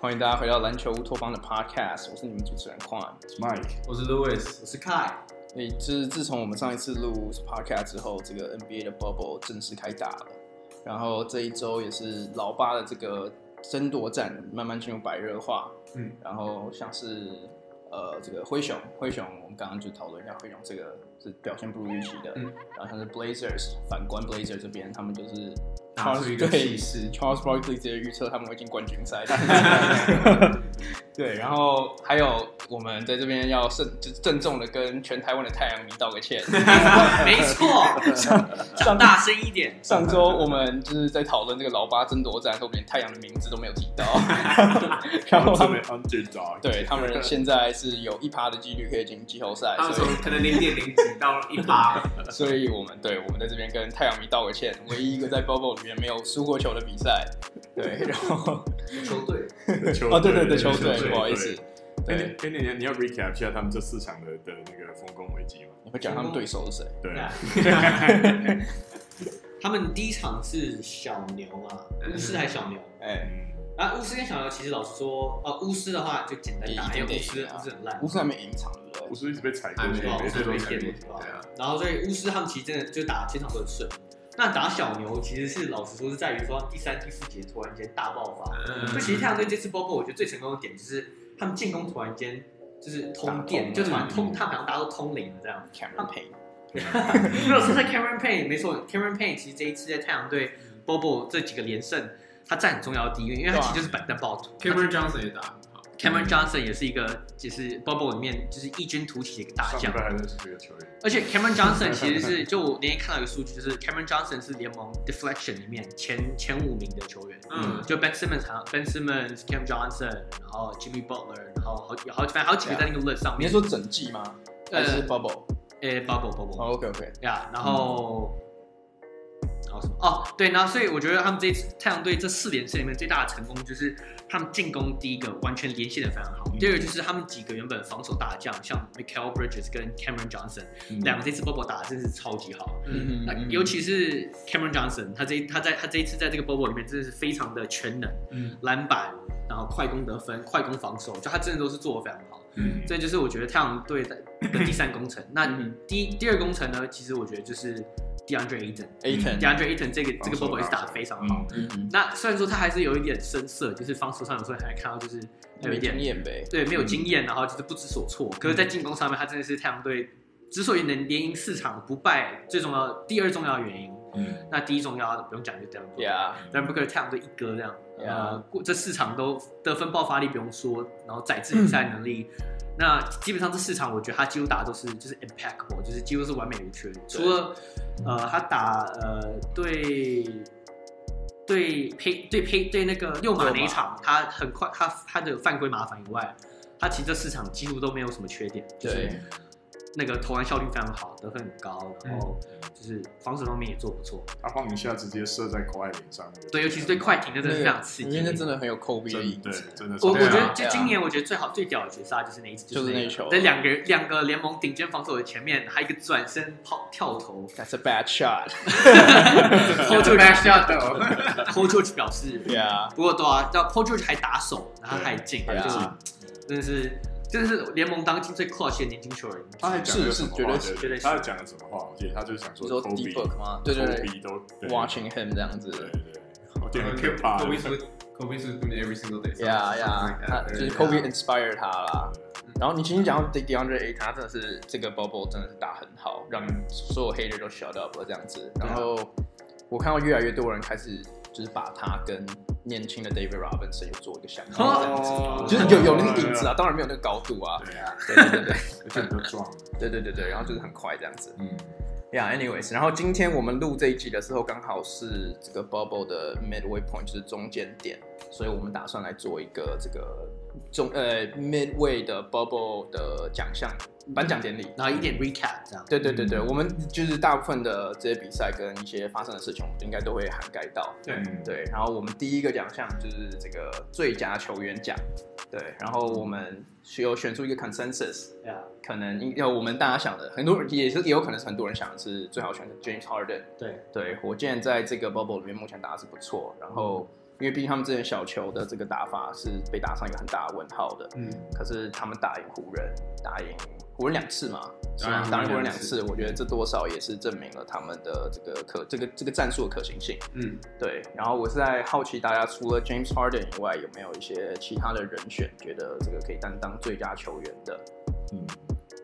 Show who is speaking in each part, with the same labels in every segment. Speaker 1: 欢迎大家回到篮球乌托邦的 Podcast，我是你们主持人 Quan。
Speaker 2: Mike，
Speaker 3: 我是 Louis，我是 Kai。
Speaker 1: 诶，就是自从我们上一次录 Podcast 之后，这个 NBA 的 Bubble 正式开打了。然后这一周也是老八的这个争夺战慢慢进入白热化。
Speaker 3: 嗯，
Speaker 1: 然后像是呃这个灰熊，灰熊我们刚刚就讨论一下灰熊这个是表现不如预期的。
Speaker 3: 嗯，
Speaker 1: 然后像是 Blazers，反观 Blazer 这边，他们就是
Speaker 3: 打
Speaker 1: Charles
Speaker 3: 出一个
Speaker 1: 对
Speaker 3: 气势
Speaker 1: Charles Barkley 直接预测他们会进冠军赛。
Speaker 2: 嗯
Speaker 1: 对，然后还有我们在这边要慎，就是郑重的跟全台湾的太阳迷道个 歉。
Speaker 4: 没错，讲大声一点。
Speaker 1: 上周我们就是在讨论这个老八争夺战，我们连太阳的名字都没有提 到。然后他
Speaker 2: 特
Speaker 1: 们
Speaker 2: 别 underdog，
Speaker 1: 对他 们现在是有一趴的几率可以进季后赛，
Speaker 3: 他
Speaker 4: 啊
Speaker 3: 们
Speaker 1: 所
Speaker 3: 从
Speaker 1: 以
Speaker 3: 可能零点零几到一趴，
Speaker 2: 啊
Speaker 1: 所以我们对我们在这边跟太阳迷道个歉，唯一一个在 Bobo 里面没有输过球的比赛。对，然后
Speaker 3: 球队
Speaker 2: 球
Speaker 1: 哦对对对，球
Speaker 2: 球
Speaker 1: 队
Speaker 2: 队
Speaker 1: 不好意思，
Speaker 2: 哎，
Speaker 1: 对，
Speaker 2: 你哎，你你要 recap 一下他们这四强的的那个丰功伟绩吗？
Speaker 1: 你会讲他们对手是谁？
Speaker 2: 对，
Speaker 4: 他们第一场是小牛嘛，
Speaker 3: 嗯
Speaker 4: 巫师还是小牛？
Speaker 1: 哎，
Speaker 2: 嗯，
Speaker 4: 啊，巫师跟小牛其实老实说，呃，巫师的话就简单打，
Speaker 1: 也一定
Speaker 4: 因为巫
Speaker 1: 得
Speaker 4: 师
Speaker 1: 赢啊
Speaker 4: 巫师很烂
Speaker 1: 乌。克兰没赢场，对
Speaker 2: 我
Speaker 1: 不对？
Speaker 2: 是一直被踩过
Speaker 3: 还没
Speaker 2: 去，
Speaker 3: 有
Speaker 2: 每次都
Speaker 3: 没
Speaker 2: 踩过
Speaker 3: 见
Speaker 2: 去
Speaker 3: 过，对啊，
Speaker 4: 然后所以巫师他们其实真的就打全场都很顺。那打小牛其实是老实说是在于说第三、第四节突然间大爆发，就
Speaker 3: 嗯，
Speaker 4: 呃其实太阳队这次 Bobo 我觉得最成功的点就是他们进攻突然间就是通电，
Speaker 1: 打通了
Speaker 4: 就突然通，
Speaker 2: 嗯
Speaker 4: 他们好像大家都通灵了这样。
Speaker 1: Cameron Payne，
Speaker 4: 没有是在 Cameron Payne，没错，Cameron Payne 其实这一次在太阳队 Bobo 这几个连胜，他占很重要的地位，因为他其实就是板凳暴徒。
Speaker 3: ，Cameron Johnson 也打得很好，
Speaker 4: Cameron Johnson 也是一个，就是 Bobo 里面就是异军突起的一个大
Speaker 2: 上
Speaker 4: 将
Speaker 2: 礼。拜还认识这个球员，
Speaker 4: 而且 Cameron Johnson 其实 是，就我那天看到一个数据，就是 Cameron Johnson 是联盟 deflection 里面前前五名的球员。
Speaker 3: 嗯
Speaker 4: 就 Ben Simmons 好像、Ben Simmons、Cam Johnson，然后 Jimmy Butler，然后好有好反正好几个在那个 list 上
Speaker 1: 啊你
Speaker 4: 面。
Speaker 1: 是说整季吗？
Speaker 4: 呃
Speaker 1: 还是 Bubble？
Speaker 4: 诶 Bubble Bubble？
Speaker 1: 哦，OK OK，
Speaker 4: 呀啊然后，然后什么？哦，对，然后所以我觉得他们这一次太阳队这四连胜里面最大的成功就是他们进攻第一个完全连线的非常好，第二个就是他们几个原本防守大将像 Michael Bridges 跟 Cameron Johnson
Speaker 2: 嗯
Speaker 4: 两个这次 Bobo 打的真是超级好，
Speaker 1: 嗯
Speaker 4: 那尤其是 Cameron Johnson，他这一他在他这一次在这个 Bobo 里面真的是非常的全能，
Speaker 3: 嗯，
Speaker 4: 篮板，然后快攻得分、快攻防守，就他真的都是做的非常好。
Speaker 2: 嗯，
Speaker 4: 这就是我觉得太阳队的的第三工程。那
Speaker 1: 嗯
Speaker 4: 第一第二工程呢，其实我觉得就是 DeAndre Ayton，DeAndre
Speaker 1: Aiton，
Speaker 4: Ayton 这个这个
Speaker 2: 防守
Speaker 4: Bobo 也是打
Speaker 2: 大
Speaker 4: 得
Speaker 2: 手
Speaker 4: 非常好。
Speaker 1: 嗯嗯，
Speaker 4: 那虽然说他还是有一点生涩，就是防守上有时候还看到就是有
Speaker 1: 没
Speaker 4: 一
Speaker 1: 经
Speaker 4: 点
Speaker 1: 验呗。
Speaker 4: 对没有经验，然后就是不知所措。可是，在进攻上面，他真的是太阳队之所以能连赢四场不败，最重要的第二重要的原因。
Speaker 2: 嗯，
Speaker 4: 那第一重要的不用讲，就 d a r b o o k
Speaker 1: Yeah，
Speaker 4: d a r b o o k 太阳队一哥这样，呃，过这四场都得分爆发力不用说，然后宰制比赛能力，那基本上这四场我觉得他几乎打的都是就是 impeccable，就是几乎是完美无缺。除了呃，他打呃对对呸对呸对那个六马那一场，他很快他他的犯规麻烦以外，他其实这四场几乎都没有什么缺点，就是
Speaker 1: 对，
Speaker 4: 那个投篮效率非常好，得分很高，然后就是防守方面也做不错。
Speaker 2: 他放一下直接射在口爱脸上，
Speaker 4: 对，尤其是对快艇，那真的非常刺
Speaker 1: 因为那
Speaker 4: 激。
Speaker 1: 真的很有 Kobe 的
Speaker 2: 真
Speaker 1: 影
Speaker 2: 对
Speaker 1: 子。
Speaker 2: 真的是，
Speaker 4: 我我
Speaker 3: 对啊
Speaker 4: 觉得
Speaker 1: 对
Speaker 4: 就
Speaker 1: 啊
Speaker 4: 今年我觉得最好最屌的绝杀就是那一次，
Speaker 1: 就是那
Speaker 4: 那
Speaker 1: 一球啊
Speaker 4: 在两个人两个联盟顶尖防守的前面，还一个转身抛 跳投
Speaker 1: That's a bad shot。
Speaker 4: ，Paul George 要的，Paul George 表示，
Speaker 1: Yeah，
Speaker 4: 不过对啊，到 Paul George 还打手，然后他还进，
Speaker 1: 对啊
Speaker 4: 就是真的是真的是联盟当今最 clutch 的年轻球员，
Speaker 2: 他还讲了什么话？
Speaker 1: 是是
Speaker 4: 绝对是
Speaker 2: 他还讲了什么话？我记得他就是想
Speaker 1: 你
Speaker 2: 说
Speaker 1: 说 D book 吗？对对对
Speaker 2: Kobe 都对
Speaker 1: ，Watching him 这样子。
Speaker 2: 对对对，我觉得很可
Speaker 1: 啊
Speaker 2: 怕。
Speaker 3: Kobe's with Kobe's with me every single day.
Speaker 1: Yeah yeah，他就是 Kobe inspire 他啦。然后你今天讲到 DeAndre A，他真的是这个 bubble 真的是打很好，让所有黑人都 shut up 了这样子。然后我看到越来越多人开始就是把他跟年轻的 David Robinson 有做一个相比，这样子
Speaker 2: 哦
Speaker 1: 就是有有那个影子啊，当然没有那个高度啊。
Speaker 2: 对啊，
Speaker 1: 对对对对
Speaker 2: 而且很壮，
Speaker 1: 对对对对，然后就是很快这样子。
Speaker 2: 嗯
Speaker 1: Yeah，anyways，然后今天我们录这一集的时候，刚好是这个 bubble 的 midway point，就是中间点，所以我们打算来做一个这个中呃 midway 的 bubble 的奖项颁奖典礼。
Speaker 4: 然后一点嗯 recap 这样。
Speaker 1: 对对对对，我们就是大部分的这些比赛跟一些发生的事情，我们应该都会涵盖到。
Speaker 3: 对，
Speaker 2: 嗯，
Speaker 1: 对，然后我们第一个奖项就是这个最佳球员奖。对，然后我们是有选出一个 consensus，
Speaker 4: 对啊，
Speaker 1: 可能因要我们大家想的，很多人也是也有可能是很多人想的是最好选的 James Harden。
Speaker 4: 对
Speaker 1: 对，火箭在这个 bubble 里面目前打的是不错，然后因为毕竟他们之前小球的这个打法是被打上一个很大的问号的。
Speaker 3: 嗯，
Speaker 1: 可是他们打赢湖人，打赢湖人两次嘛，
Speaker 3: 当然
Speaker 1: 打赢湖
Speaker 3: 湖
Speaker 1: 人两
Speaker 3: 人两
Speaker 1: 次，
Speaker 3: 次
Speaker 1: 我觉得这多少也是证明了他们的这个可这个这个战术的可行性。
Speaker 3: 嗯，
Speaker 1: 对，然后我是在好奇大家除了 James Harden 以外，有没有一些其他的人选，觉得这个可以担当最佳球员的？
Speaker 2: 嗯，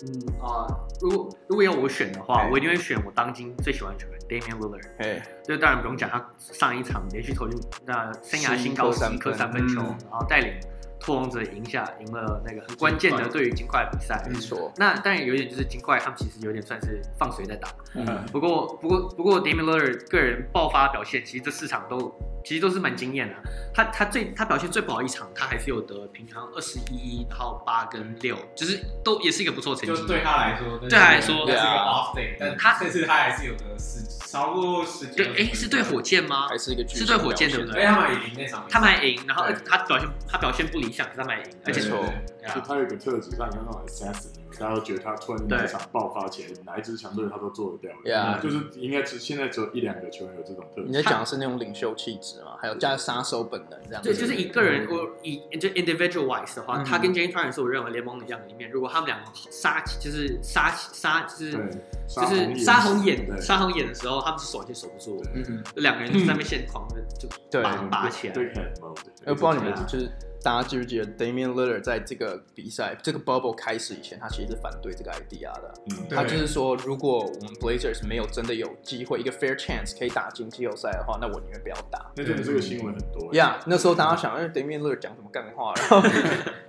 Speaker 4: 嗯啊、如果如果要我选的话，
Speaker 1: 对
Speaker 4: 我一定会选我当今最喜欢的球员 Damian Lillard。
Speaker 1: 哎，
Speaker 4: 这当然不用讲，他上一场连续投进那生涯新高
Speaker 1: 11
Speaker 4: 十
Speaker 1: 颗
Speaker 4: 颗
Speaker 1: 三
Speaker 4: 三
Speaker 3: 分
Speaker 4: 分球，
Speaker 3: 嗯
Speaker 4: 然后带领拓荒者赢下赢了那个很关键的对于金块的比赛。
Speaker 1: 没错，
Speaker 4: 那当然有一点就是金块他们其实有点算是放水在打，
Speaker 1: 嗯，
Speaker 4: 不过不过不过 d a m i l l i l 个人爆发表现，其实这四场都其实都是蛮惊艳的。啊他他最他表现最不好一场，他还是有得平常二十一，然后八跟六，就是都也是一个不错的成
Speaker 3: 就
Speaker 4: 绩。
Speaker 3: 对他来说，
Speaker 4: 对他来说嗯
Speaker 3: 那是一
Speaker 1: 对
Speaker 3: 个
Speaker 1: 啊
Speaker 3: off day，但
Speaker 4: 他
Speaker 3: 但是他还是有得十超过十几
Speaker 4: 对
Speaker 3: 个，
Speaker 4: 哎，是对火箭吗？
Speaker 1: 还是一个巨
Speaker 4: 是对火箭对不
Speaker 3: 所以
Speaker 4: 对
Speaker 3: 他们也赢那场比赛，
Speaker 4: 他们还赢，然后
Speaker 3: 对
Speaker 4: 他表现他表现不理想，可是他们还赢，而
Speaker 1: 没
Speaker 4: 且
Speaker 1: 错
Speaker 4: 对啊
Speaker 2: 就他有一个特质，像你看那种 assassin，大家都觉得他突然哪一场爆发起来，哪一支强队他都做得掉。
Speaker 1: Yeah
Speaker 2: 就是应该只现在只有一两个球员有这种特
Speaker 1: 你在
Speaker 2: 质。
Speaker 1: 讲的是那种领袖气质嘛，还有加杀手本能这样子。
Speaker 4: 对，就是以个人我以就 individual wise 的话，
Speaker 1: 嗯
Speaker 4: 他跟 James Harden 是我认为联盟的样里面，如果他们两个杀就是杀杀就是
Speaker 2: 对，
Speaker 4: 就是杀
Speaker 2: 杀
Speaker 4: 红眼
Speaker 2: 对
Speaker 4: 杀红眼的时候，他们是手就守不住，
Speaker 2: 对
Speaker 1: 嗯哼，
Speaker 4: 就两个人就在那边现狂的就
Speaker 1: 对。
Speaker 4: 把拔起来
Speaker 2: 对 hand mode，
Speaker 1: 我不知道你们
Speaker 4: 对啊
Speaker 1: 就是大家记不记得 Damian Lillard 在这个比赛这个 bubble 开始以前，他其实是反对这个 idea 的。
Speaker 2: 嗯
Speaker 3: 对
Speaker 1: 他就是说，如果我们 Blazers 没有真的有机会一个 fair chance 可以打进季后赛的话，那我宁愿不要打。
Speaker 2: 那阵子这个新闻很多。
Speaker 1: 呀、yeah,，那时候大家想，哎，Damian Lillard 讲什么干话？ 然后，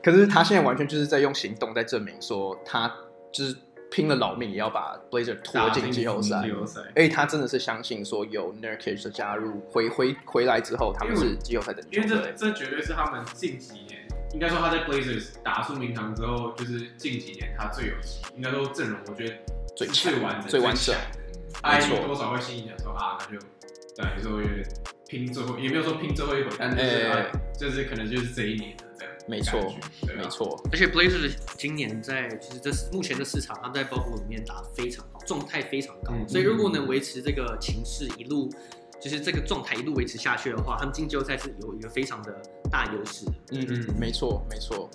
Speaker 1: 可是他现在完全就是在用行动在证明说，他就是拼了老命也要把 Blazers 拖
Speaker 3: 打
Speaker 1: 进季后赛
Speaker 3: 季。后赛。
Speaker 1: 而且他真的是相信说，有 Nurkic 的加入，回回回来之后，他们是季后赛的
Speaker 3: 因
Speaker 1: 球
Speaker 3: 为这
Speaker 1: 队。
Speaker 3: 这绝对是他们近几年，应该说他在 Blazers 打出名堂之后，就是近几年他最有戏，应该说阵容我觉得
Speaker 1: 最
Speaker 3: 是最
Speaker 1: 强
Speaker 3: 完整、
Speaker 1: 最完
Speaker 3: 强
Speaker 1: 整
Speaker 3: 的。他
Speaker 1: 没
Speaker 3: 一
Speaker 1: 错
Speaker 3: 定多少会心里想说啊，那就对，就是我有点拼最后，也没有说拼最后一回，但就是、
Speaker 1: 哎
Speaker 3: 啊就是可能就是这一年的这样。
Speaker 1: 没错，
Speaker 3: 对啊
Speaker 1: 没错，
Speaker 4: 而且 Blazers 今年在就是这目前的市场，他们在 bubble 里面打得非常好，状态非常高，
Speaker 3: 嗯
Speaker 4: 所以如果能维持这个情势一路，就是这个状态一路维持下去的话，他们进季后赛是有一个非常的大优势的。
Speaker 1: 嗯
Speaker 3: 嗯
Speaker 1: 没错，没错，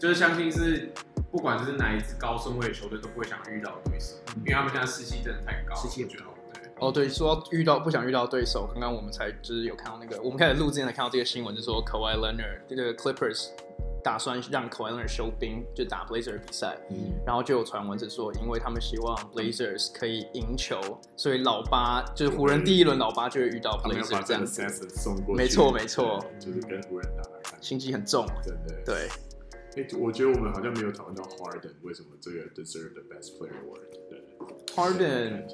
Speaker 3: 就是相信是不管是哪一支高顺位的球队都不会想遇到的对手，因为他们现在士气真的太高，
Speaker 4: 嗯士气
Speaker 3: 我
Speaker 4: 很
Speaker 3: 觉得
Speaker 4: 高
Speaker 3: 对。
Speaker 1: 哦，对，说遇到不想遇到对手，刚刚我们才就是有看到那个，我们开始录之前才看到这个新闻，就说 Kawhi Leonard 这个 Clippers 打算让 Kawhi Leonard 休兵，就打 Blazer 比赛，
Speaker 2: 嗯
Speaker 1: 然后就有传闻是说，因为他们希望
Speaker 3: 嗯
Speaker 1: Blazers 可以赢球，所以老八就是湖人第一轮老八就会遇到
Speaker 2: 他们要把
Speaker 1: Blazers 这
Speaker 2: 这
Speaker 1: 样
Speaker 2: 个
Speaker 1: 子，
Speaker 2: assassin 送过去。
Speaker 1: 没错没错
Speaker 2: 就是跟湖人打来看，
Speaker 1: 心机很重，
Speaker 2: 真的。
Speaker 1: 对，
Speaker 2: 哎，我觉得我们好像没有讨论到 Harden 为什么这个 deserve the best player award 对。
Speaker 1: Harden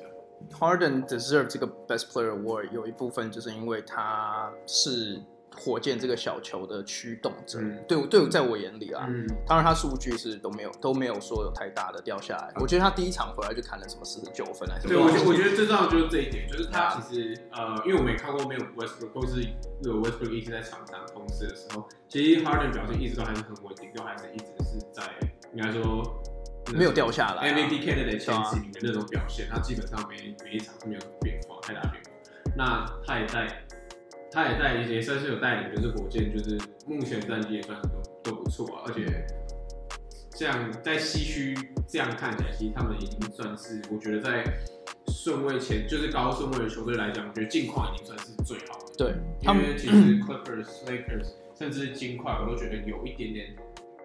Speaker 1: Harden deserve 这个 Best Player Award 有一部分就是因为他是火箭这个小球的驱动者，
Speaker 3: 嗯
Speaker 1: 对我对我在我眼里啊，
Speaker 3: 嗯，
Speaker 1: 当然他数据是都没有都没有说有太大的掉下来，我觉得他第一场回来就砍了什么四十九分还是什
Speaker 3: 对，
Speaker 1: 么
Speaker 3: 我
Speaker 1: 东
Speaker 3: 觉
Speaker 1: 西，
Speaker 3: 得我觉得最重要的就是这一点，就是他其实呃，因为我们也看过没有 Westbrook 或是有 Westbrook 一直在场上公司的时候，其实 Harden 表现一直都还是很稳定，都还是一直是在应该说
Speaker 1: 没有掉下来、啊。
Speaker 3: MVP candidate 前几名的那种表现，他基本上每每一场都没有什么变化，太大变化。那他也带，他也带一些，算是有带领，就是火箭，就是目前战绩也算是都都不错啊，而且这样在西区这样看起来，其实他们已经算是，我觉得在顺位前，就是高顺位的球队来讲，我觉得近况已经算是最好的。
Speaker 1: 对他
Speaker 3: 因
Speaker 1: 们
Speaker 3: 为 其实 Clippers、Lakers 甚至金块，我都觉得有一点点，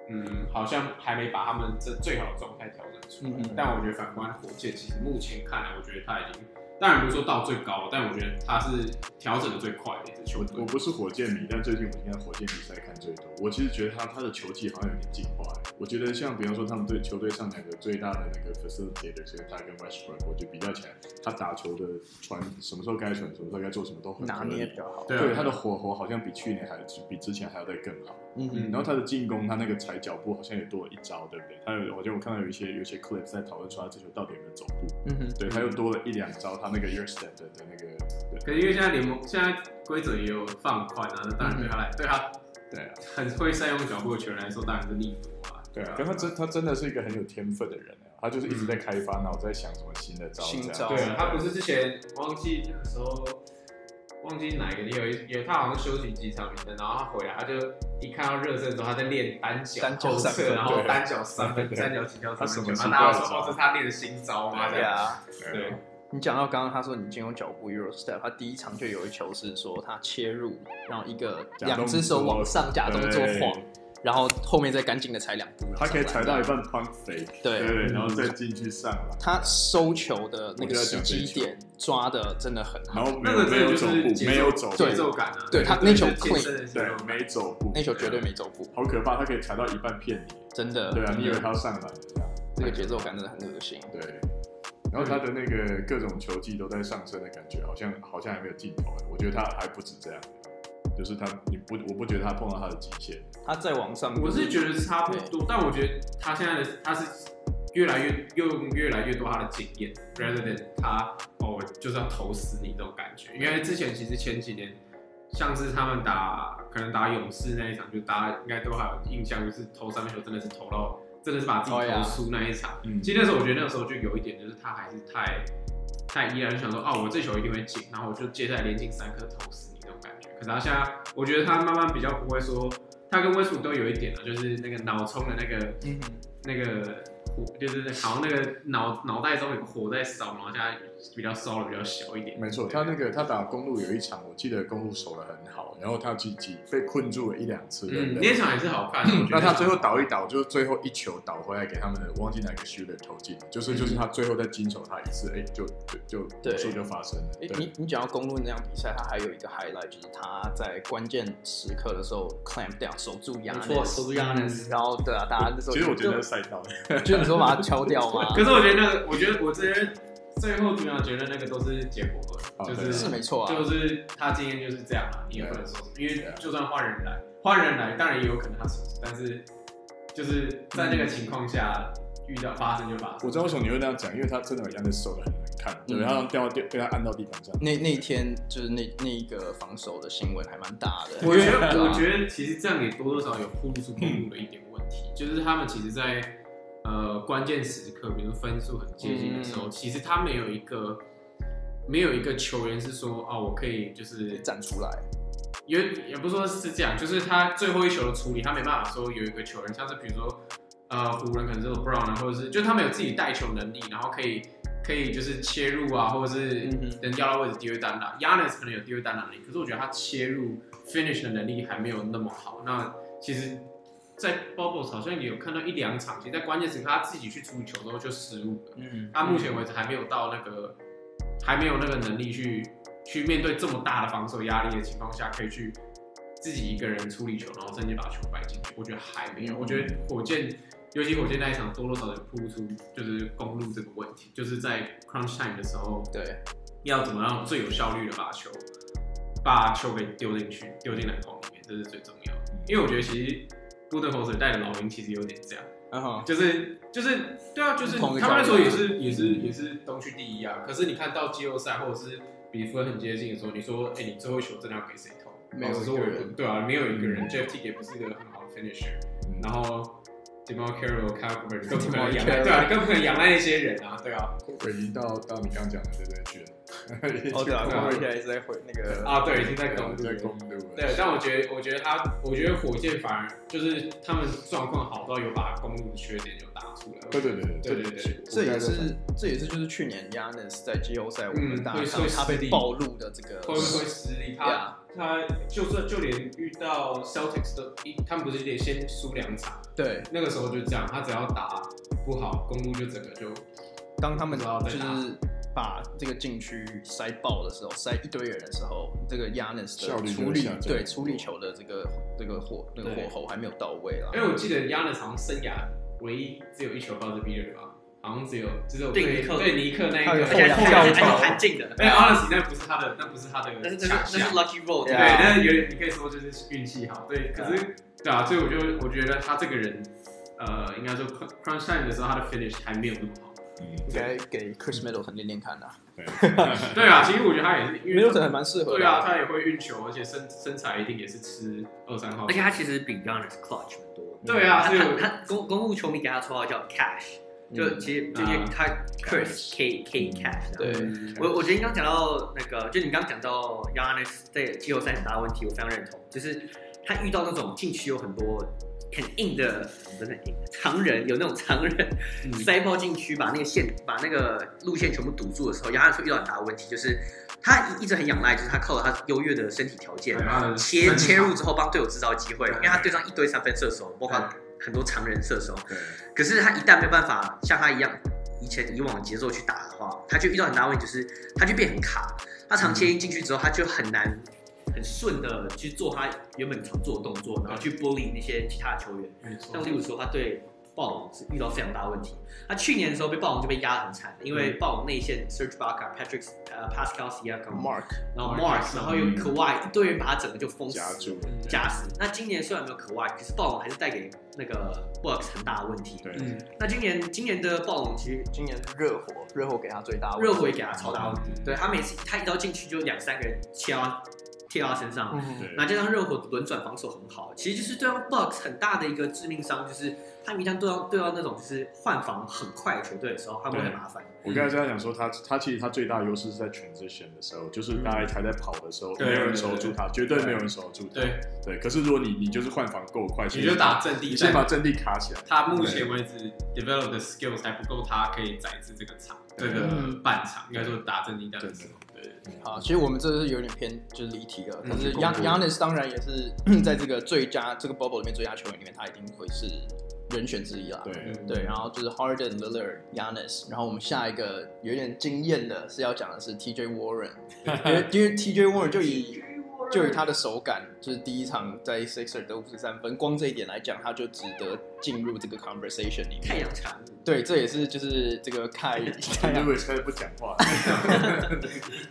Speaker 3: 嗯，好像还没把他们这最好的状态调整出来。
Speaker 1: 嗯嗯
Speaker 3: 但我觉得反观火箭，其实目前看来，我觉得他已经，当然不是说到最高，但我觉得他是调整的最快的一支球
Speaker 2: 我
Speaker 3: 队
Speaker 2: 我。不是火箭迷，但最近我应该火箭比赛看最多。我其实觉得他他的球技好像有点进化欸。我觉得像比方说他们队球队上两个最大的那个 facilitator，就是他跟 Westbrook，我觉得比较起来，他打球的传什么时候该传，什么时候该做什么都很
Speaker 1: 拿
Speaker 2: 合理
Speaker 1: 捏比较好，
Speaker 3: 对啊
Speaker 2: 对他的火候好像比去年还比之前还要再更好。
Speaker 1: 嗯哼
Speaker 3: 嗯
Speaker 2: 然后他的进攻，他那个踩脚步好像也多了一招，对不对？他有，我觉得我看到有一些有一些 clip 在讨论说他这球到底有没有走步，
Speaker 1: 嗯哼，
Speaker 2: 对他又多了一两招，他那个 your step 的那个，
Speaker 3: 可是因为现在联盟现在规则也有放宽啊，那当然对他来，
Speaker 2: 嗯
Speaker 3: 对他
Speaker 2: 对啊，
Speaker 3: 很会善用脚步的球员来说，当然是利多啊。
Speaker 2: 对啊。可是他真他真的是一个很有天分的人啊，他就是一直在开
Speaker 3: 啊
Speaker 2: 发，然后在想什么新的招，
Speaker 1: 新
Speaker 2: 这样
Speaker 1: 招
Speaker 3: 对他不是之前忘记那个时候，忘记哪一个有一有他好像休息几场比赛，然后他回来他就一看到热身之后，他在练单脚
Speaker 1: 单脚
Speaker 3: 后
Speaker 1: 三
Speaker 3: 侧，
Speaker 1: 分
Speaker 3: 然后
Speaker 2: 对
Speaker 3: 单脚三分，三角起跳
Speaker 2: 他什
Speaker 3: 三分
Speaker 2: 么
Speaker 3: 球，
Speaker 2: 习
Speaker 3: 然后大家
Speaker 2: 惯
Speaker 3: 说
Speaker 2: 了
Speaker 3: 哦，这是他练的新招吗？这
Speaker 1: 对
Speaker 3: 样
Speaker 1: 啊，
Speaker 3: 对，
Speaker 1: 你讲到刚刚他说你进攻脚步 Euro Step，他第一场就有一球是说他切入，然后一个
Speaker 2: 假
Speaker 1: 两
Speaker 2: 动作
Speaker 1: 只手往上假动作
Speaker 2: 对
Speaker 1: 晃，然后后面再赶紧的踩两步，然后
Speaker 2: 他可以
Speaker 1: 上
Speaker 2: 踩
Speaker 1: 来
Speaker 2: 到一半 pump fake，
Speaker 1: 对
Speaker 2: 对，然后再进去上来，
Speaker 1: 他收球的那个
Speaker 2: 我就要
Speaker 1: 时
Speaker 2: 讲这
Speaker 1: 机
Speaker 2: 一球
Speaker 1: 点抓的真的很好，
Speaker 2: 然后没
Speaker 3: 那
Speaker 2: 有
Speaker 3: 个
Speaker 2: 没
Speaker 3: 真
Speaker 2: 有
Speaker 3: 的就
Speaker 2: 走
Speaker 3: 是
Speaker 2: 步，
Speaker 3: 节奏
Speaker 2: 没有走步，
Speaker 3: 节奏感啊，
Speaker 1: 对他
Speaker 3: 就是
Speaker 1: 那球
Speaker 3: 健身的节奏
Speaker 2: 对，没走步，啊
Speaker 1: 那球绝对没走步，
Speaker 2: 好可怕，他可以踩到一半骗你，
Speaker 1: 真
Speaker 3: 呃
Speaker 1: 的。
Speaker 2: 对啊，
Speaker 1: 真的
Speaker 2: 你以为他要上篮这样，
Speaker 1: 这个节奏感真的很恶心。
Speaker 2: 对。然后他的那个各种球技都在上升的感觉，好像好像还没有尽头。欸我觉得他还不止这样，就是他你不我不觉得他碰到他的极限，
Speaker 1: 他再往上，
Speaker 3: 我是觉得差不多，但我觉得他现在的他是越来越用越来越多他的经验，rather than 他哦我就是要投死你这种感觉。因为之前其实前几年，像是他们打可能打勇士那一场，就大家应该都还有印象，就是投三分球真的是投到真的是把自己
Speaker 1: 哦呀
Speaker 3: 投输那一场。
Speaker 2: 嗯
Speaker 3: 其实那时候我觉得那个时候就有一点就是他还是太太依然就想说啊我这球一定会进，然后我就接下来连进三颗投死你那种感觉。可是他现在我觉得他慢慢比较不会说。他跟威斯布鲁克都有一点啊，就是那个脑冲的那个
Speaker 1: 嗯哼，
Speaker 3: 那个火，就是好像那个脑脑袋中有火在烧，然后现在比较烧的比较小一点。
Speaker 2: 没错，他那个他打公路有一场，我记得公路守得很好，然后他几几被困住了一两次，对不
Speaker 3: 嗯，
Speaker 2: 对
Speaker 3: 那场也是好看。我觉得
Speaker 2: 那他最后倒一倒，就是最后一球倒回来给他们的，忘记哪个 shooter 投进，就是就是他最后再经手他一次，哎、就就就
Speaker 1: 对
Speaker 2: 魔术就发生了。
Speaker 1: 诶
Speaker 2: 对，
Speaker 1: 你你讲到公路那场比赛，他还有一个 highlight 就是他在关键时刻的时候 clamp down 守住
Speaker 4: 没
Speaker 1: 牙，
Speaker 4: 错，守住亚尼斯，
Speaker 1: 然后对啊，大家那时候
Speaker 2: 其实我觉得赛道，
Speaker 1: 就就你说把它敲掉 吗？
Speaker 3: 可是我觉得那个，我觉得我之前最后主要觉得那个都是结果
Speaker 2: 哦
Speaker 3: 论，就
Speaker 2: 对
Speaker 3: 是
Speaker 1: 是没错啊，
Speaker 3: 就是他今天就是这样啊，你也不能说什么，因
Speaker 2: 对
Speaker 3: 为
Speaker 2: 啊
Speaker 3: 就算换人来，换人来当然也有可能他手指，但是就是在那个情况下遇到发生就发
Speaker 2: 我
Speaker 3: 生。
Speaker 2: 知道为什么你会那样讲，因为他真的把样子守得很难看，对，
Speaker 1: 嗯
Speaker 2: 然后掉掉被他按到地板上。
Speaker 1: 那那一天就是那那一个防守的新闻还蛮大的，
Speaker 3: 我觉
Speaker 1: 对
Speaker 3: 得，
Speaker 1: 啊
Speaker 3: 我觉得其实这样也多多少少有暴露出公路的一点问题，就是他们其实在，呃关键时刻，比如分数很接近的时候，其实他没有一个没有一个球员是说啊，我可以就是
Speaker 1: 站出来，
Speaker 3: 也也不是说是这样，就是他最后一球的处理，他没办法说有一个球员，像是比如说呃湖人可能是 LeBron 啊，或者是就他们有自己带球能力，然后可以可以就是切入啊，或者是
Speaker 1: 嗯哼
Speaker 3: 能掉到位置低位单打。Yanis 可能有低位单打能力，可是我觉得他切入 finish 的能力还没有那么好。那其实，在 Bubbles 好像也有看到一两场，其实在关键时刻他自己去处理球之后就失误了。
Speaker 1: 嗯，
Speaker 3: 他目前为止还没有到那个，还没有那个能力去去面对这么大的防守压力的情况下，可以去自己一个人处理球，然后甚至把球摆进去。我觉得还没有。我觉得
Speaker 1: 嗯
Speaker 3: 火箭，尤其火箭那一场，多多少少有暴露出就是公路这个问题，就是在 crunch time 的时候，
Speaker 1: 对，
Speaker 3: 要怎么样最有效率的把球把球给丢进去，丢进篮筐里面，这是最重要的。因为我觉得其实布登侯斯带的老鹰其实有点这样。
Speaker 1: 然后
Speaker 3: 就是就是对啊，就是他
Speaker 1: 同一
Speaker 3: 们
Speaker 1: 个教练
Speaker 3: 那时候也是也是也是东区第一啊。可是你看到季后赛或者是比分很接近的时候，你说哎、你最后一球真的要给谁投？
Speaker 1: 没有
Speaker 3: 老实
Speaker 1: 一
Speaker 3: 说
Speaker 1: 个
Speaker 3: 我
Speaker 1: 人
Speaker 3: 对啊，没有一个人。Jeff T 也不是一个很好的 finisher，
Speaker 2: 嗯
Speaker 3: 然后 Jamal Carroll、c a l v e r 更不可
Speaker 1: Jamal
Speaker 3: 能仰
Speaker 1: Carroll
Speaker 3: 赖对啊，更不可能仰赖那些人啊，对啊
Speaker 2: 我已经到到你刚讲的这边去 了。
Speaker 1: 哦对啊，
Speaker 3: 对
Speaker 1: 公
Speaker 3: 啊
Speaker 1: 路现在一直在回那个
Speaker 3: 啊，对，已经在公
Speaker 2: 公
Speaker 3: 路
Speaker 2: 在
Speaker 3: 了。
Speaker 2: 公路了。
Speaker 3: 对，但我觉得，我觉得他，我觉得火箭反而就是他们状况好到有把公路的缺点有打出来。
Speaker 2: 对对对
Speaker 3: 对
Speaker 2: 对
Speaker 3: 对对，
Speaker 1: 这也
Speaker 2: 我刚才在想
Speaker 1: 是这也是就是去年 Yanis 在季后赛我
Speaker 3: 嗯
Speaker 1: 们大家
Speaker 3: 会
Speaker 1: 看到
Speaker 3: 会
Speaker 1: 他
Speaker 3: 失
Speaker 1: 被
Speaker 3: 利
Speaker 1: 暴露的这个
Speaker 3: 会不会失利？他、
Speaker 1: 呀
Speaker 3: 他就算就连遇到 Celtics 都一，他们不是连先输两场，
Speaker 1: 对，
Speaker 3: 那个时候就这样，他只要打不好，公路就整个就
Speaker 1: 当他们
Speaker 3: 不知道在
Speaker 1: 就
Speaker 3: 哪
Speaker 1: 是把这个禁区塞爆的时候，塞一堆人的时候，这个 Yanis
Speaker 2: 效
Speaker 1: 的
Speaker 2: 率就
Speaker 1: 处
Speaker 2: 会
Speaker 1: 理
Speaker 2: 下降
Speaker 1: 对处理球的这个这个火那个
Speaker 4: 对
Speaker 1: 火候还没有到位啦。
Speaker 3: 因为我记得亚纳好像生涯唯一只有一球爆的 B 人吧，好像只有只有
Speaker 4: 对
Speaker 3: 对
Speaker 4: 尼克
Speaker 3: 对尼克那一
Speaker 1: 他有
Speaker 3: 个
Speaker 4: 而且
Speaker 1: 后
Speaker 4: 还
Speaker 1: 跳
Speaker 4: 还
Speaker 1: 跳
Speaker 4: 还还进的，
Speaker 3: 哎，honestly，那不是他的， 那不是他的
Speaker 4: 但是那
Speaker 3: 强
Speaker 4: 是
Speaker 3: 项
Speaker 4: 那是 lucky roll，
Speaker 1: 对
Speaker 3: 对，
Speaker 1: 啊
Speaker 3: 但是有点你可以说就是运气好，对。可是对啊，所以我就我觉得他这个人，呃，应该说 crunch time 的时候他的 finish 还没有那么好。
Speaker 1: 应该给 Chris Middleton 练练看啦。
Speaker 2: 嗯，
Speaker 3: 对啊，其实我觉得他也是，因为
Speaker 1: Middleton 还蛮适合的。
Speaker 3: 对啊，，他也会运球，而且身身材一定也是吃二三号
Speaker 4: 而。且他其实比 Giannis clutch 很多。
Speaker 3: 对啊，
Speaker 4: 他
Speaker 3: 所以
Speaker 4: 他
Speaker 3: 我嗯
Speaker 4: 他公公务球迷给他绰号叫 Cash，就其实就因为他
Speaker 3: 啊
Speaker 4: Curse K K Cash 这样。
Speaker 1: 对
Speaker 4: 我我觉得你刚讲到那个，就你刚讲到 Yanis 在季后赛很大的问题，我非常认同，就是他遇到那种禁区有很多很硬的，不是很硬，常人有那种常人
Speaker 3: 嗯
Speaker 4: 塞爆禁区，把那个线把那个路线全部堵住的时候，Yanis 会遇到很大的问题，就是他一直很仰赖，就是他靠着他优越的身体条件，
Speaker 3: 啊
Speaker 4: 切切入之后帮队友制造机会，因为他对上一堆三分射手，包括很多常人射手，
Speaker 2: 对，
Speaker 4: 可是他一旦没有办法像他一样以前以往的节奏去打的话，他就遇到很大问题，就是他就变很卡。他长切进去之后，他就很难很顺的去做他原本常做的动作，然后去玻璃那些其他球员。
Speaker 3: 没错
Speaker 4: 像例如说，他对暴龙是遇到非常大的问题。他去年的时候被暴龙就被压得很惨，因为暴龙内线 Serge Barker、Patrick 呃 Pascal Siakam，
Speaker 1: Mark
Speaker 4: 然后 Mars，然后又 Kawhi，一堆人把他整个就封死
Speaker 2: 嗯夹住，
Speaker 1: 嗯
Speaker 4: 夹死。那今年虽然没有 Kawhi，可是暴龙还是带给那个 Bucks 很大的问题。
Speaker 2: 对，
Speaker 1: 嗯，
Speaker 4: 那今年今年的暴龙其实
Speaker 1: 今年热火，热火给他最大的
Speaker 4: 热
Speaker 1: 问
Speaker 4: 火
Speaker 1: 题
Speaker 4: 也给他超大问题，
Speaker 2: 嗯
Speaker 4: 对他每次他一刀进去就两三个人切到他贴到他身上，
Speaker 1: 嗯，
Speaker 4: 那加上热火轮转防守很好，其实就是对上 Bucks 很大的一个致命伤，就是他们一旦对到对到那种就是换防很快的球队的时候，他们会很麻烦。
Speaker 2: 我刚才在讲说他，他其实他最大优势是在 transition 的时候，
Speaker 1: 嗯
Speaker 2: 就是大家还在跑的时候，
Speaker 3: 对
Speaker 2: 没有人守住他，绝对没有人守住他。
Speaker 3: 对，
Speaker 2: 对，可是如果你你就是换防够快，
Speaker 3: 你就打，阵
Speaker 2: 你
Speaker 3: 地
Speaker 2: 先
Speaker 3: 战
Speaker 2: 把。阵地卡起来。
Speaker 3: 他目前为止 develop 的 skills 还不够，他可以宰制这个场，这
Speaker 2: 对
Speaker 3: 个
Speaker 1: 嗯
Speaker 3: 半场，应该说打阵地战的时候，对，
Speaker 1: 好，啊其实我们这是有点偏就是离题了，
Speaker 3: 嗯
Speaker 1: 可是
Speaker 3: 公
Speaker 1: Yan
Speaker 3: 布
Speaker 1: Yanis 当然也 是在这个最佳这个 bubble 里面最佳球员里面，他一定会是人选之一啦。
Speaker 2: 对，
Speaker 1: 对，然后就是 Harden、Lillard、Yanis，然后我们下一个有点惊艳的是要讲的是 TJ Warren，因为因为 TJ Warren 就以就以他的手感，就是第一场在 Sixer 得五十三分，光这一点来讲，他就值得进入这个 conversation 里
Speaker 4: 太
Speaker 1: 面。
Speaker 4: 阳产物，
Speaker 1: 对，这也是就是这个 凯太
Speaker 2: 因
Speaker 1: 阳
Speaker 4: 啊
Speaker 2: 为开始不讲话，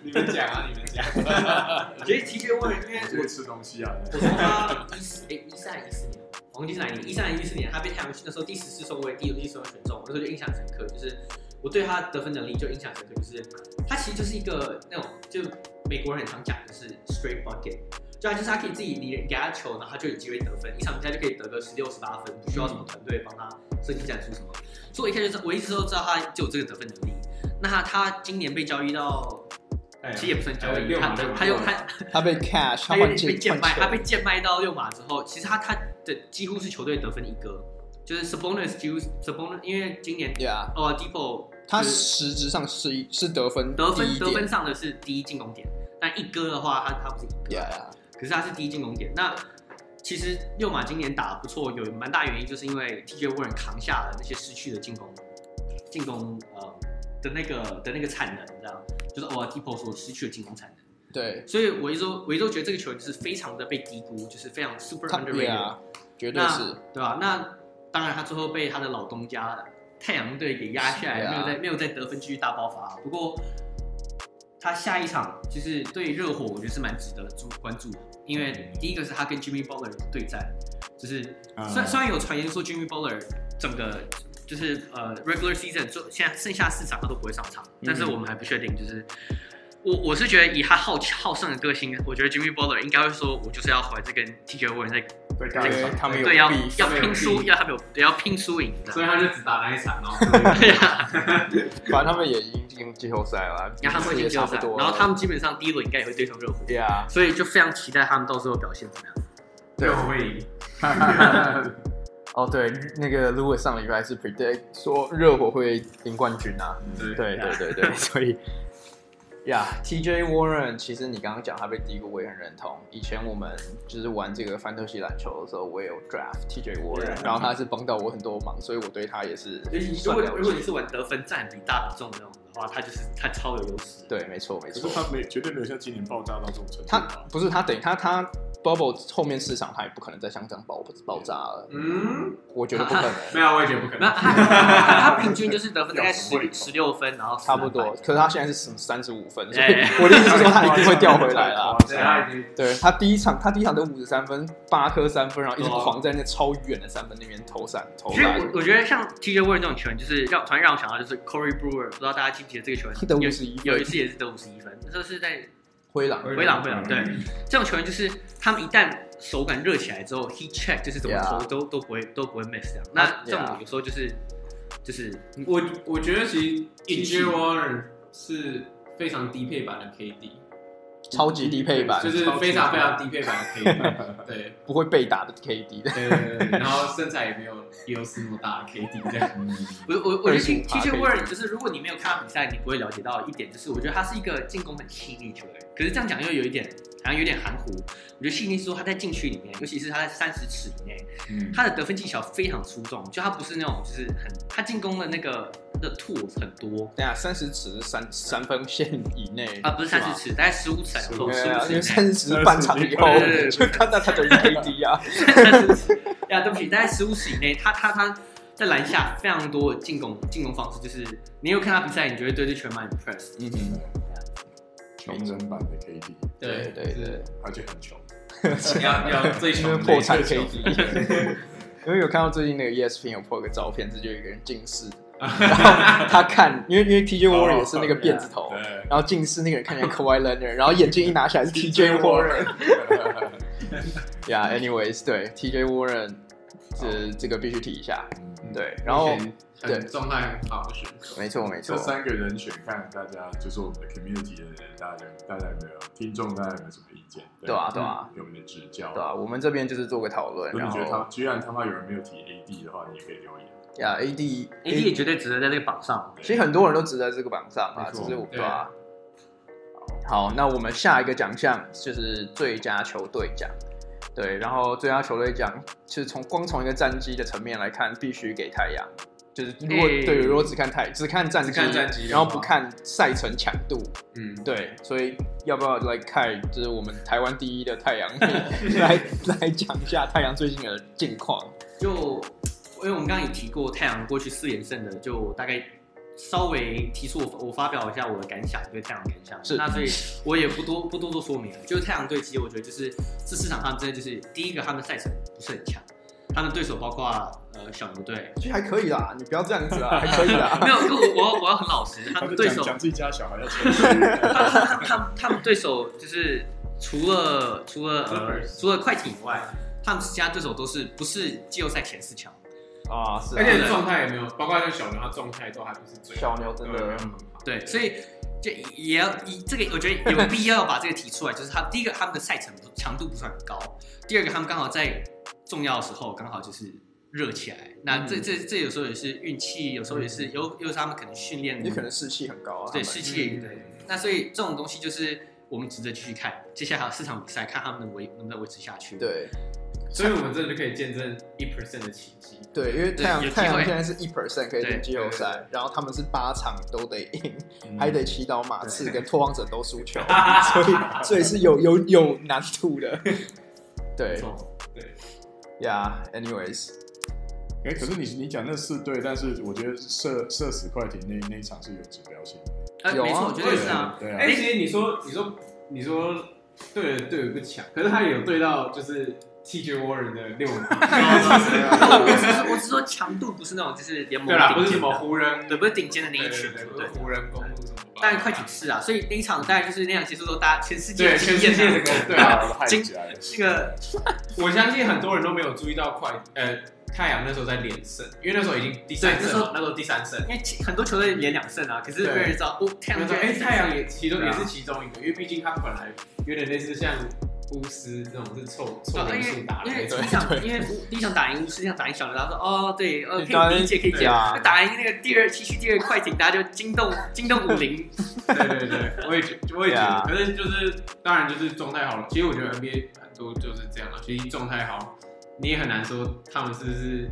Speaker 3: 你们讲啊，你们讲。
Speaker 4: 我觉得 TJ 问，因为
Speaker 2: 就
Speaker 4: 我
Speaker 2: 是吃东西啊。
Speaker 4: 我从他一四哎一三一四年黄金哪一年？一三年一四年，他被太阳那时候第十四顺位、第第十顺位选中，我那时候就印象深刻，就是我对他得分能力就印象深刻，就是他其实就是一个那种就美国人很常讲就是 straight bucket，就他就是他可以自己离人给他球，然后他就有机会得分，一场比赛就可以得个十六十八分，不需要什么团队帮他设计战术什么。所以我一开始就知道我一直都知道他就有这个得分能力。那他他今年被交易到，
Speaker 3: 哎
Speaker 4: 其实也不算交易，
Speaker 3: 六
Speaker 4: 他
Speaker 3: 马
Speaker 4: 他他又他
Speaker 1: 他被 cash，他
Speaker 4: 他有
Speaker 1: 换
Speaker 4: 点
Speaker 1: 进
Speaker 4: 被贱卖，他
Speaker 1: 换球
Speaker 4: 被贱卖到六码之后，其实他他的几乎是球队得分一哥，就是 Sabonis 几乎 Sabonis，因为今年
Speaker 1: yeah，
Speaker 4: 哦 d e p o
Speaker 1: 他实质上是一是得分
Speaker 4: 得
Speaker 1: 第
Speaker 4: 分
Speaker 1: 一
Speaker 4: 得分
Speaker 1: 点
Speaker 4: 上的是第一进攻点，但一哥的话他他不是一哥
Speaker 1: ，yeah，yeah
Speaker 4: 可是他是第一进攻点。那其实六马今年打得不错，有蛮大原因就是因为 TJ Warren 扛下了那些失去的进攻进攻呃的那个的那个产能，你知道，就是哦 d e p o 所失去的进攻产能。
Speaker 1: 对，
Speaker 4: 所以我一周我一周觉得这个球员就是非常的被低估，就是非常 super
Speaker 1: 他
Speaker 4: underrated。
Speaker 1: yeah，绝对
Speaker 4: 那
Speaker 1: 是。
Speaker 4: 对吧、那当然，他最后被他的老东家太阳队给压下来，
Speaker 1: 是啊
Speaker 4: 没有在没有在得分继续大爆发。啊不过他下一场就是对热火，我觉得是蛮值得注关注的，因为
Speaker 1: 嗯
Speaker 4: 第一个是他跟 Jimmy Butler 对战，就是
Speaker 2: 啊
Speaker 4: 虽虽然有传言说 Jimmy Butler 整个就是呃 regular season 就现在剩下四场他都不会上场，
Speaker 1: 嗯
Speaker 4: 但是我们还不确定，就是。我我是觉得以他好好胜的个性，我觉得 Jimmy Butler 应该会说，我就是要怀这跟 TJ Warren 在
Speaker 2: 对，
Speaker 1: 因为他们有
Speaker 4: 对，要
Speaker 1: beef
Speaker 4: 要
Speaker 3: 他们有
Speaker 4: 拼输，
Speaker 3: 利益
Speaker 4: 要他们有对要拼输赢的
Speaker 3: 所。以他就只打那一场，然后
Speaker 4: 对啊，
Speaker 1: 反正他们也已经进季后赛了，
Speaker 4: 然后他们会
Speaker 1: 也
Speaker 4: 进季后
Speaker 1: 差不
Speaker 4: 赛，
Speaker 1: 多了。啊
Speaker 4: 然后他们基本上第一轮应该也会对上热火，
Speaker 1: 对啊，
Speaker 4: 所以就非常期待他们到时候表现怎么样。
Speaker 3: 对我会赢。
Speaker 1: 哦对，那个 Lewis 上礼拜是 predict 说热火会赢冠军啊，
Speaker 4: 嗯
Speaker 3: 对
Speaker 1: 对对对 对，所以呀、t j Warren，其实你刚刚讲他被低估，我也很认同。以前我们就是玩这个范特西篮球的时候，我也有 draft TJ Warren，
Speaker 4: 对
Speaker 1: 然后他是帮到我很多忙，所以我对他也是
Speaker 4: 如
Speaker 1: 算
Speaker 4: 果
Speaker 1: 了
Speaker 4: 如果你
Speaker 1: 解。
Speaker 4: 是玩得分占比大比重的那种的话，他就是他超有优势。，
Speaker 1: 对，没错没
Speaker 2: 可是
Speaker 1: 错，
Speaker 2: 他没绝对没有像今年爆炸到这种程度啊
Speaker 1: 他
Speaker 2: 吧？
Speaker 1: 不是他等于他他 Bubble 后面市场他也不可能再像这样爆爆炸了，
Speaker 3: 嗯，
Speaker 1: 我觉得不可能。
Speaker 3: 没有，我也觉得不可
Speaker 4: 那
Speaker 3: 能。
Speaker 4: 他他他平均就是得分大概十十六分，然后
Speaker 1: 差不多，可是他现在是什三十五分，所以
Speaker 4: 哎
Speaker 1: 我的意思是说他一定会掉回来 啦。
Speaker 3: 对，啊他已经
Speaker 1: 对他第一场，他第一场得五十三分，八颗三分，然后一直狂在那超远的三分那边投闪投
Speaker 4: 哦其实
Speaker 1: 篮，
Speaker 4: 我我觉得像 TJ Warren 这种球员，就是让突然让我想到就是 Corey Brewer，不知道大家记不记得这个球员？
Speaker 1: 他得51分
Speaker 4: 有有一次也是得五十一分，那时候是在
Speaker 1: 灰狼
Speaker 4: 回廊回廊，
Speaker 1: 嗯
Speaker 4: 对，这种球员就是他们一旦手感热起来之后，heat check 就是怎么
Speaker 1: Yeah
Speaker 4: 投都都不会都不会 miss 这样。
Speaker 1: 那
Speaker 4: 那这
Speaker 1: yeah
Speaker 4: 种有时候就是就是
Speaker 3: 我我觉得其实 j Warren 是非常低配版的 KD，
Speaker 1: 超级低配版，
Speaker 3: 就是非常非常低配版的 KD，对
Speaker 1: 不会被打的 KD 的。
Speaker 3: 对对对，然后身材也没有优势那么大的 KD 这样。
Speaker 2: 嗯
Speaker 4: 我我我觉得 T
Speaker 1: 25
Speaker 4: T
Speaker 1: 趴
Speaker 4: J
Speaker 1: 可以
Speaker 4: Warren 就是如果你没有看到比赛，你不会了解到一点，就是我觉得他是一个进攻很细腻球员。可是这样讲又有一点好像有点含糊。我觉得细腻是说他在禁区里面，尤其是他在三十尺以内，
Speaker 2: 嗯，
Speaker 4: 他的得分技巧非常出众。就他不是那种就是很他进攻的那个他的 tools 很多
Speaker 1: 等一下三十尺是三三分线以内
Speaker 4: 啊，不是三十尺，大概十五尺
Speaker 2: 15
Speaker 4: 左右，
Speaker 1: 对
Speaker 4: 十
Speaker 1: 啊，因为
Speaker 4: 五尺以内。
Speaker 1: 三十半场以后
Speaker 4: 对对对对
Speaker 1: 就看到他的 KD 啊，
Speaker 4: 三十尺 呀，对不起，大概十五尺以内，他他他在篮下非常多的进攻进攻方式，就是你有看他比赛，你就会对这球员蛮 impressed。
Speaker 1: 嗯哼，
Speaker 2: 穷人版的 KD，
Speaker 1: 对对对，
Speaker 2: 而且很穷，
Speaker 3: 要要 最
Speaker 1: 因为
Speaker 3: 穷的
Speaker 1: 破产
Speaker 3: 最穷
Speaker 1: KD。因 为有看到最近那个 E ESPN 有破个照片，这就有一个人近 视，然后他看，因为因为 TJ Warren 也是那个辫子头，
Speaker 2: 哦 对，
Speaker 1: 然后近视那个人看起来 Kawhi Leonard，然后眼镜一拿起来是 TJ Warren。Yeah，anyways，对 TJ Warren，这这个必须提一下。对，然后对
Speaker 3: 很状态很好的选手，
Speaker 1: 没错没错
Speaker 2: 这，三个人选，看大家就是我们的 community 的人，大家大家有没有听众，大家有没有什么意见？
Speaker 1: 对啊对啊，
Speaker 2: 给我们的指教。
Speaker 1: 对啊，我们这边就是做个讨论，
Speaker 2: 如果
Speaker 1: 然
Speaker 2: 嗯你
Speaker 1: 后
Speaker 2: 觉得他居然他妈有人没有提 AD 的话，你也可以留言。
Speaker 1: 呀 AD
Speaker 4: AD 也绝对值得在这个榜上。
Speaker 1: 其实很多人都值在这个榜上啊，
Speaker 2: 没
Speaker 1: 只
Speaker 2: 错
Speaker 1: 是我对
Speaker 3: 对
Speaker 1: 啊。好，那我们下一个奖项就是最佳球队奖。对，然后最佳球队奖是从光从一个战绩的层面来看，必须给太阳。就是如果、
Speaker 4: 诶
Speaker 1: 对，如果只看太只看战绩，
Speaker 3: 只看战绩的
Speaker 1: 然
Speaker 3: 话
Speaker 1: 后不看赛程强度，
Speaker 3: 嗯，
Speaker 1: 对，所以要不要来看，就是我们台湾第一的太 阳来来讲一下太阳最近的近况？
Speaker 4: 就因为我们刚刚也提过，太阳过去四连胜的，就大概稍微提出我我发表一下我的感想，对太阳的感想。
Speaker 1: 是
Speaker 4: 那所以我也不多不多做说明了。就是太阳队，其实我觉得就是这市场他们真的就是第一个，他们赛程不是很强，他们对手包括呃小 牛队，
Speaker 1: 其实还可以啦，你不要这样子 啊，还可以 啦。
Speaker 4: 没有，可我我要我要很老实，他
Speaker 2: 他
Speaker 4: 们
Speaker 2: 们
Speaker 4: 对手
Speaker 2: 讲自己家小孩要谦 虚，
Speaker 4: 他他他们他们对手就是除了除了呃
Speaker 3: Clippers
Speaker 4: 除了快艇以外，他们其他对手都是不是季后赛前四强。
Speaker 1: 啊，是啊
Speaker 3: 而且状态也没有，包括像小牛，他状态都还不是最好，
Speaker 1: 小牛真的嗯
Speaker 3: 对没有很好
Speaker 4: 对，所以就也要以这个，我觉得有必要把这个提出来，就是他第一个他们的赛程不强度不算很高，第二个他们刚好在重要的时候刚好就是热起来，那这这这有时候也是运气，有时候也是有有时候他们可能训练
Speaker 1: 也可能士气很高啊。
Speaker 4: 嗯对
Speaker 1: 他们
Speaker 4: 士气也
Speaker 3: 嗯
Speaker 4: 对，那所以这种东西就是我们值得继续看，接下来还有四场比赛看他们能维能不能维持下去。
Speaker 1: 对
Speaker 3: 所以我们这里就可以见证一 percent 的奇迹。
Speaker 1: 对，因为太
Speaker 4: 对
Speaker 1: 阳
Speaker 4: 有机会
Speaker 1: 太阳现在是一 percent 可以进
Speaker 4: 对嗯
Speaker 1: 季后
Speaker 3: 对
Speaker 1: 赛，然后他们是八场都得赢，还得祈祷马刺
Speaker 4: 对
Speaker 1: 跟拓荒者都输 球，所以所以是有有有难度的。对
Speaker 3: 错，对，
Speaker 1: ，Yeah，anyways，
Speaker 2: 哎、可是你你讲那四队，但是我觉得射射死快艇那那一场是有指标性的。
Speaker 4: 呃，
Speaker 1: 有啊
Speaker 4: 没错，我觉得是 啊。
Speaker 2: 对啊，
Speaker 3: 哎，其实你说你说你说对了对了不强，可是他也有对到就是 TJ Warren 的 六名，
Speaker 4: 啊我只是我只是说强度不是那种就是联盟
Speaker 3: 对啦，不是
Speaker 4: 顶
Speaker 3: 什
Speaker 4: 尖
Speaker 3: 么
Speaker 4: 的，
Speaker 3: 湖人，
Speaker 4: 对，不是顶尖的那
Speaker 3: 对
Speaker 4: 一
Speaker 3: 对
Speaker 4: 群，
Speaker 3: 对，不
Speaker 4: 对
Speaker 3: 是。湖人公路什么，
Speaker 4: 当然快艇。是啊，所以那一场大概就是那样结束之后，大家全世界
Speaker 3: 对，全世界
Speaker 4: 的
Speaker 3: 整个
Speaker 2: 对
Speaker 3: 对啊，
Speaker 2: 啊，害起来了。
Speaker 4: 这个
Speaker 3: 我相信很多人都没有注意到快呃太阳那时候在连胜，因为那时候已经第三
Speaker 4: 对那
Speaker 3: 胜
Speaker 4: 时候
Speaker 3: 了，那时候第三胜，
Speaker 4: 因为其很多球队连两胜啊，可是
Speaker 3: 对
Speaker 4: 没人知道哦，太阳
Speaker 3: 那时
Speaker 4: 队
Speaker 3: 候哎太阳也其中
Speaker 4: 对
Speaker 3: 也
Speaker 4: 啊
Speaker 3: 是其中一个，因为毕竟他本来有点类似像巫师那种是凑
Speaker 4: 对
Speaker 3: 凑人数打的
Speaker 4: 因为因为第
Speaker 3: 那种
Speaker 1: 对对
Speaker 4: 一场因为第一场打赢巫师，第一场打赢小牛，他说哦对，呃
Speaker 1: 当然
Speaker 4: 可以理解可以理解，
Speaker 1: 对啊
Speaker 4: 那打赢那个第二七区第二快艇，大家就惊动惊动武 林，
Speaker 3: 对对对，我也觉我也觉
Speaker 1: Yeah
Speaker 3: 得，可是就是当然就是状态好了。其实我觉得 NBA 很多就是这样啊，其实状态好，你也很难说他们是不是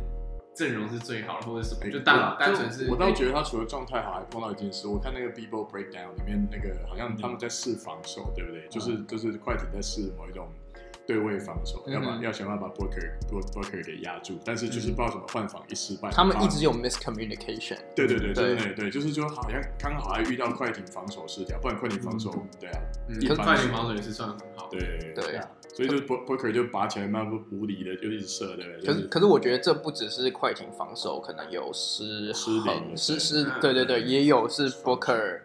Speaker 3: 阵容是最好的或者什么，
Speaker 2: 哎
Speaker 3: 就
Speaker 2: 对
Speaker 3: 单
Speaker 2: 啊
Speaker 3: 单纯是。哎
Speaker 2: 我倒觉得他除了状态好，还碰到一件事。我看那个 b i b o Breakdown 里面那个，好像他们在试防守，对不对？就是
Speaker 3: 嗯
Speaker 2: 就是快艇在试某一种对位防守，
Speaker 1: 嗯哼
Speaker 2: 要把要想办法把 Booker Booker 给压住，但是
Speaker 3: 嗯
Speaker 2: 就是不知道怎么换防一失败，
Speaker 1: 他们一直
Speaker 2: 有。
Speaker 1: 有 miscommunication。
Speaker 2: 对对对
Speaker 1: 对
Speaker 2: 对对对，就是说好像刚好还遇到快艇防守失调，不然快艇防守对啊，
Speaker 3: 嗯
Speaker 2: 一
Speaker 3: 可是
Speaker 2: 般
Speaker 3: 快艇防守也是算很好。
Speaker 2: 对对对，
Speaker 1: 对，
Speaker 2: 所以就 Bo- Booker 就拔起来，那不无理的就一直射，对不对？
Speaker 1: 可
Speaker 2: 就是是
Speaker 1: 可是我觉得这不只是快艇防守可能有失
Speaker 2: 失灵
Speaker 1: 衡，失
Speaker 2: 对
Speaker 1: 失
Speaker 3: 嗯
Speaker 1: 对对对，也有是 Booker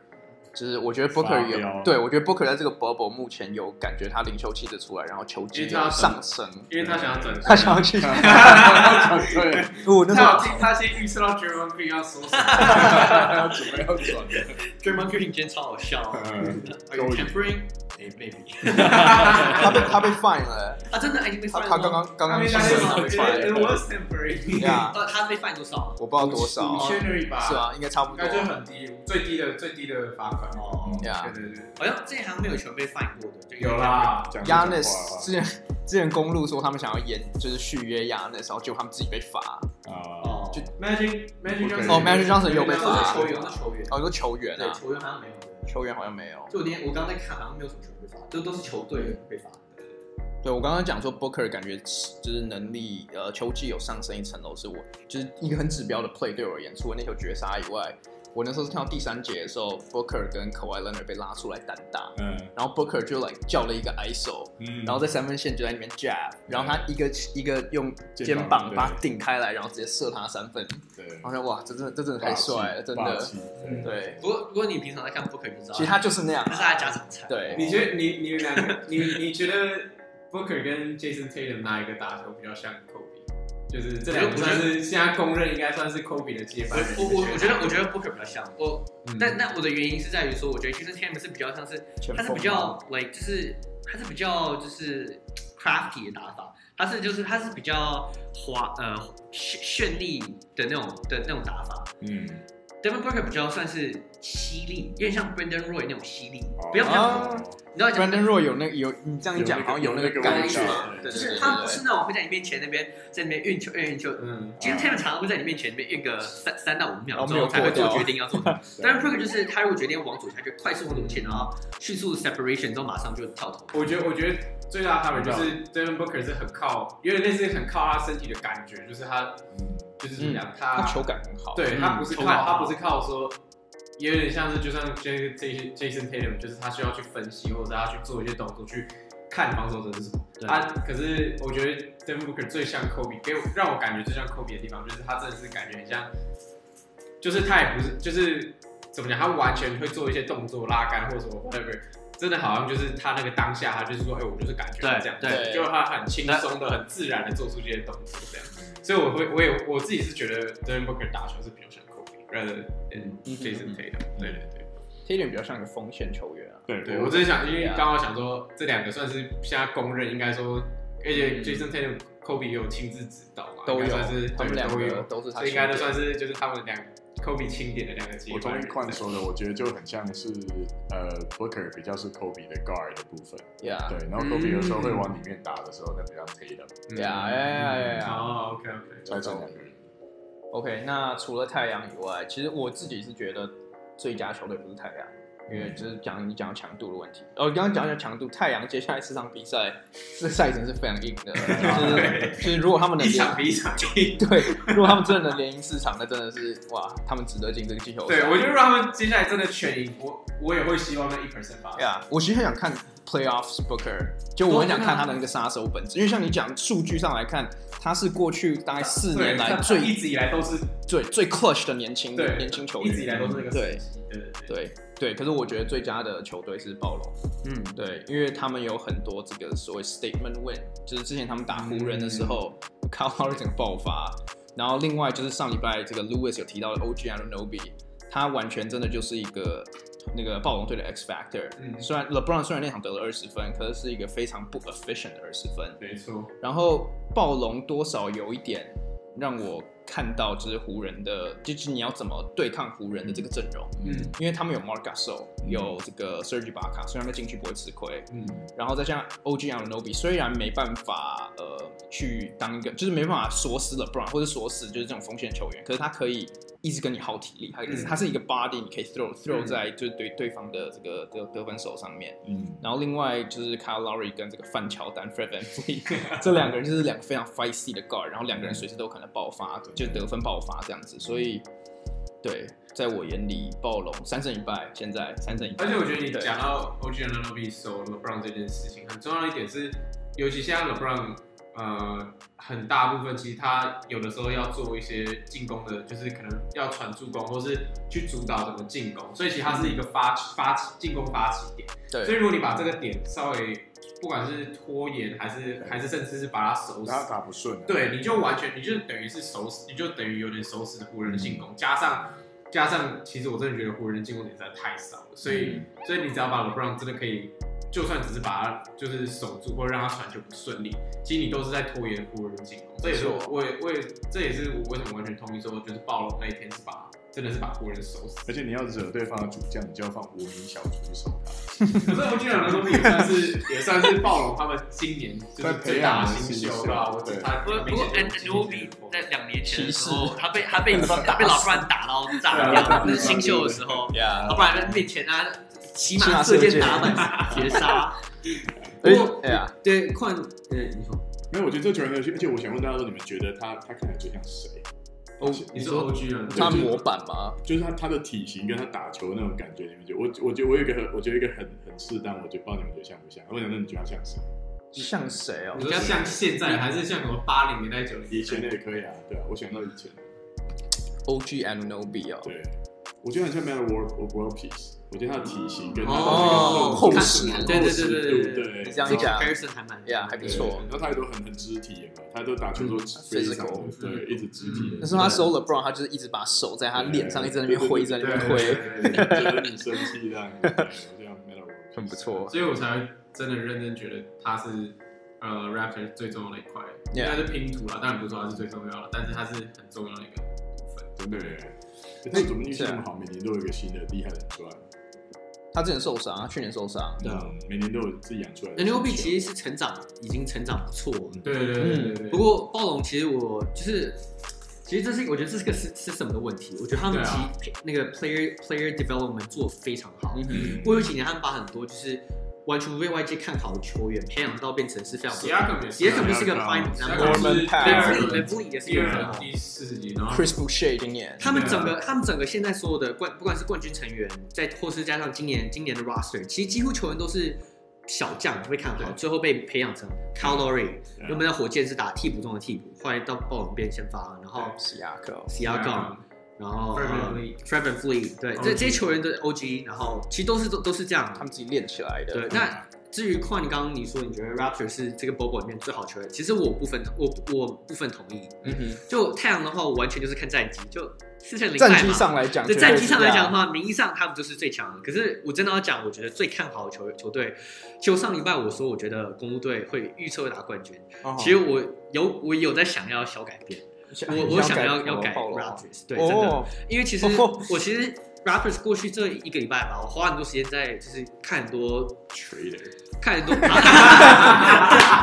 Speaker 1: 就是我觉得 Booker
Speaker 2: 发飙
Speaker 1: 有，对我觉得 Booker 在这个 bubble 目前有感觉他零球气质出来，然后球技
Speaker 3: 因为他
Speaker 1: 有上升，
Speaker 3: 因为他想要转正，
Speaker 1: 他想要去。
Speaker 2: 对，
Speaker 1: 我那时
Speaker 3: 他
Speaker 1: 候
Speaker 3: 有听他先预测到 Draymond Green 要说什么。
Speaker 2: 他准备要转的。
Speaker 4: Draymond Green 今天超好笑啊，
Speaker 2: 嗯
Speaker 3: Are you tampering？
Speaker 4: 哎，maybe
Speaker 1: 他被他被 fine 了，
Speaker 4: 他啊真的已哎经被
Speaker 1: 他
Speaker 4: fine
Speaker 1: 他刚刚刚刚
Speaker 3: 没
Speaker 1: 新
Speaker 3: 想哎
Speaker 1: 闻被
Speaker 3: It
Speaker 1: fine 了，
Speaker 3: was tampering。
Speaker 1: 对啊，
Speaker 4: 呃他被 fine 多少？
Speaker 1: 我不知道 多少，
Speaker 3: 五千而已吧，
Speaker 1: 是啊，应该差不
Speaker 3: 应
Speaker 1: 多
Speaker 3: 该，就很低，最低的最低的罚款哦。
Speaker 1: 对啊
Speaker 3: 对。对对，
Speaker 4: 好像之前好像没有球员被 fine 过的，就
Speaker 3: 有。啦，
Speaker 2: 讲这种话
Speaker 1: Yanis 之前之前公路说他们想要延就是续约 Yanis，然后结果他们自己被罚。
Speaker 2: 啊，
Speaker 4: 哦，
Speaker 3: 就 Magic Magic Johnson，
Speaker 2: 哦
Speaker 1: ，Magic Johnson 有被
Speaker 4: 那
Speaker 1: 罚
Speaker 4: 是球员，那是球员，
Speaker 1: 哦，你说球员
Speaker 4: 对，
Speaker 1: 啊，
Speaker 4: 球员好像没有的。
Speaker 1: 球员好像没有。
Speaker 4: 就我今天我刚刚在看，好像没有什么球员被罚，就都是球队被罚。
Speaker 1: 对我刚刚讲说 Booker 感觉就是能力呃球技有上升一层楼，是我就是一个很指标的 play 对我而言，除了那球绝杀以外，我那时候是看到第三节的时候，Booker 跟 Kawhi Leonard 被拉出来单打，
Speaker 2: 嗯
Speaker 1: 然后 Booker 就 like 叫了一个 ISO，
Speaker 2: 嗯，
Speaker 1: 然后在三分线就在里面 jab，然后他一个一个用肩
Speaker 2: 肩
Speaker 1: 膀
Speaker 2: 膀对
Speaker 1: 把他顶开来，然后直接射他三分，
Speaker 2: 对，
Speaker 1: 我想哇，这真的这真的太
Speaker 2: 霸气
Speaker 1: 帅了，真
Speaker 2: 霸
Speaker 1: 的，
Speaker 2: 气对，
Speaker 1: 对，
Speaker 4: 不过如果你平常在看 Booker 就知道，
Speaker 1: 其实他就是那样
Speaker 4: 那，是他的家常菜。
Speaker 1: 对，
Speaker 3: 你觉得你你们两个，你你觉得 Booker 跟 Jason Tatum 哪一个打球比较像 Kobe？就是这两个算是现在公认应该算是 Kobe 的接班人。
Speaker 4: 我我我觉得我觉得 Booker 比较像我，
Speaker 3: 嗯
Speaker 4: 但但我的原因是在于说，我觉得 Jason Tatum 是比较像是，
Speaker 1: 前
Speaker 4: 他是
Speaker 1: 锋
Speaker 4: 比较 like 就是他是比较就是 crafty 的打法，他是就是他是比较华呃绚绚丽的那种的那种打法。
Speaker 2: 嗯，
Speaker 4: Devin Booker 比较算是犀利，有点像 Brandon Roy 那种犀利，
Speaker 2: 哦
Speaker 4: 不要比较，
Speaker 1: 啊
Speaker 4: 你知道讲
Speaker 1: Brandon Roy 有那个有你这样一讲，
Speaker 2: 有那个
Speaker 1: 好像有那
Speaker 2: 有那个
Speaker 1: 感
Speaker 4: 味
Speaker 1: 觉
Speaker 4: 道，
Speaker 1: 对
Speaker 4: 就是
Speaker 1: 对
Speaker 4: 他
Speaker 1: 对
Speaker 4: 不是那种会在你面前那边在那边运球运运球。
Speaker 3: 嗯，
Speaker 4: 其实 Tatum 常常会在你面前那边运个三三到五秒之
Speaker 1: 然后
Speaker 4: 后
Speaker 1: 没
Speaker 4: 才
Speaker 1: 有
Speaker 4: 会
Speaker 1: 过掉
Speaker 4: 做决定要做什么。
Speaker 2: 对
Speaker 4: 但是 Booker 就是他如果决定要往左前，他就快速往左前，然后迅速 separation 之后马上就跳投。
Speaker 3: 我觉得我觉得最大的差别就是 Devin Booker 是很靠，有点类似很靠他身体的感觉，就是他
Speaker 2: 嗯
Speaker 3: 就是怎么讲，
Speaker 1: 他球感很好，
Speaker 3: 对
Speaker 4: 嗯
Speaker 3: 他不是靠
Speaker 4: 球感
Speaker 3: 他不是靠说，也有点像是就像 Jason Jason- Jason Tatum，就是他需要去分析，或者他去做一些动作去看防守者是什么。
Speaker 4: 对
Speaker 3: 他可是我觉得 Devin Booker 最像 Kobe，给我让我感觉最像 Kobe 的地方，就是他真的是感觉很像，就是他也不是就是怎么讲，他完全会做一些动作拉杆或者什么 whatever。真的好像就是他那个当下，他就是说，哎、我就是感觉
Speaker 4: 对
Speaker 3: 这样，
Speaker 1: 对
Speaker 3: 就是他很轻松的、很自然的做出这些动作，这样。所以我会，我也我自己是觉得 d a r e n Booker 打球是比较像 Kobe，rather than
Speaker 1: 嗯
Speaker 3: Jason
Speaker 1: 嗯
Speaker 3: Tatum。对对对，
Speaker 1: ，Tatum 比较像一个锋线球员啊，
Speaker 2: 对
Speaker 3: 对我只是想，因为刚好想说这两个算是现在公认，应该说，而且
Speaker 1: 嗯
Speaker 3: Jason Tatum、Kobe 也有亲自指导嘛，
Speaker 1: 都
Speaker 3: 应
Speaker 1: 有
Speaker 3: 该算是，
Speaker 1: 他们
Speaker 3: 对
Speaker 1: 两
Speaker 3: 都
Speaker 1: 个
Speaker 3: 有，
Speaker 1: 都是他
Speaker 3: 所以
Speaker 1: 经
Speaker 3: 应该
Speaker 1: 典，
Speaker 3: 都算是就是他们两 Kobe 钦点的两个接
Speaker 2: 我同
Speaker 3: 班
Speaker 2: 意
Speaker 3: 人。
Speaker 2: 宽说的，我觉得就很像是呃，Booker 比较是 Kobe 的 guard 的部分，
Speaker 1: ，Yeah
Speaker 2: 对，然后 Kobe 有
Speaker 1: 嗯
Speaker 2: 时候会往里面打的时候，那比较 Tatum，
Speaker 3: 嗯
Speaker 1: Yeah Yeah Yeah。
Speaker 3: 哦，OK OK，
Speaker 2: 所以这两个人，
Speaker 1: OK，那除了太阳以外，其实我自己是觉得最佳球队不是太阳，因为就是讲你讲到强度的问题。
Speaker 3: 嗯
Speaker 1: 哦，刚刚讲讲强度，太阳接下来四场比赛，这赛程是非常硬 的，就是就是如果他们能
Speaker 3: 一
Speaker 1: 连
Speaker 3: 场比一场赢。
Speaker 1: 对，如果他们真的能连赢四场，那真的是哇，他们值得进这个季后赛。
Speaker 3: 对，我就让他们接下来真的全赢，我我也会希望那一 percent 发生。
Speaker 1: 呀我其实很想看 playoffs Booker，就我很想看他的那个杀手本质，因为像你讲数据上来看，他是过去大概四
Speaker 3: 对
Speaker 1: 年来
Speaker 3: 他他一
Speaker 1: 最
Speaker 3: 直以来都是
Speaker 1: 最最 clutch 的年轻
Speaker 3: 对
Speaker 1: 年轻球
Speaker 3: 一直以
Speaker 1: 员。
Speaker 3: 来都是那个
Speaker 1: 对
Speaker 3: 时期对对
Speaker 1: 对对，可是我觉得最佳的球队是暴龙，
Speaker 4: 嗯，
Speaker 1: 对，因为他们有很多这个所谓 statement win，就是之前他们打湖人的时候 c a l l r 整个爆发，然后另外就是上礼拜这个 Lewis 有提到的 OG Anunoby，他完全真的就是一个那个暴龙队的 X factor，
Speaker 3: 嗯
Speaker 1: 虽然 LeBron 虽然那场得了二十分，可是是一个非常不 efficient 的二十分。
Speaker 3: 没错，
Speaker 1: 然后暴龙多少有一点让我看到，就是湖人的，就是你要怎么对抗湖人的这个阵容，
Speaker 3: 嗯
Speaker 1: 因为他们有 Marc Gasol，有这个 Serge Ibaka，虽然他进去不会吃亏，
Speaker 3: 嗯，
Speaker 1: 然后再加上 OG Anunoby，虽然没办法呃去当一个，就是没办法锁死 LeBron 或者锁死就是这种锋线球员，可是他可以一直跟你耗体力，他一直
Speaker 3: 嗯
Speaker 1: 他是一个 body，你可以 throw throw
Speaker 3: 嗯
Speaker 1: 在就是对对方的这个得得分手上面。
Speaker 2: 嗯，
Speaker 1: 然后另外就是 Kyle Lowry 跟这个范乔丹 Fred VanVleet 这两个人就是两个非常 feisty 的 guard，然后两个人随时都有可能爆发，就得分爆发这样子。所以，对，在我眼里，暴龙三胜一败，现在三胜一败。
Speaker 3: 而且我觉得你
Speaker 1: 对
Speaker 3: 讲到 OG a n o b i 收 LeBron 这件事情，很重要一点是，尤其现在 LeBron 呃，很大部分其实他有的时候要做一些进攻的，就是可能要传助攻，或是去主导整个进攻，所以其实它是一个发起发起进攻发起点。所以
Speaker 1: 对，
Speaker 3: 如果你把这个点稍微，不管是拖延还是还是甚至是把它守死，
Speaker 2: 他打不顺、啊，
Speaker 3: 对，你就完全，你就等于是守死，你就等于有点守死湖人的进攻，加上加上，其实我真的觉得湖人的进攻点实在太少了，所
Speaker 2: 嗯
Speaker 1: 嗯
Speaker 3: 以、所以你只要把 LeBron 真的可以，就算只是把他就是守住，或者让他传球不顺利，其实你都是在拖延湖人的进攻。这也是我
Speaker 1: 没错
Speaker 3: 我也我也这也是我为什么完全同意说，就是暴龙那一天是把真的是把湖人守死。
Speaker 2: 而且你要惹对方的主将，你就要放无名小卒去守他。
Speaker 3: 可是我觉得说，也算是 也算是暴龙他们今年就是最大的新秀吧，我觉得他
Speaker 4: 不过不过 N
Speaker 3: 明显
Speaker 4: N
Speaker 3: 就是
Speaker 4: O B 在两年前的
Speaker 1: 歧
Speaker 4: 时候，他被他被他被老布兰打到炸
Speaker 2: 对啊
Speaker 4: 掉，那是新秀的时候，
Speaker 1: 呀
Speaker 4: 老布兰在面前啊，起
Speaker 1: 起
Speaker 4: 码
Speaker 1: 码
Speaker 4: 射
Speaker 1: 射
Speaker 4: 箭
Speaker 1: 箭
Speaker 4: 打 满绝杀，
Speaker 1: 而
Speaker 4: 不
Speaker 1: 且
Speaker 4: 过
Speaker 1: 哎呀，
Speaker 4: 对，换呃，你说
Speaker 2: 没有，我觉得这个球员很有趣，而且我想问大家说，你们觉得他他看起来最像谁？
Speaker 1: 哦，
Speaker 3: 你是 O G 啊人，
Speaker 1: 他模板吗？
Speaker 2: 就是他他的体型跟他打球的那种感觉，你们觉得？我我觉得我有一个很我觉得一个很很适当，我觉得不知道你们觉得像不像？我想问你觉得他像谁？
Speaker 1: 像谁哦
Speaker 3: 你？说像现在还是像什么八零年代、九零
Speaker 2: 以前的也可以啊，对啊，我想到以前，
Speaker 1: O.G. and No B 哦，
Speaker 2: 对，我觉得很像 Metal World World Peace，我觉得他的体型跟他的
Speaker 1: 哦厚
Speaker 2: 厚
Speaker 1: 实
Speaker 2: 实
Speaker 4: 对对对对对对
Speaker 2: 对，
Speaker 1: 你这样讲
Speaker 4: comparison 还蛮
Speaker 1: 呀，还不错。
Speaker 2: 然后他也都很很肢体嘛，他都打球都非常对，一直肢体。
Speaker 1: 嗯但是他收了 Brown，他就是一直把手在他脸上一直在那边挥，一直在那边挥，
Speaker 2: 对， 惹你生气 这样，这样 Metal
Speaker 1: 很不。错。
Speaker 3: 所以我才会真的认真觉得他是呃 Raptor 最重要的一块，应该是拼图啦，当然不是说他是最重要的，但是他是很重要的一个部分。
Speaker 2: 真的耶。那怎么哎运气那么好？每年都有一个新的厉害的人出
Speaker 1: 嗯
Speaker 2: 来，
Speaker 1: 他之前受伤，他去年受伤，
Speaker 4: 对啊，
Speaker 2: 每年都有自己养出来的。
Speaker 4: N O B 其实是成长，已经成长不错了。
Speaker 3: 对对对对对。
Speaker 4: 嗯不过暴龙其实我就是，其实这是我觉得这是个 sy- system 的问题。我觉得他们
Speaker 3: 对
Speaker 4: 其
Speaker 3: 啊
Speaker 4: 实那个 player player development 做得非常好。
Speaker 1: 嗯哼，
Speaker 4: 过去几年他们把很多就是完全不被外界看好的球员培养到变成是非常不
Speaker 3: 其他可能也
Speaker 4: 杰克
Speaker 3: 可
Speaker 4: 不是个 prime
Speaker 3: 能
Speaker 1: Norman
Speaker 4: number，
Speaker 3: 啊是第啊
Speaker 1: Powell
Speaker 3: 二
Speaker 4: Levly Levly 也是一
Speaker 3: 第
Speaker 4: 个
Speaker 3: 二
Speaker 4: 很好。
Speaker 3: 第四集，然后
Speaker 1: Chris Boucher 今年，
Speaker 4: 他们整个他们整个现在所有的冠不管是冠军成员，在或是加上今年今年的 roster，其实几乎球员都是小将被看好，
Speaker 3: 对
Speaker 4: 最后被培养成 c a l o r y
Speaker 2: 对啊
Speaker 4: 原本在火箭是打替补中的替补，后来到暴龙变先发，然后
Speaker 1: 哦，西亚克，
Speaker 4: s i a g a m 然后
Speaker 3: Fred VanVleet
Speaker 4: f r e v e n f l e e 对，这
Speaker 3: OG
Speaker 4: 这些球员都是 OG，然后其实都是都都是这样
Speaker 1: Oh，他
Speaker 4: 的。
Speaker 1: 们自己练起来的。
Speaker 4: 对，那至于矿，你刚刚你说你觉得 Raptor 是这个 Bobo 里面最好球员，其实我部分我我部分同意。
Speaker 1: 嗯哼，
Speaker 4: 就太阳的话，我完全就是看战绩，就四胜零败嘛
Speaker 1: 战绩上来讲，绝
Speaker 4: 在
Speaker 1: 对
Speaker 4: 战
Speaker 1: 是啊
Speaker 4: 绩上来讲
Speaker 1: 这
Speaker 4: 的
Speaker 1: 样，
Speaker 4: 话，名义上他们就是最强的。可是我真的要讲，我觉得最看好的球球队，就上礼拜我说，我觉得公路队会预测会拿冠军。
Speaker 1: 哦
Speaker 4: 其实我有我有在想要小改变，我我想要要改
Speaker 1: 暴龙
Speaker 4: Raptors，对，真的。
Speaker 1: 哦，
Speaker 4: 因为其实
Speaker 1: 哦
Speaker 4: 我其实 Rappers 过去这一个礼拜吧，我花很多时间在就是看很多
Speaker 2: ，Trader，
Speaker 4: 看很多，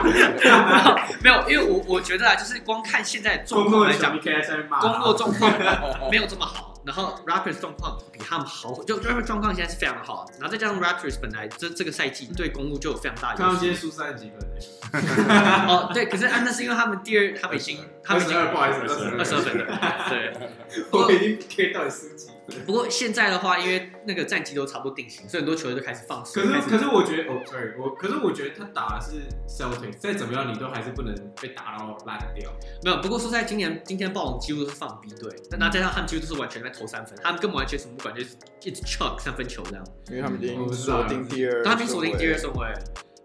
Speaker 4: 没有，因为我我觉得啊，就是光看现在的状
Speaker 3: 工
Speaker 4: 况
Speaker 3: 作
Speaker 4: 来
Speaker 3: 的
Speaker 4: 讲
Speaker 3: 小，BKSI 骂
Speaker 4: 工作状况没有这么好，然后 Rappers 状况比他们好，就 Rappers 状况现在是非常好，然后再加上 Rappers 本来这这个赛季对公路就有非常大
Speaker 3: 看到
Speaker 4: 的
Speaker 3: 今
Speaker 4: 优
Speaker 3: 天
Speaker 4: 势，
Speaker 3: 输三十几分，
Speaker 4: 哦，对，可是啊，那是因为他们第二，他们已经他
Speaker 3: 二
Speaker 4: 们已
Speaker 3: 十
Speaker 4: 经
Speaker 3: 二，不好意思，二十二，
Speaker 4: 二十二分了，对。
Speaker 3: 我已经 K 到底输几分？
Speaker 4: 不过现在的话，因为那个战绩都差不多定型，所以很多球队都开始放
Speaker 3: 可
Speaker 4: 水。
Speaker 3: 是
Speaker 4: 开始
Speaker 3: 可是我觉得，哦，sorry，我可是我觉得他打的是 Celtic，再怎么样你都还是不能被打到烂掉。
Speaker 4: 没有，不过说实在今年今天暴龙几乎都是放 B 队，那那加上他们几乎都是完全在投三分，他们根本完全什么不管，就是一直 chuck 三分球这样。
Speaker 1: 因为他们已
Speaker 3: 哦我
Speaker 1: 经
Speaker 3: 不知道
Speaker 1: 锁定第
Speaker 2: 啊
Speaker 1: 二，
Speaker 4: 他们锁定第二，顺位。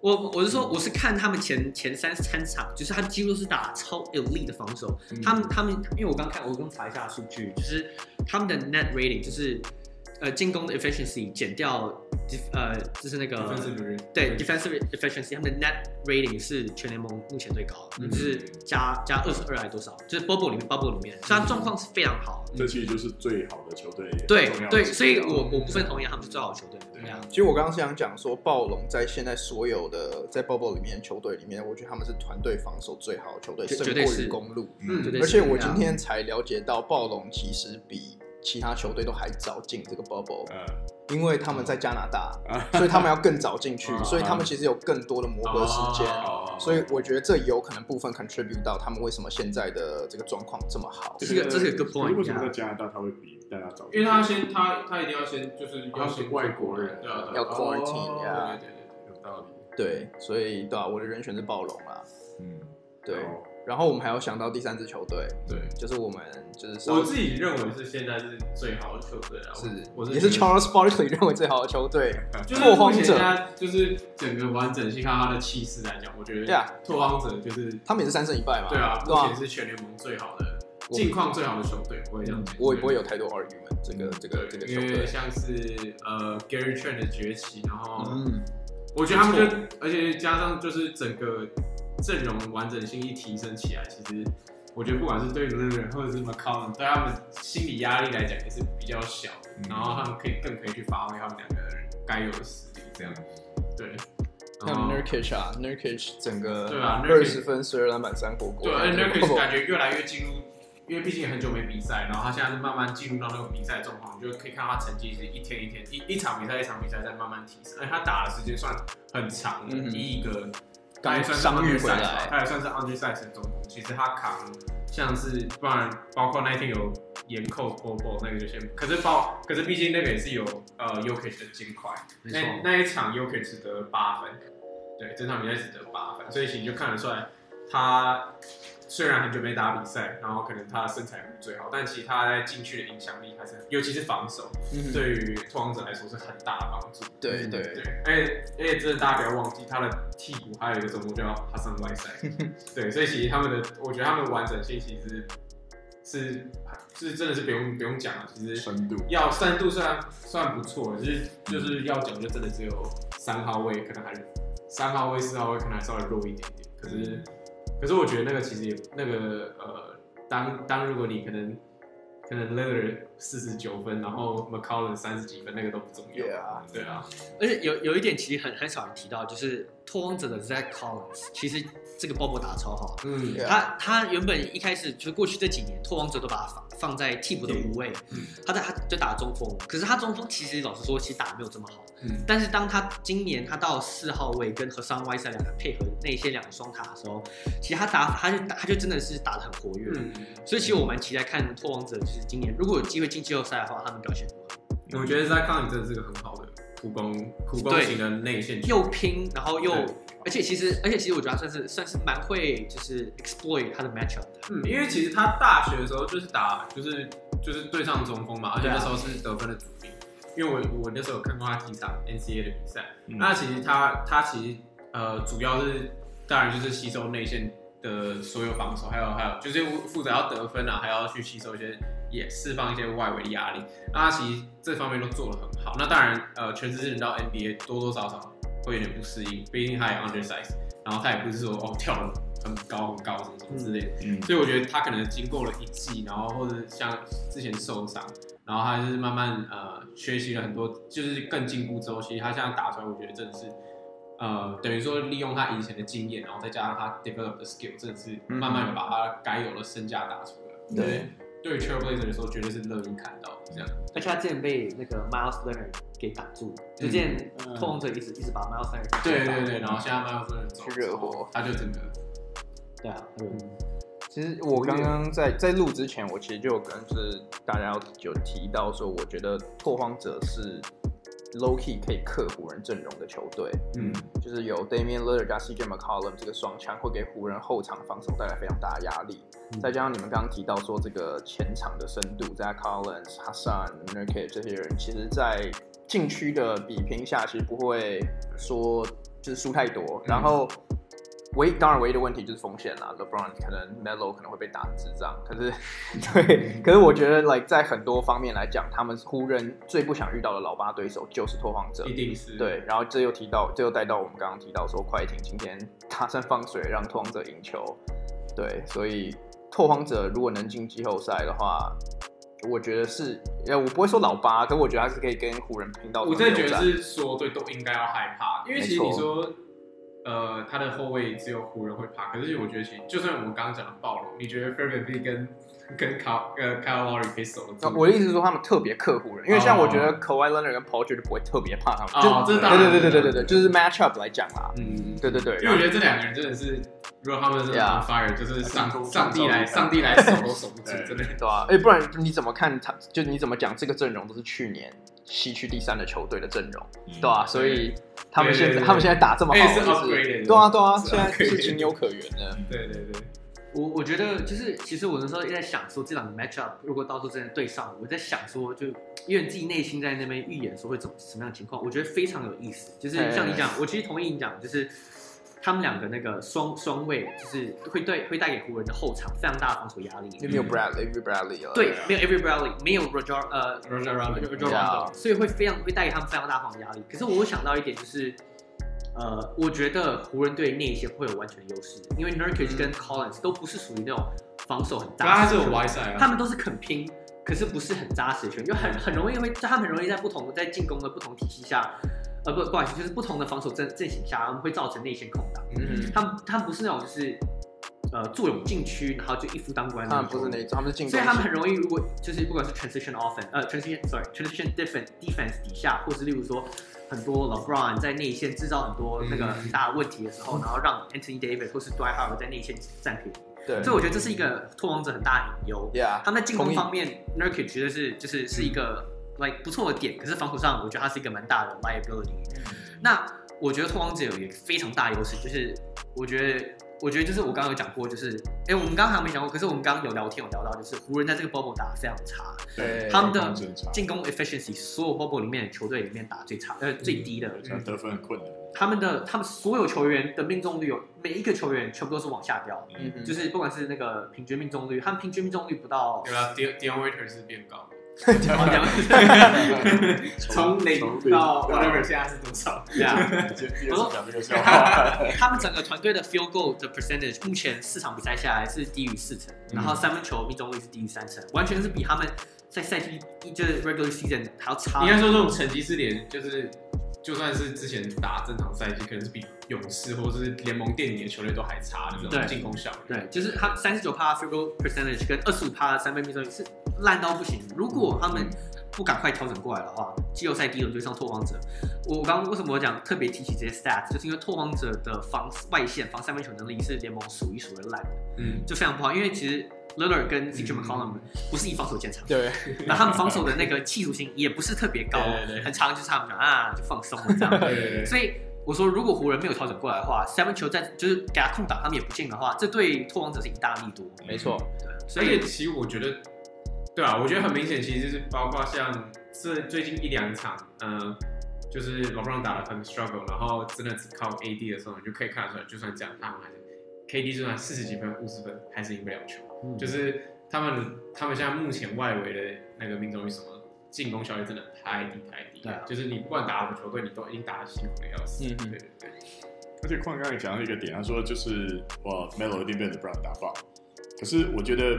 Speaker 4: 我我是说，我是看他们前前三三场，就是他们几乎都是打超有力的防守。
Speaker 3: 嗯
Speaker 4: 他们他们，因为我刚看，我刚查一下数据，就是他们的 net rating 就是呃进攻的 efficiency 减掉 def- 呃就是那个
Speaker 3: Defensive rating
Speaker 4: 对 defensive efficiency，他们的 net rating 是全联盟目前最高，
Speaker 3: 嗯
Speaker 4: 就是加加二十二还是多少？就是 bubble 里面 bubble 里面，所以他状况是非常好。
Speaker 3: 嗯
Speaker 2: 这其实就是最好的球队。
Speaker 4: 对嗯对，所以我我部分同意他们是最好的球队。对啊，
Speaker 1: 其实我刚刚是想讲说，暴龙在现在所有的在 Bubble 里面球队里面，我觉得他们是团队防守最好的球队，
Speaker 4: 绝
Speaker 1: 胜
Speaker 4: 绝对
Speaker 1: 过
Speaker 4: 是
Speaker 1: 于公路。
Speaker 3: 嗯
Speaker 4: 绝对
Speaker 1: 而
Speaker 4: 是啊
Speaker 1: 且我
Speaker 4: 这
Speaker 1: 今
Speaker 4: 样
Speaker 1: 天才了解到，暴龙其实比其他球队都还早进这个 Bubble，
Speaker 4: 啊
Speaker 2: 呃，
Speaker 1: 因为他们在加拿大，所以他们要更早进去
Speaker 3: 啊，
Speaker 1: 所以他们其实有更多的磨合时间。
Speaker 4: 哦
Speaker 1: 所以我觉得这有可能部分 contribute 到他们为什么现在的这个状况这么好。
Speaker 2: 呃为什么在加拿大他会比大家早？
Speaker 3: 因为他要先他他一定要先就是要先
Speaker 2: 外国人
Speaker 3: 对啊对啊
Speaker 1: 要 quarantine
Speaker 3: 对
Speaker 1: 呀
Speaker 3: 对对对对，
Speaker 2: 有道理。
Speaker 1: 对，所以对啊，我的人选是暴龙啦。
Speaker 2: 嗯，
Speaker 1: 对。
Speaker 4: 哦
Speaker 2: 然后
Speaker 1: 然后我们还有想到第三支球队，
Speaker 2: 对，
Speaker 1: 就是我们就是稍
Speaker 3: 我自己认为是现在是最好的球队啊，我
Speaker 1: 是
Speaker 3: 我
Speaker 1: 也是
Speaker 3: 觉得
Speaker 1: Charles Barkley 认为最好的球队，
Speaker 3: 就是
Speaker 1: 拓
Speaker 3: 目
Speaker 1: 荒
Speaker 3: 前
Speaker 1: 者
Speaker 3: 现在就是整个完整性看他的气势来讲，我觉
Speaker 1: 对
Speaker 3: 得
Speaker 1: 啊
Speaker 3: 拓荒者就是
Speaker 1: 他们也是三胜一败嘛，
Speaker 3: 对啊，
Speaker 1: 对
Speaker 3: 目
Speaker 1: 吧
Speaker 3: 前？是全联盟最好的
Speaker 1: 我
Speaker 3: 近况最好的球队，我会这样讲。
Speaker 1: 我也不会有太多 argument 这个这个这个
Speaker 3: 对，
Speaker 1: 球
Speaker 3: 因为
Speaker 1: 队，
Speaker 3: 像是呃 Gary Trent 的崛起，然后
Speaker 4: 嗯，
Speaker 3: 我觉得他们就，而且加上就是整个阵容完整性一提升起来，其实我觉得不管是对 l u r 或者是 McCollum，对他们心理压力来讲也是比较小，
Speaker 2: 嗯
Speaker 3: 然后他们可以更可以去发挥他们两个人该有的实力，这样对。嗯然
Speaker 1: 像
Speaker 3: 后
Speaker 1: Nurkic 啊，Nurkic 整个
Speaker 3: 对啊
Speaker 1: 二
Speaker 3: ，Nurkic
Speaker 1: 十分十二篮板三火锅，
Speaker 3: 对，而且 n u r k
Speaker 1: 这个
Speaker 3: i c 感觉越来越进入，因为毕竟很久没比赛，然后他现在是慢慢进入到那个比赛状况，你就可以看到他成绩是一天一天，一一场比赛一场比赛在慢慢提升，而且他打的时间算很长的，
Speaker 1: 嗯哼
Speaker 3: 以一个
Speaker 1: 刚
Speaker 3: 他也算是
Speaker 1: 伤愈
Speaker 3: under
Speaker 1: 回
Speaker 3: size 吧
Speaker 1: 来
Speaker 3: 他也算是 under size 的中锋，其实他扛像是不然包括那一天有严扣 b o b o 那个就先，可是包可是毕竟那个也是有呃 u k i 的金块，
Speaker 4: 没错
Speaker 3: 那那一场 u k i 只得八分，对，这场比赛只得八分，所以其实你就看得出来，他虽然很久没打比赛，然后可能他的身材不是最好，但其实他在禁区的影响力还是，尤其是防守，
Speaker 1: 嗯
Speaker 3: 对于拓荒者来说是很大的帮助。嗯
Speaker 1: 对对
Speaker 3: 对，而且而且真的大家不要忘记，他的替补还有一个中锋叫哈桑 外塞，对，所以其实他们的，我觉得他们的完整性其实是是是真的是不用不用讲了，其实
Speaker 2: 深度，
Speaker 3: 要深度虽然算不错，就是就是要讲就真的只有三号位，可能还三号位四号位可能还稍微弱一点点，可是可是我觉得那个其实也那个呃，当当如果你可能。可能 l e t h e r 四十九分，然后 McCollum 三十几分，那个都不重要。
Speaker 1: ，Yeah，
Speaker 3: 对啊，
Speaker 4: 而且有有一点其实很很少人提到，就是拓荒者的 Zach Collins，其实这个 Bobo 打得超好。
Speaker 3: 嗯
Speaker 1: Yeah
Speaker 4: 他他原本一开始就是过去这几年，拓荒者都把他放放在替补的五位，他在他就打中锋，可是他中锋其实老实说，其实打得没有这么好。
Speaker 3: 嗯
Speaker 4: 但是当他今年他到四号位跟和桑外塞两个配合内线两个双塔的时候，其实他打他就他就真的是打得很活跃。
Speaker 3: 嗯，
Speaker 4: 所以其实我蛮期待看拓王者，就是今年如果有机会进季后赛的话，他们表现如何？
Speaker 3: 我觉得 z a c o n 真的是个很好的苦工苦工
Speaker 4: 对
Speaker 3: 型的内线球
Speaker 4: 又拼，然后又
Speaker 3: 对，
Speaker 4: 而且其实而且其实我觉得他算是算是蛮会就是 exploit 他的 matchup 的。
Speaker 3: 嗯，因为其实他大学的时候就是打就是就是对啊上中锋嘛，而且那时候是得分的主力。因为我我那时候有看过他几场 NCAA 的比赛，
Speaker 2: 嗯
Speaker 3: 那其实他他其实呃主要是当然就是吸收内线的所有防守，还有还有就是负责要得分啊，还要去吸收一些也释放一些外围的压力。那他其实这方面都做得很好。那当然呃全职人到 NBA 多多少少会有点不适应，毕竟他也 undersize，然后他也不是说哦跳得很高很高什么什么之类的。
Speaker 2: 嗯，
Speaker 3: 所以我觉得他可能经过了一季，然后或者像之前受伤，然后他就是慢慢呃学习了很多，就是更进步之后，其实他现在打出来，我觉得真的是呃等于说利用他以前的经验，然后再加上他 develop 的 skill，真的是
Speaker 1: 嗯
Speaker 3: 慢慢地把他该有的身价打出来。我觉得
Speaker 1: 对
Speaker 3: 对于 Trailblazer 来说，绝对是乐于看到这样。
Speaker 4: 而且他之前被那个 Miles Leonard 给挡住，就之前拓王者一直一直把 Miles Leonard
Speaker 3: 对
Speaker 4: 给挡
Speaker 3: 对
Speaker 4: 住
Speaker 3: 对，然后现在慢慢分走，
Speaker 1: 去热火，
Speaker 3: 他就整个
Speaker 4: 对啊，嗯
Speaker 1: 其实我刚刚在在录之前，我其实就有跟就是大家有提到说，我觉得拓荒者是 low key 可以克湖人阵容的球队，
Speaker 2: 嗯
Speaker 1: 就是有 Damian Lillard 加 CJ McCollum 这个双枪会给湖人后场防守带来非常大的压力，
Speaker 3: 嗯
Speaker 1: 再加上你们刚刚提到说这个前场的深度，在 Collins、Hassan、Nurkic 这些人，其实在禁区的比拼下，其实不会说就是输太多，然后。唯当然唯一的问题就是风险啦，LeBron 可能 Melo 可能会被打智障，可是 对，可是我觉得 like 在很多方面来讲，他们湖人最不想遇到的老八对手就是拓荒者，
Speaker 3: 一定是
Speaker 1: 对，然后这又提到，这又带到我们刚刚提到说，快艇今天打算放水让拓荒者赢球，对，所以拓荒者如果能进季后赛的话，我觉得是，呃，我不会说老八，但我觉得还是可以跟湖人拼到
Speaker 3: 我
Speaker 1: 同
Speaker 3: 真
Speaker 1: 流
Speaker 3: 的觉得
Speaker 1: 战。
Speaker 3: 是说对都应该要害怕，因为其实
Speaker 1: 没错
Speaker 3: 你说，呃，他的后卫只有湖人会怕，可是我觉得其实就算我们刚刚讲的暴龙，你觉得 f e r b a n b 跟跟卡呃 k y l e Lowry 可以守得
Speaker 1: 那
Speaker 3: 住？
Speaker 1: 啊我的意思是说，他们特别克湖人，因为像我觉得
Speaker 3: 哦
Speaker 1: Kawhi Leonard 跟 Paul 绝对不会特别怕他们，
Speaker 3: 哦，
Speaker 1: 就
Speaker 3: 这当然
Speaker 1: 对对对对对对，就是 match up 来讲啦，
Speaker 3: 嗯，
Speaker 1: 对对对，
Speaker 3: 因为我觉得这两个人真的是，如果他们真的
Speaker 1: Yeah
Speaker 3: on fire，就是上
Speaker 2: 上
Speaker 3: 上帝来上帝来守都守不住，
Speaker 2: 对
Speaker 3: 真的。
Speaker 1: 对吧、哎，不然你怎么看他？就你怎么讲这个阵容都是去年西区第三的球队的阵容，
Speaker 2: 嗯
Speaker 1: 对吧、所以他们
Speaker 3: 对
Speaker 1: 现
Speaker 3: 对
Speaker 1: 在
Speaker 3: 对
Speaker 1: 他们现在打这么好，
Speaker 3: 哎是
Speaker 1: 就是
Speaker 3: upgraded 的
Speaker 1: 对啊对啊，
Speaker 3: 是
Speaker 1: 现在
Speaker 3: upgraded 嗯
Speaker 1: 是情有可原的。
Speaker 3: 对对对，
Speaker 4: 我我觉得就是，其实我那时候也在想说，这两个 match up 如果到时候真的对上，我在想说就，因为你自己内心在那边预演说会怎么什么样的情况，我觉得非常有意思。就是像你讲，我其实同意你讲，就是他们两个那个双双位，就是会对会带给湖人的后场非常大的防守压力。
Speaker 1: 因为没有 Bradley，没有 Bradley 了。
Speaker 4: 对，没有 Every Bradley，没有 Roger 呃
Speaker 3: Roger Rondo
Speaker 4: Roger Rondo，所以会非常会带给他们非常大的防守压力。可是我有想到一点就是，呃，我觉得湖人队内线会有完全的优势，因为 Nurkic
Speaker 3: 嗯
Speaker 4: 跟 Collins 都不是属于那种防守很扎
Speaker 3: 他
Speaker 4: 实
Speaker 3: 是
Speaker 4: 的
Speaker 3: 有
Speaker 4: 球员，
Speaker 3: 歪赛
Speaker 4: 他
Speaker 3: 啊，
Speaker 4: 们都是肯拼，可是不是很扎实的球员，就很很容易会，他们很容易在不同在进攻的不同体系下，呃不不好意思，就是不同的防守阵阵型下，他们会造成内线空档。
Speaker 1: 嗯，
Speaker 4: 他们他们不是那种就是呃坐拥禁区，然后就一夫当关的
Speaker 1: 他
Speaker 4: 那
Speaker 1: 们不
Speaker 4: 种球
Speaker 1: 是
Speaker 4: 员。
Speaker 1: 那，他们是进攻型，
Speaker 4: 嗯所以他们很容易，如果就是不管是 transition offense，呃 transition sorry transition defense defense 底下，或是例如说很多 LeBron 在内线制造很多那个很大的问题的时候，然后让 Anthony Davis 或是 Dwight Howard 在内线占便宜，
Speaker 1: 对
Speaker 4: 所以我觉得这是一个拓荒者很大的隐忧。
Speaker 1: ，Yeah，
Speaker 4: 他们在进攻
Speaker 1: 同意嗯
Speaker 4: 方面，Nurkic 绝对是就是是一个 like 不错的点，可是防守上我觉得他是一个蛮大的 liability。那
Speaker 1: 嗯
Speaker 4: 我觉得拓荒者有一个非常大的优势，就是我觉得，我觉得就是我刚刚有讲过，就是，哎、我们刚刚还没讲过，可是我们刚刚有聊天有聊到，就是湖人在这个 bubble 打得非常差，
Speaker 1: 对
Speaker 4: 他们
Speaker 2: 很
Speaker 4: 的
Speaker 2: 正常，
Speaker 4: 进攻 efficiency 所有 bubble 里面的球队里面打最差，
Speaker 1: 嗯
Speaker 4: 呃，最低的，
Speaker 2: 像得分很困难。
Speaker 4: 他们的他们所有球员的命中率有每一个球员全部都是往下掉，
Speaker 1: 嗯哼
Speaker 4: 就是不管是那个平均命中率，他们平均命中率不到
Speaker 3: 有
Speaker 1: 啊
Speaker 3: 了 Dion Dion Waiters 啊是变高了，
Speaker 2: 从
Speaker 3: 从零到 whatever 现在是多少？
Speaker 4: 对啊。
Speaker 2: 今天第二次讲这个笑话，
Speaker 4: 他们整个团队的 field goal 的 percentage 目前四场比赛下来是低于四成，
Speaker 3: 嗯
Speaker 4: 然后三分球命中率是低于三成，完全是比他们在赛季就是 regular season 还要差
Speaker 3: 应。该说这种成绩是连就是。就算是之前打正常赛季，可能是比勇士或是联盟垫底的球队都还差的这
Speaker 4: 对
Speaker 3: 种进攻效率。
Speaker 4: 对，就是他三十九趴 field goal percentage 跟二十五趴三分命中率是烂到不行。如果他们不赶快调整过来的话，季后赛第一轮就上拓荒者。我我刚刚为什么我讲特别提起这些 stats，就是因为拓荒者的防外线防三分球能力是联盟数一数二烂的，
Speaker 3: 嗯，
Speaker 4: 就非常不好。因为其实 Lillard 跟 c i t r McCollum 不是以防守见长。
Speaker 1: 嗯对，
Speaker 4: 然后他们防守的那个企图心也不是特别高，
Speaker 3: 对对对
Speaker 4: 很长就是他们讲啊就放松了这样。
Speaker 3: 对 对对，
Speaker 4: 所以我说，如果湖人没有调整过来的话，三分球在就是给他空档，他们也不进的话，这对拓荒者是一大利多。
Speaker 1: 没错，
Speaker 4: 所
Speaker 3: 所以
Speaker 4: 以
Speaker 3: 其实我觉得，对啊，我觉得很明显，其实是包括像这最近一两场，呃，就是老布朗打得很 struggle，然后真的只靠 AD 的时候，你就可以看得出来，就算这样，他们还是 KD 就算四十几分、五十分，还是赢不了球。就是他们他们现在目前外围的那个命中率什么。进攻效率真的太低太低，
Speaker 4: 对啊
Speaker 3: 就是你不管打什么球队，你都已经打得辛苦的要死。
Speaker 1: 嗯嗯
Speaker 3: 对对对，
Speaker 2: 而且矿刚才讲到一个点，他说就是哇，Melo 一定被 LeBron 打爆，可是我觉得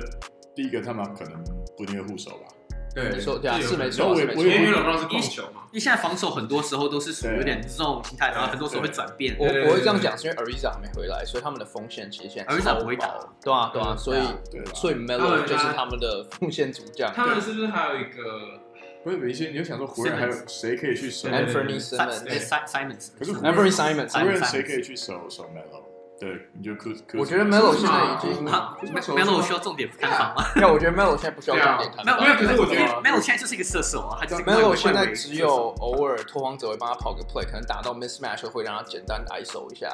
Speaker 2: 第一个他们可能不一定会护手吧，
Speaker 3: 对
Speaker 1: 没错，对啊，
Speaker 3: 这有
Speaker 1: 是没
Speaker 2: 然
Speaker 1: 错，
Speaker 2: 后我
Speaker 1: 是
Speaker 2: 也
Speaker 1: 没
Speaker 2: 我
Speaker 1: 错
Speaker 3: 因
Speaker 2: 也。
Speaker 3: 为因为老布朗是控球嘛，
Speaker 4: 因为现在防守很多时候都是属于有点这种心态，然后很多时候会转变。
Speaker 1: 我
Speaker 3: 对对对
Speaker 1: 我会这样讲，是因为 Ariza 还没回来，所以他们的锋线其实现在
Speaker 4: Ariza
Speaker 1: 超
Speaker 4: 不会打
Speaker 1: 薄，对啊对啊，所以
Speaker 2: 对啦。
Speaker 1: 所以
Speaker 3: 他们
Speaker 1: Melo
Speaker 3: 家
Speaker 1: 就是他们的锋线主将
Speaker 3: 他们是不是还有一个
Speaker 2: 不是有一些，你就想说湖人还有谁可以去守
Speaker 3: 对对对
Speaker 1: ，Anthony
Speaker 3: 对
Speaker 4: 哎
Speaker 1: Simons，Anthony
Speaker 3: 对
Speaker 4: Simons，
Speaker 2: 可是湖
Speaker 1: Simons，
Speaker 2: 湖人谁可以去守守 Melo？对，你就 Kuz，
Speaker 1: 我觉得 Melo
Speaker 3: 现在已经
Speaker 4: 啊
Speaker 2: 不是
Speaker 4: Melo 需要重点看防吗？
Speaker 1: 没有，我觉得 Melo 现在不需要
Speaker 3: 对啊
Speaker 1: 重点看
Speaker 4: 没有，
Speaker 1: 防。
Speaker 3: 没有可是我觉得
Speaker 4: Melo 现在就是一个射手啊，他就是一个
Speaker 1: Melo
Speaker 4: 外
Speaker 1: 现在
Speaker 4: 围
Speaker 1: 只
Speaker 4: 射手
Speaker 1: 有偶尔拓荒者会帮他跑个 play，可能打到 mismatch 会让他简单 ISO 一下。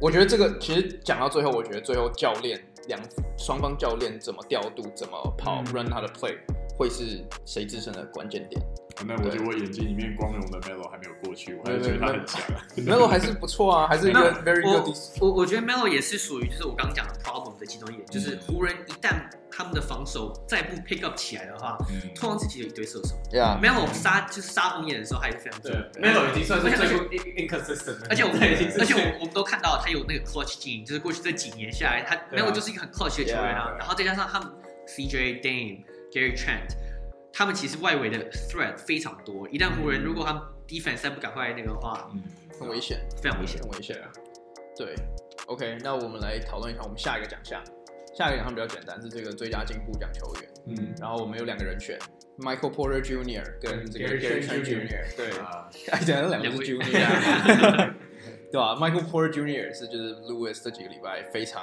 Speaker 1: 我觉得这个其实讲到最后，我觉得最后教练两双方教练怎么调度、怎么
Speaker 3: 嗯
Speaker 1: 跑、run 他的 play，会是谁自身的关键点。
Speaker 2: 那我觉得我眼睛里面光荣的 Melo 还没有过去，我还是觉得他很强。
Speaker 1: Melo 还是不错啊，还是一个 very good
Speaker 4: 我我我觉得 Melo 也是属于就是我刚刚讲的 problem 的其中一点，就是
Speaker 3: 嗯
Speaker 4: 湖人一旦他们的防守再不 pick up 起来的话，
Speaker 2: 嗯
Speaker 4: 拓荒者其实有一堆射手。
Speaker 1: yeah。
Speaker 4: Melo 杀就是杀红眼的时候还是非常
Speaker 3: 对
Speaker 4: 准，
Speaker 3: ，Melo 已经算是
Speaker 4: 而且
Speaker 3: 最 inconsistent 的，
Speaker 4: 而且我们
Speaker 3: 对已经是
Speaker 4: 而且我我们都看到他有那个 clutch gene，就是过去这几年下来，他
Speaker 3: 对啊
Speaker 4: Melo 就是一个很 clutch 的球员啊
Speaker 1: Yeah，
Speaker 4: 然后再加上他们 CJ Dame、Gary Trent，他们其实外围的 threat 非常多，一旦湖人如果他们 defense 再不赶快那个的话，
Speaker 2: 嗯，
Speaker 1: 很危险，
Speaker 4: 非常危险。
Speaker 1: 很危险啊。对，OK，那我们来讨论一下我们下一个奖项。下一个奖项比较简单，是这个最佳进步奖球员。
Speaker 3: 嗯，
Speaker 1: 然后我们有两个人选，Michael Porter Jr. 跟这个
Speaker 4: 嗯
Speaker 3: Gary
Speaker 1: Gary
Speaker 3: Trent
Speaker 1: Trent Jr. 对，
Speaker 2: 啊，
Speaker 1: 哎，讲了两个
Speaker 4: 两位
Speaker 1: 是 Junior，对吧、m i c h a e l Porter Junior 是就是 Lewis 这几个礼拜非常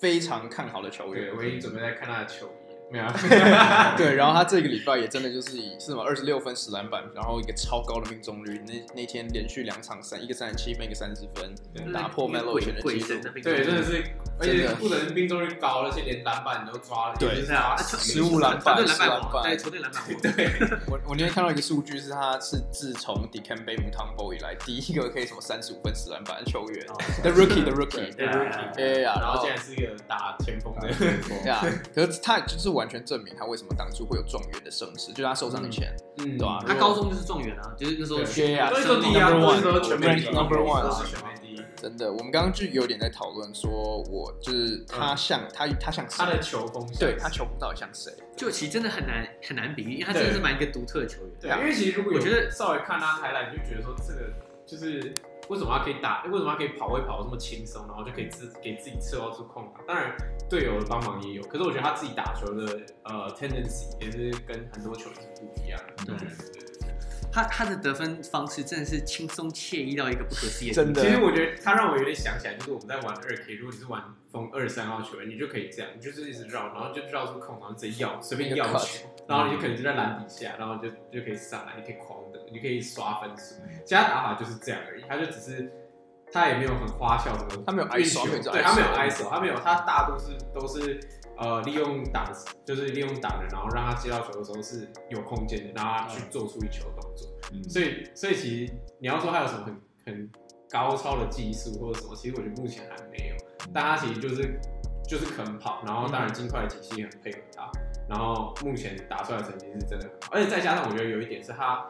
Speaker 1: 非常看好的球员
Speaker 4: 嗯
Speaker 3: 对，，我已经准备在看他的球衣，没有啊，
Speaker 1: 对，然后他这个礼拜也真的就是以是什么二十六分十篮板，然后一个超高的命中率，那那天连续两场三，一个三十七分，一个三十分，
Speaker 3: 对
Speaker 1: 打破 Melo 以前的
Speaker 4: 鬼
Speaker 1: 记
Speaker 4: 神
Speaker 1: 录
Speaker 4: 那。边
Speaker 3: 对，真的是而
Speaker 1: 真
Speaker 3: 且
Speaker 1: 的
Speaker 3: 不能命中率高，而且连篮板都抓了，
Speaker 1: 对
Speaker 3: 也就是
Speaker 4: 啊
Speaker 3: 他，
Speaker 1: 失误篮板
Speaker 4: 团队篮
Speaker 1: 失
Speaker 4: 板
Speaker 1: 误篮
Speaker 4: 王，
Speaker 1: 板
Speaker 4: 对，球队篮板王，
Speaker 1: 我我那天看到一个数据是，他是自从 Dikembe Mutombo 以来第一个可以什么三十五分、十篮板的球员
Speaker 4: 哦
Speaker 1: ，The Rookie，The Rookie，
Speaker 4: 对
Speaker 3: 对
Speaker 4: 啊
Speaker 1: 对呀，
Speaker 3: 然
Speaker 1: 然
Speaker 3: 后
Speaker 1: 后
Speaker 3: 现在是一个打前锋的，
Speaker 1: 对啊，可是他就是完全证明他为什么当初会有状元的盛世，就是他受伤以前，
Speaker 3: 嗯
Speaker 1: 对啊
Speaker 4: 他高中就是状元啊，就是那时候
Speaker 1: 对啊
Speaker 3: 都是
Speaker 1: 说
Speaker 3: 说
Speaker 1: 第
Speaker 3: 第
Speaker 1: 一
Speaker 3: 一
Speaker 1: 啊
Speaker 3: 啊，
Speaker 1: 都
Speaker 3: 都
Speaker 1: 是
Speaker 3: 是
Speaker 1: 说
Speaker 3: 说
Speaker 1: 全
Speaker 3: 全
Speaker 1: 美
Speaker 3: 美
Speaker 1: 第
Speaker 3: 第
Speaker 1: 一
Speaker 3: 一
Speaker 1: Number one
Speaker 3: 都是全美第一。
Speaker 1: 真的，我们刚刚就有点在讨论说，我就是他像他他像谁
Speaker 3: 他的球风像
Speaker 1: 对他球风到底像谁？
Speaker 4: 就其实真的很难很难比喻，因为他真的是蛮一个独特的球员。
Speaker 3: 对啊，因为其实如果
Speaker 4: 我
Speaker 3: 有
Speaker 4: 觉得
Speaker 3: 稍微看他 highlight，你就觉得说这个就是为什么他可以打，为什么他可以跑位跑得这么轻松，然后就可以自给自己制造出空档。当然队友的帮忙也有，可是我觉得他自己打球的呃 tendency 也是跟很多球员是不一样的。
Speaker 4: 对
Speaker 3: 对
Speaker 4: 他他的得分方式真的是轻松惬意到一个不可思议的地步，
Speaker 1: 真
Speaker 3: 其实
Speaker 1: 的，
Speaker 3: 我觉得他让我有点想起来，就是我们在玩二 K，如果你是玩风二三号球员，你就可以这样，你就是一直绕，然后就绕出空，然后直接要随便要球，然后你就可能就在篮底下，然后就就可以上来，你可以狂的，你可以刷分数。其他打法就是这样而已，他就只是他也没有很花哨的，
Speaker 1: 他没有 ISO，没有
Speaker 3: 对他没有
Speaker 1: ISO
Speaker 3: ISO，他没有，他大多是都是呃利用挡，就是利用挡人，然后让他接到球的时候是有空间的，让他去做出一球动作。
Speaker 2: 嗯
Speaker 3: 所以，所以其实你要说他有什么很很高超的技术或者什么，其实我觉得目前还没有。但他其实就是就是肯跑，然后当然金块的体系也很配合他，然后目前打出来的成绩是真的很好，而且再加上我觉得有一点是他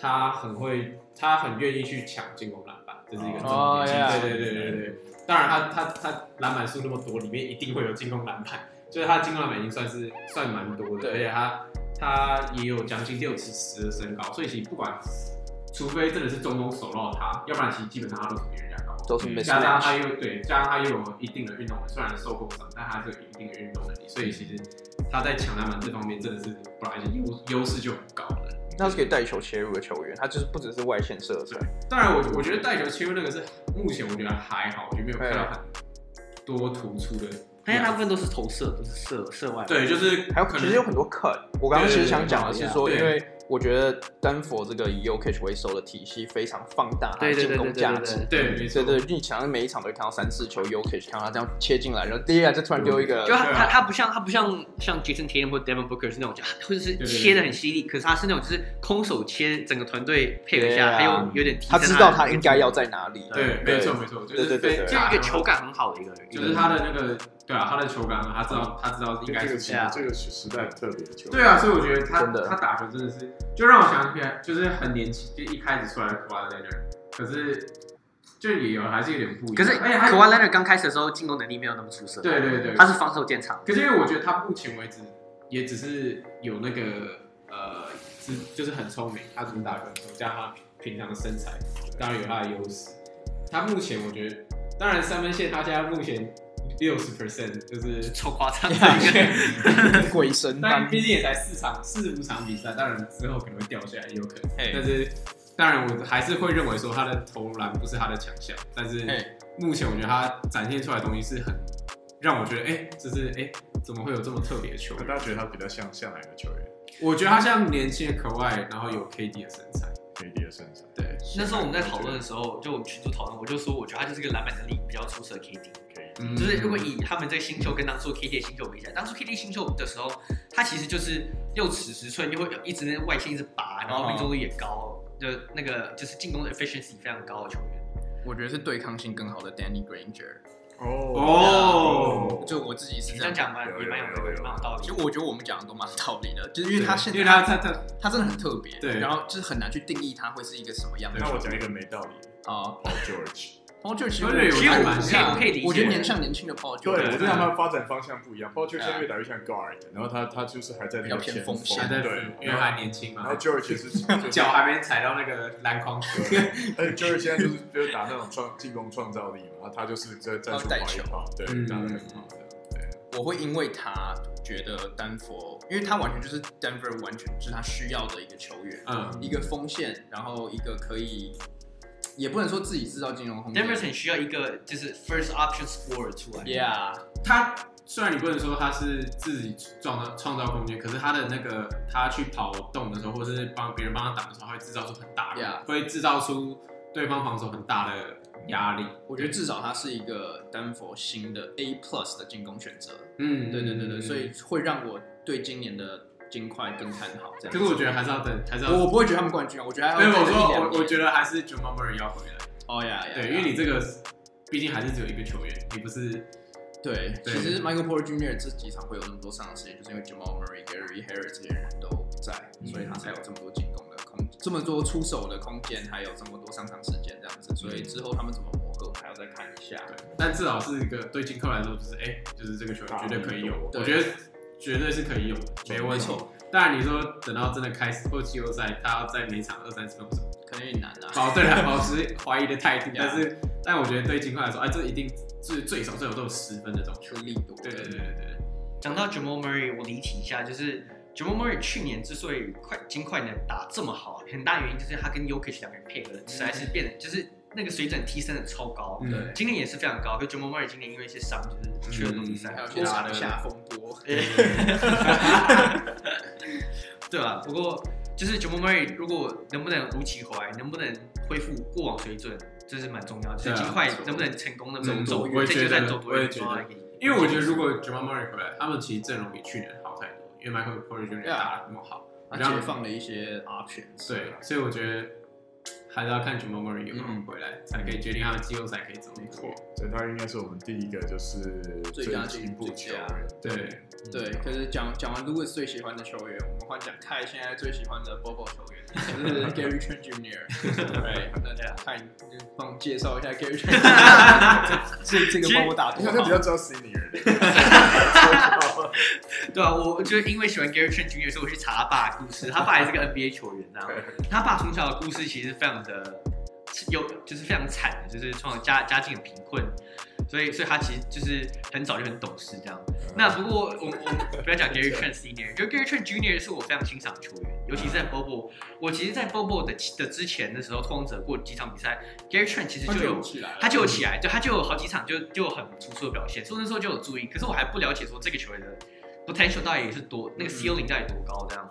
Speaker 3: 他很会，他很愿意去抢进攻篮板，这是一个重点。
Speaker 1: 哦，yeah
Speaker 3: 对对对对对对，当然他他他篮板数那么多，里面一定会有进攻篮板，就是他的进攻篮板已经算是算蛮多的，
Speaker 1: 对
Speaker 3: 而且他他也有将近六尺十的身高，所以其实不管。除非真的是中锋手到他，要不然其实基本上他都是比人家高。
Speaker 1: 都是 m i s
Speaker 3: 加上他
Speaker 1: m
Speaker 3: 又对，加上他又有一定的运动能，虽然受过伤，但他还是有一定的运动能力，所以其实他在抢篮板这方面真的是本来就优优势就很高了。
Speaker 1: 他是可以带球切入的球员，他就是不只是外线射程，
Speaker 3: 当然我，我觉得带球切入那个是目前我觉得还好，我就没有看到很多突出的。
Speaker 4: 他现在大部分都是投射，都是射射外。，
Speaker 3: 对，就是
Speaker 1: 还有
Speaker 3: 可
Speaker 1: 其
Speaker 3: 能
Speaker 1: 实有很多 cut。我刚刚其实想讲的是说，
Speaker 3: 对
Speaker 1: 因
Speaker 3: 对对
Speaker 1: 为我觉得丹佛这个以 u k 为首的体系非常放大他的
Speaker 4: 对对
Speaker 1: 进
Speaker 4: 对
Speaker 1: 攻
Speaker 4: 对
Speaker 1: 价
Speaker 4: 对
Speaker 1: 值。
Speaker 4: 对。
Speaker 3: 对，没错
Speaker 1: 对，对，你想每一场都会看到三四球 u k 看到他这样切进来，然后第一下就突然丢一个
Speaker 4: 就，他
Speaker 3: 对啊
Speaker 4: 他他不像他不像像 Jason Tatum 或 Devin Booker 是那种就或者是
Speaker 3: 对对
Speaker 4: 切的很犀利，可是他是那种就是空手切，整个团队配合一下，
Speaker 1: 对啊
Speaker 4: 他又有点提
Speaker 1: 他
Speaker 4: 升
Speaker 1: 知道
Speaker 4: 的
Speaker 1: 他
Speaker 4: 那个
Speaker 1: 应该要
Speaker 4: 技
Speaker 1: 在哪里。
Speaker 3: 对，没错，没错，
Speaker 1: 对
Speaker 3: 就
Speaker 1: 对对
Speaker 3: 是非
Speaker 1: 对
Speaker 4: 术，就是一个球，感很好的一个人，
Speaker 3: 就是他的那个对啊，他的球感，他知道他知道应
Speaker 2: 这
Speaker 3: 该
Speaker 2: 个
Speaker 3: 是
Speaker 2: 时
Speaker 4: 这样
Speaker 2: 这个时代特别球，
Speaker 3: 对啊，所以我觉得他
Speaker 1: 真的
Speaker 3: 他打球真的是，就让我想起来，就是很年轻，就一开始出来的 Kawhi Leonard，可是就也有还是有点不一样。
Speaker 4: 可是
Speaker 3: 而且他
Speaker 4: k a w h Leonard 刚开始的时候进攻能力没有那么出色，，
Speaker 3: 对对对，
Speaker 4: 他是防守见长，
Speaker 3: 可是因为我觉得他目前为止也只是有那个呃，是就是很聪明，他主打很聪明，加上他平常的身材，当然有他的优势。他目前我觉得，当然三分线他现在目前六十 percent 就是
Speaker 4: 超夸张的 一个。
Speaker 1: 鬼神
Speaker 3: 但
Speaker 1: 丹。
Speaker 3: 毕竟也才四场四五场比赛，当然之后可能会掉下来，也有可能。
Speaker 1: 嘿
Speaker 3: 但是当然我还是会认为说他的投篮不是他的强项，但是
Speaker 1: 嘿
Speaker 3: 目前我觉得他展现出来的东西是很让我觉得，哎、就是哎、怎么会有这么特别的球
Speaker 2: 可
Speaker 3: 员？
Speaker 2: 大家觉得他比较像像哪个球员
Speaker 3: 我觉得他像年轻的可爱，然后有 KD 的身材，
Speaker 2: ？KD 的身材，
Speaker 3: 对，
Speaker 4: 那时候我们在讨论的时候，就我们群组讨论，我就说我觉得他就是一个篮板能力比较出色的 KD，
Speaker 2: E
Speaker 3: 嗯
Speaker 4: 就是如果以他们在新秀跟当初 KD 的新秀比起来，当初 KD 新秀的时候，他其实就是又尺十寸，又会有一直那外线一直拔，然后命中率也高，就那个就是进攻的 efficiency 非常高的球员。
Speaker 1: 我觉得是对抗性更好的 Danny Granger。
Speaker 3: 哦，
Speaker 1: 就我自己是
Speaker 4: 你
Speaker 1: 这
Speaker 4: 这
Speaker 1: 样
Speaker 4: 样讲蛮也蛮有蛮有道
Speaker 1: 其
Speaker 4: 理
Speaker 1: 实
Speaker 4: 的。
Speaker 1: 我觉得我们讲的都蛮有道理的，就是因为他现在
Speaker 3: 因为他他他
Speaker 1: 他真的很特别，
Speaker 3: 对
Speaker 1: 然后就是很难去定义他会是一个什么样的
Speaker 2: 那
Speaker 1: 球
Speaker 2: 我
Speaker 1: 员。
Speaker 2: 讲一个没道理的
Speaker 1: 啊，
Speaker 2: ，Paul George。
Speaker 1: 包括其实
Speaker 3: Paul George 有
Speaker 1: 其实
Speaker 3: 点
Speaker 1: 我
Speaker 3: 蛮
Speaker 1: 可以
Speaker 3: 像
Speaker 1: 我可以理解，
Speaker 4: 我
Speaker 1: 我
Speaker 4: 觉
Speaker 1: 觉
Speaker 4: 得
Speaker 1: 得年像年轻的 Paul
Speaker 2: 对，我
Speaker 1: George，
Speaker 2: 觉得他们发展方向不一样。Paul George
Speaker 1: 对啊
Speaker 2: 现在越来越像 guard，然后他他就是还在那个
Speaker 1: 比较偏
Speaker 2: 锋
Speaker 1: 锋线
Speaker 3: 还在
Speaker 2: 对，
Speaker 3: 因为还年轻
Speaker 2: 然后
Speaker 3: 嘛，
Speaker 2: George 也是就是
Speaker 3: 脚还没踩到那个篮筐，
Speaker 2: 对，而且 George 现在就是就是打那种创进攻创造力嘛，然后他就是在在出
Speaker 1: 带
Speaker 2: 跑一
Speaker 1: 球
Speaker 2: 跑，对，
Speaker 3: 嗯
Speaker 2: 打得很好的，对，
Speaker 1: 我会因为他觉得丹佛，因为他完全就是 Denver 完全就是他需要的一个球员，
Speaker 3: 嗯，
Speaker 1: 一个锋线，然后一个可以，也不能说自己制造进攻空
Speaker 4: d e
Speaker 1: 间
Speaker 4: v e r s 很需要一个就是 first option scorer 出来。
Speaker 1: ，Yeah，
Speaker 3: 他虽然你不能说他是自己创造创造空间，可是他的那个他去跑动的时候，或者是帮别人帮他挡的时候，他会制造出很大的
Speaker 1: Yeah
Speaker 3: 会制造出对方防守很大的压力。
Speaker 1: 我觉得至少他是一个丹佛新的 A plus 的进攻选择。
Speaker 3: 嗯，
Speaker 1: 对对对对，所以会让我对今年的金块更看好。这样子，
Speaker 3: 可是我觉得还是要等，还是要。
Speaker 1: 我我不会觉得他们冠军啊，我觉得还
Speaker 3: 对，
Speaker 1: 要再
Speaker 3: 我
Speaker 1: 等一
Speaker 3: 说
Speaker 1: 两
Speaker 3: 我我
Speaker 1: 年
Speaker 3: 觉得还是 Jamal Murray 要回来。
Speaker 1: 哦呀呀，
Speaker 3: 对，
Speaker 1: 呀
Speaker 3: 因为你这个毕竟还是只有一个球员，你不是
Speaker 1: 对，
Speaker 3: 对
Speaker 1: 其实 Michael Porter Jr. 这几场会有那么多上场时间，就是因为 Jamal Murray、Gary Harris 这些人都不在，所以他才有这么多进攻的空，这么多出手的空间，还有这么多上场时间这样子。所以之后他们怎么磨合，我们还要再看一下。
Speaker 3: 对，但至少是一个对金克来说，就是哎、就是这个球员绝对可以用，
Speaker 1: 对
Speaker 3: 我觉得绝对是可以用，没问
Speaker 1: 没
Speaker 3: 题。
Speaker 1: 错，
Speaker 3: 当然，你说等到真的开始或季后赛，他要在每场二三十分钟，
Speaker 1: 可能有点难 啊。
Speaker 3: 保对他保持怀疑的态度
Speaker 1: Yeah，
Speaker 3: 但是但我觉得对金克来说，哎、这一定是最少最少都有十分的这种球。
Speaker 1: 出力多，
Speaker 3: 对对对对对，
Speaker 4: 讲到 Jamal Murray，我离题一下，就是 Jamal Murray 去年之所以快金块能打这么好，很大原因就是他跟 Yokich 两个人配合，实在是变得就是那个水准提升的超高。
Speaker 3: 嗯
Speaker 1: 对
Speaker 4: 今年也是非常高，可是 Jamal Murray 今年因为一些伤，就是去了东比赛，
Speaker 1: 还有
Speaker 3: 其
Speaker 1: 球
Speaker 3: 他
Speaker 1: 场
Speaker 3: 的
Speaker 1: 下风波，
Speaker 4: 对吧？不过就是 Jamal Murray 如果能不能如期回来，能不能恢复过往水准，这是蛮重要的。就是
Speaker 3: 对啊
Speaker 4: 金块
Speaker 1: 没错
Speaker 4: 能不能成功的
Speaker 3: 嗯
Speaker 4: 走
Speaker 3: 我
Speaker 4: 远，
Speaker 3: 也
Speaker 4: 这
Speaker 3: 觉
Speaker 4: 就
Speaker 3: 得
Speaker 4: 算走多
Speaker 3: 我也
Speaker 4: 远，
Speaker 3: 觉
Speaker 4: 都要
Speaker 3: 得
Speaker 4: 给你
Speaker 3: 因为我觉得如果 Jamal Murray 回来，他们其实阵容比去年好太多，因为 Michael Porter Jr.
Speaker 1: 对啊
Speaker 3: 打的那么好，
Speaker 1: 他
Speaker 3: 然后
Speaker 1: 解放了一些 options。
Speaker 3: 对，所以我觉得还是要看 Jamal Murray 有没有
Speaker 1: 嗯
Speaker 3: 回来，才可以决定他的季后赛可以怎么
Speaker 2: 没
Speaker 3: 过
Speaker 2: 错。，所以他应该是我们第一个就是
Speaker 1: 最佳
Speaker 2: 进步球
Speaker 1: 进步
Speaker 2: 员。
Speaker 3: 对，
Speaker 1: 对，可是讲讲完 Louis 最喜欢的球员，我们换讲泰现在最喜欢的 Bobo 球员，就是 Gary Trent Jr. 对，那看帮我介绍一下 Gary Trent，这这个帮我打
Speaker 2: 你
Speaker 1: 多
Speaker 2: 好像比
Speaker 1: 好？
Speaker 2: 较知道 senior
Speaker 4: 对啊，我就是因为喜欢 Gary Trent Jr.，所以我去查他爸的故事。他爸也是个 NBA 球员，这样。他爸从小的故事其实非常的有，就是非常惨的，就是从小家家境很贫困，所以所以他其实就是很早就很懂事这样。那不过我我不要讲 Gary Trent Senior，就 Gary Trent Junior 是我非常欣赏的球员，尤其是在 Bobo。我其实，在 Bobo 的的之前的时候，拓荒者过几场比赛，Gary Trent 其实
Speaker 1: 他
Speaker 4: 就有
Speaker 1: 就起来了，
Speaker 4: 他就有起来，对，他就有好几场就就很突出的表现，所以那时候就有注意。可是我还不了解说这个球员的 potential 到底是多，那个 ceiling 到底多高这样。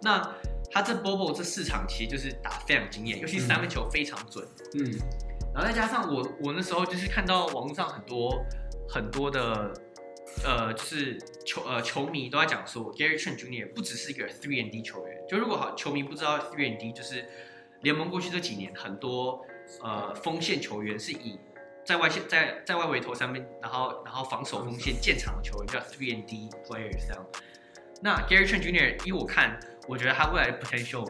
Speaker 4: 那他这 Bobo 这四场其实就是打非常惊艳，尤其三分球非常准。
Speaker 3: 嗯，
Speaker 4: 然后再加上我我那时候就是看到网络上很多很多的呃，就是球呃球迷都在讲说，Gary Trent Jr. 不只是一个 three and D 球员。就如果好球迷不知道 three and D，就是联盟过去这几年很多呃锋线球员是以在外线在在外围投三分，然后然后防守锋线建场的球员叫 three and D players 这样。那 Gary Trent Jr. 依我看，我觉得他未来的 potential，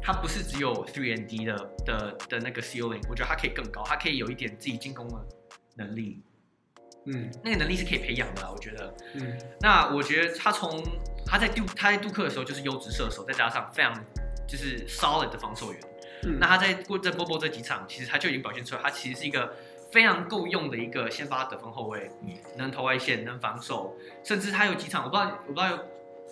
Speaker 4: 他不是只有 three and D 的的的那个 ceiling，我觉得他可以更高，他可以有一点自己进攻的能力，
Speaker 3: 嗯
Speaker 4: 那个能力是可以培养的啦，啊我觉得。
Speaker 3: 嗯，
Speaker 4: 那我觉得他从他在杜他在杜克的时候就是优质射手，再加上非常就是 solid 的防守员。
Speaker 3: 嗯
Speaker 4: 那他在过在波波这几场，其实他就已经表现出来，他其实是一个非常够用的一个先发得分后卫，
Speaker 3: 嗯
Speaker 4: 能投外线，能防守，甚至他有几场我不知道我不知道有，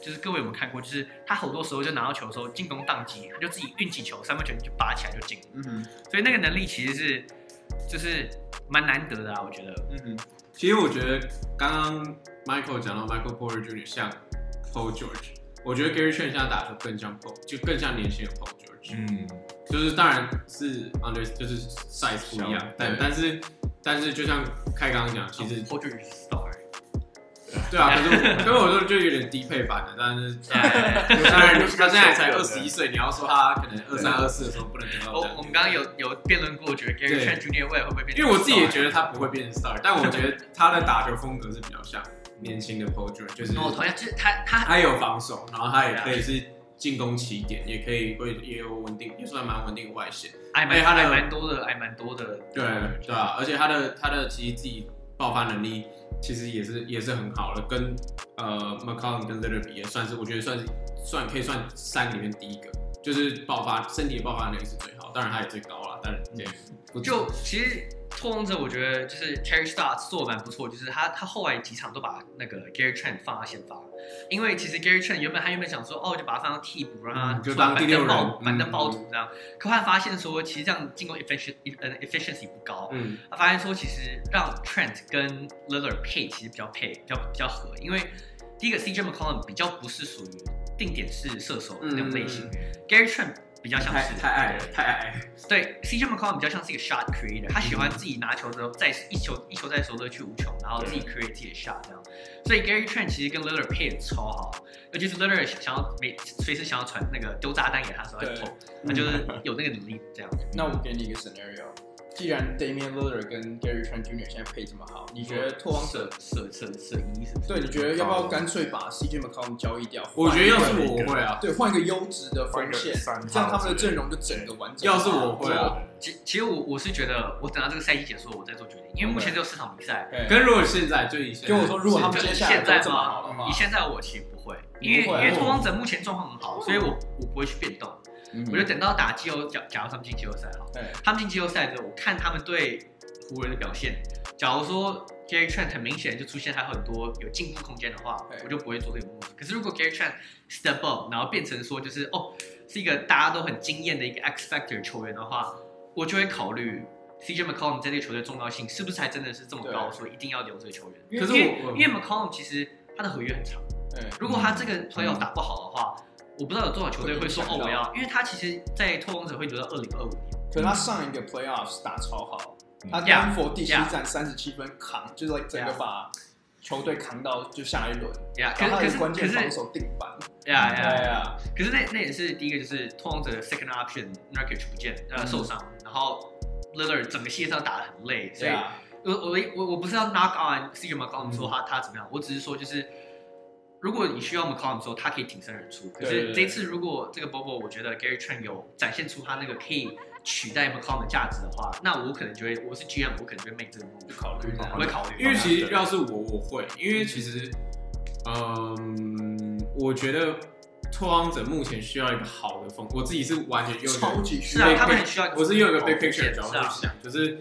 Speaker 4: 就是各位有没有看过，就是他好多时候就拿到球的时候进攻宕机，他就自己运起球，三分球就拔起来就进了，
Speaker 1: 嗯哼，
Speaker 4: 所以那个能力其实是就是蛮难得的啊，我觉得。
Speaker 1: 嗯哼，
Speaker 3: 其实我觉得刚刚 Michael 讲到 Michael Porter Jr. 像 Paul George，我觉得 Gary Trent 现在打球更像 Paul，就更像年轻的 Paul George，、
Speaker 2: 嗯，
Speaker 3: 就是当然是 under 就是 size 不一样
Speaker 2: 小，
Speaker 3: 但
Speaker 1: 对
Speaker 3: 但是但是就像开刚刚讲，其实
Speaker 4: p o r t e r star，
Speaker 3: 对啊，可是我可是我 说就有点低配版的，但是当然
Speaker 4: 哎
Speaker 3: 当然他现在才二十一岁，你要说他可能二三二四的时候不能得 到
Speaker 4: 我
Speaker 3: 这样
Speaker 4: 哦我们刚刚有有辩论过，觉得 Gary
Speaker 3: 对
Speaker 4: Trent Jr. 未来会不会变？
Speaker 3: 因为我自己也觉得他不会变成 star，但我觉得他的打球风格是比较像年轻的 Paul George，就是
Speaker 4: 哦，同样就是他他
Speaker 3: 他有防守，然后他也可以是进攻起点，也可以会也有稳定，也算蛮稳定的外线。
Speaker 4: 矮
Speaker 3: 哎
Speaker 4: 蛮
Speaker 3: 他的
Speaker 4: 矮蛮多的，矮蛮多的，
Speaker 3: 对对啊，而且他的他的其实自己爆发能力其实也是也是很好的，跟呃 McCollum 跟 l i l l a r 比也算是我觉得算是算可以算三里面第一个，就是爆发身体的爆发能力是最好，当然他也最高了，但是对，不
Speaker 4: 就其实拓荒者，我觉得就是 Terry Stotts 做的蛮不错，就是他他后来几场都把那个 Gary Trent 放到先发，因为其实 Gary Trent 原本他原本想说哦就把他放到替补，让他
Speaker 3: 嗯就
Speaker 4: 做
Speaker 3: 当第
Speaker 4: 板
Speaker 3: 六
Speaker 4: 凳爆
Speaker 3: 人
Speaker 4: 板凳
Speaker 3: 嗯
Speaker 4: 爆土这样，可后来发现说其实这样进攻 efficient 呃 efficiency 不高，
Speaker 3: 嗯
Speaker 4: 他发现说其实让 Trent 跟 Lillard 配其实比较配比较比较合，因为第一个 CJ McCollum 比较不是属于定点式射手那种类型。Gary Trent 比较像
Speaker 3: 嗯太
Speaker 4: 是
Speaker 3: 太矮了，太矮了。
Speaker 4: 对 CJ McCollum 比较像是一个 shot creator，他喜欢自己拿球之后再一球一球再手的去无穷，然后
Speaker 1: 嗯
Speaker 4: 自己 create 自己的 shot 这样。所以 Gary Trent 其实跟 Lillard 配的超好，尤其是 Lillard 想要每随时想要传那个丢炸弹给他的时候他就投，他就是有那个能力这样。
Speaker 1: 那我给你一个 scenario，既然 Damian Lillard 跟 Gary Trent Jr. 现在配这么好，你觉得拓荒者
Speaker 4: 舍舍舍一是不是？
Speaker 1: 对，你觉得要不要干脆把 CJ McCollum 交易掉？
Speaker 3: 我觉得要
Speaker 1: 换一
Speaker 3: 是
Speaker 1: 个
Speaker 3: 我我会啊，
Speaker 1: 对，换一个优质的锋线，
Speaker 5: 换一个三号
Speaker 1: 这样他们的阵容就整个完整。
Speaker 3: 要是我会啊。
Speaker 4: 其其实我我是觉得，我等到这个赛季结束，我再做决定，因为目前只有四场比赛。
Speaker 1: 对，
Speaker 3: 跟如果现在就以前
Speaker 1: 跟我说，如果他们
Speaker 4: 就
Speaker 1: 接
Speaker 4: 是
Speaker 1: 下来
Speaker 4: 现在
Speaker 1: 都这么
Speaker 4: 吗
Speaker 1: 好的话
Speaker 4: 以，现在我其实不会，因为
Speaker 1: 不
Speaker 4: 因
Speaker 1: 会啊
Speaker 4: 为拓荒者目前状况很好，所以我我不会去变动。
Speaker 1: 嗯
Speaker 4: 我就等到打季后，假假如他们进季后赛好，
Speaker 1: 对
Speaker 4: 他们进季后赛之后，我看他们对湖人的表现。假如说 Gary Trent 很明显就出现他很多有进步空间的话
Speaker 1: 对，
Speaker 4: 我就不会做这个 move。可是如果 Gary Trent step up，然后变成说就是哦是一个大家都很惊艳的一个 X factor 球员的话，我就会考虑 CJ McCollum 在这个球队的重要性是不是还真的是这么高，
Speaker 1: 对
Speaker 4: 说一定要留这个球员。
Speaker 3: 可是
Speaker 4: 因为
Speaker 3: 我我
Speaker 4: 因为 McCollum 其实他的合约很长。
Speaker 1: 对
Speaker 4: 如果他这个朋友打不好的话，我不知道有多少球队会说
Speaker 1: 嗯会影响
Speaker 4: 哦
Speaker 1: 到
Speaker 4: 我要，因为他其实，在拓荒者会留到二零二五年，
Speaker 1: 可是他上一个 playoffs 打超好，
Speaker 5: 嗯
Speaker 1: 他
Speaker 4: Yeah，
Speaker 1: 丹佛第七
Speaker 4: yeah
Speaker 1: 战三十七分扛，就是 like 整个
Speaker 4: Yeah
Speaker 1: 把球队扛到就下一轮，
Speaker 4: 呀，可
Speaker 1: 然后他
Speaker 4: 可
Speaker 1: 的
Speaker 4: 是
Speaker 1: 关
Speaker 4: 可
Speaker 1: 键
Speaker 4: 是
Speaker 1: 防守定板。
Speaker 4: 呀
Speaker 1: 对
Speaker 4: 呀呀，
Speaker 1: 啊，
Speaker 4: 可是那那也是第一个就是拓荒者的 second option Nurkic 不见呃
Speaker 1: 嗯
Speaker 4: 受伤，然后 Lillard 整个系列赛打得很累，所
Speaker 1: 对
Speaker 4: 以
Speaker 1: 啊，
Speaker 4: 我我我我不是要 knock on CJ
Speaker 3: 嗯
Speaker 4: McCollum 说他他怎么样，我只是说就是，如果你需要 McCollum 的时候，他可以挺身而出。可
Speaker 1: 对对
Speaker 4: 是
Speaker 1: 对
Speaker 4: 这次如果这个 Bobo 我觉得 Gary Trent 有展现出他那个可以取代 McCollum 的价值的话，那我可能就会我是 GM，我可能就会 make 这个
Speaker 1: 就
Speaker 4: move，
Speaker 1: 考虑这
Speaker 4: 我
Speaker 1: 样
Speaker 4: 会。考虑。
Speaker 3: 因为其实要是我，我会，因为其实，嗯，我觉得拓荒者目前需要一个好的风，我自己是完全用一个
Speaker 1: 超级需
Speaker 4: 是
Speaker 1: 要
Speaker 4: 啊，
Speaker 3: 对
Speaker 4: 他们很需要。
Speaker 3: 我是用一个 big
Speaker 4: 是
Speaker 3: picture
Speaker 4: 啊
Speaker 3: 角度去想，就是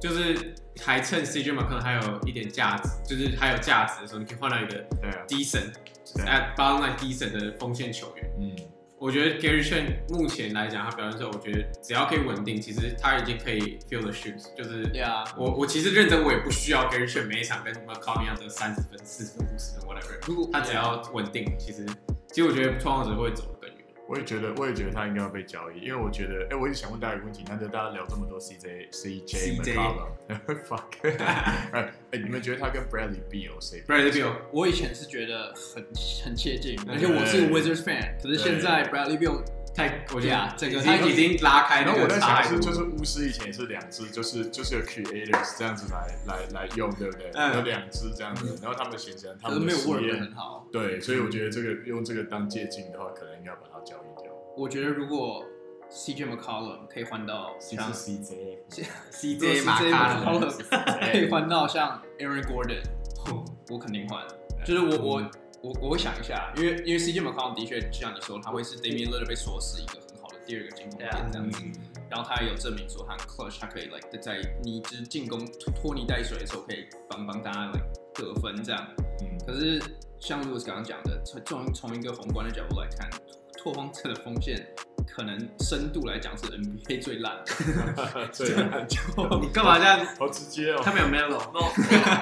Speaker 3: 就是还趁 CJ 马可能还有一点价值，就是还有价值的时候，你可以换到一个
Speaker 5: 对啊，
Speaker 3: decent
Speaker 5: 对
Speaker 3: at bottom line decent 的锋线球员。
Speaker 2: 嗯，
Speaker 3: 我觉得 Gary Trent 目前来讲，他表现出来，我觉得只要可以稳定，其实他已经可以 fill the shoes，就是
Speaker 1: 对啊，
Speaker 3: 我我其实认真，我也不需要 Gary Trent 每一场跟 McCollum 一样得三十分、四十分、五十分 whatever，
Speaker 1: 如果
Speaker 3: 他只要稳定，其实其实我觉得创造者会走得更远。
Speaker 5: 我也觉得，我也觉得他应该要被交易，因为我觉得，哎、我一直想问大家一个问题，难得大家聊这么多 CJ CJ
Speaker 3: CJ
Speaker 5: McCollum，fuck，哎、你们觉得他跟 Bradley Beal 谁
Speaker 3: Bradley Beal，
Speaker 1: 我以前是觉得很很切近，
Speaker 3: 对
Speaker 5: 嗯
Speaker 1: 而且我是 Wizards fan，可是现在 Bradley Beal
Speaker 3: 太我觉
Speaker 1: Yeah，
Speaker 3: 得
Speaker 1: 整个
Speaker 3: 已
Speaker 1: 他
Speaker 3: 经已经拉开
Speaker 5: 然
Speaker 3: 那
Speaker 5: 后我
Speaker 3: 个
Speaker 5: 在
Speaker 3: 差
Speaker 5: 想
Speaker 3: 异
Speaker 5: 是，就
Speaker 3: 了。
Speaker 5: 是巫师以前也是两只，就是就是有 creators 这样子来来来用，对不对？
Speaker 3: 嗯
Speaker 5: 有两只这样子，然后他们的显然他
Speaker 1: 可是
Speaker 5: 们
Speaker 1: 没
Speaker 5: 的
Speaker 1: 有
Speaker 5: 实
Speaker 1: work 得
Speaker 5: 验，
Speaker 1: 很好。
Speaker 5: 对，所以我觉得这个用这个当借镜的话，可能应该把它交易掉。
Speaker 1: 我觉得如果 CJ McCollum 可以换到像
Speaker 5: CJ，
Speaker 1: CJ
Speaker 3: CJ 马卡了，
Speaker 1: McCollum 可以换到像 Aaron Gordon，我肯定换。 就是我我我我会想一下，因为因为 CJ McCollum 的确就像你说，他会是 Damian Lillard 被锁死一个很好的第二个进攻点
Speaker 4: Yeah
Speaker 1: 这
Speaker 5: 嗯
Speaker 1: 样子。
Speaker 2: 嗯
Speaker 1: 然后他也有证明说他很 clutch，他可以 like 在你就是进攻拖泥带水的时候可以帮帮大家 like 得分这样。
Speaker 5: 嗯，
Speaker 1: 可是像 Louis 刚刚讲的，从从从一个宏观的角度来看，拓荒者的锋线可能深度来讲是 NBA 最烂的，
Speaker 5: 对，
Speaker 1: 就
Speaker 3: 你干嘛这样？
Speaker 5: 好直接哦
Speaker 3: 他。们有 Melo，
Speaker 4: 不，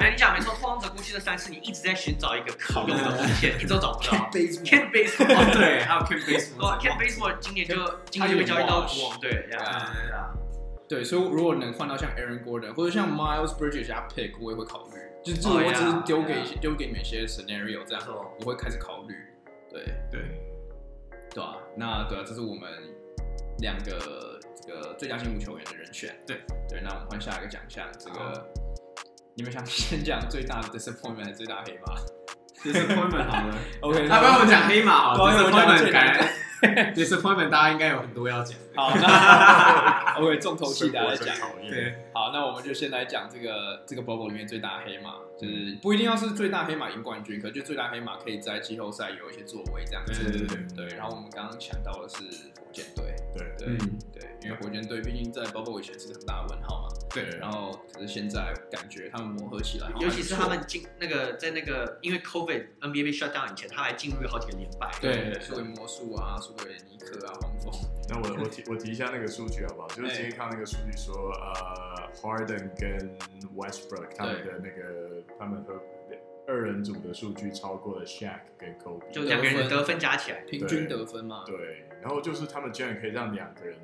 Speaker 4: 对你讲没错，拓荒者过去的三四年一直在寻找一个可用的锋线，一直都找不到。
Speaker 1: baseball
Speaker 4: Ken Baseball，
Speaker 3: 对，还有 Ken
Speaker 4: 哦
Speaker 3: Baseball，
Speaker 4: ，Ken Baseball 今年就今年就被交易到国王队，对啊，对啊。
Speaker 1: 对，所以如果能换到像 Aaron Gordon 或者像 Miles Bridges 加 pick，我也会考虑。就这，
Speaker 4: Oh,
Speaker 1: 我只是
Speaker 4: yeah,
Speaker 1: 丢给
Speaker 4: yeah.
Speaker 1: 丢给你们一些 scenario 这样
Speaker 4: 没错，
Speaker 1: 我会开始考虑。对
Speaker 3: 对，
Speaker 1: 对啊，那对啊，这是我们两个这个最佳进步球员的人选。
Speaker 3: 对
Speaker 1: 对，那我们换下一个奖项，这个你们想 先讲最大的 disappointment 还是最大黑马？
Speaker 3: d i s a p p o i n t m e n 好 了。
Speaker 1: OK，
Speaker 3: 他帮我讲黑马好
Speaker 1: 对
Speaker 3: 了
Speaker 1: 我讲得最
Speaker 3: ，disappointment
Speaker 1: 难
Speaker 3: 感觉 disappointment 大家应该有很多要讲。
Speaker 1: 好，那 OK，重头戏大家
Speaker 5: 真
Speaker 1: 讲。
Speaker 5: 讨厌。
Speaker 3: 对，
Speaker 1: 好，那我们就先来讲这个这个 bubble 里面最大黑马，就是不一定要是最大黑马赢冠军，可就最大黑马可以在季后赛有一些作为这样
Speaker 3: 对对
Speaker 1: 子。
Speaker 3: 对，
Speaker 1: 对，然后我们刚刚想到的是火箭队，
Speaker 5: 对
Speaker 1: 对、
Speaker 3: 嗯，
Speaker 1: 对，因为火箭队毕竟在 bubble 以前是个很大的问号嘛，
Speaker 3: 对，
Speaker 1: 然后可是现在感觉他们磨合起来好像还不错，
Speaker 4: 尤其是他们进那个在那个因为 COVID NBA 被 shut down 以前，他还进入了好几个连败。
Speaker 3: 对
Speaker 1: 输给魔术啊，输给尼克啊，黄蜂，
Speaker 5: 那我我提我提一下那个数据好不好？就是今天看到那个数据说，呃，Harden 跟 Westbrook 他们的那个他们和二人组的数据超过了 Shaq 跟 Kobe，
Speaker 4: 就两个人的得分加起来，
Speaker 1: 平均得分嘛，
Speaker 5: 对，然后就是他们居然可以让两个人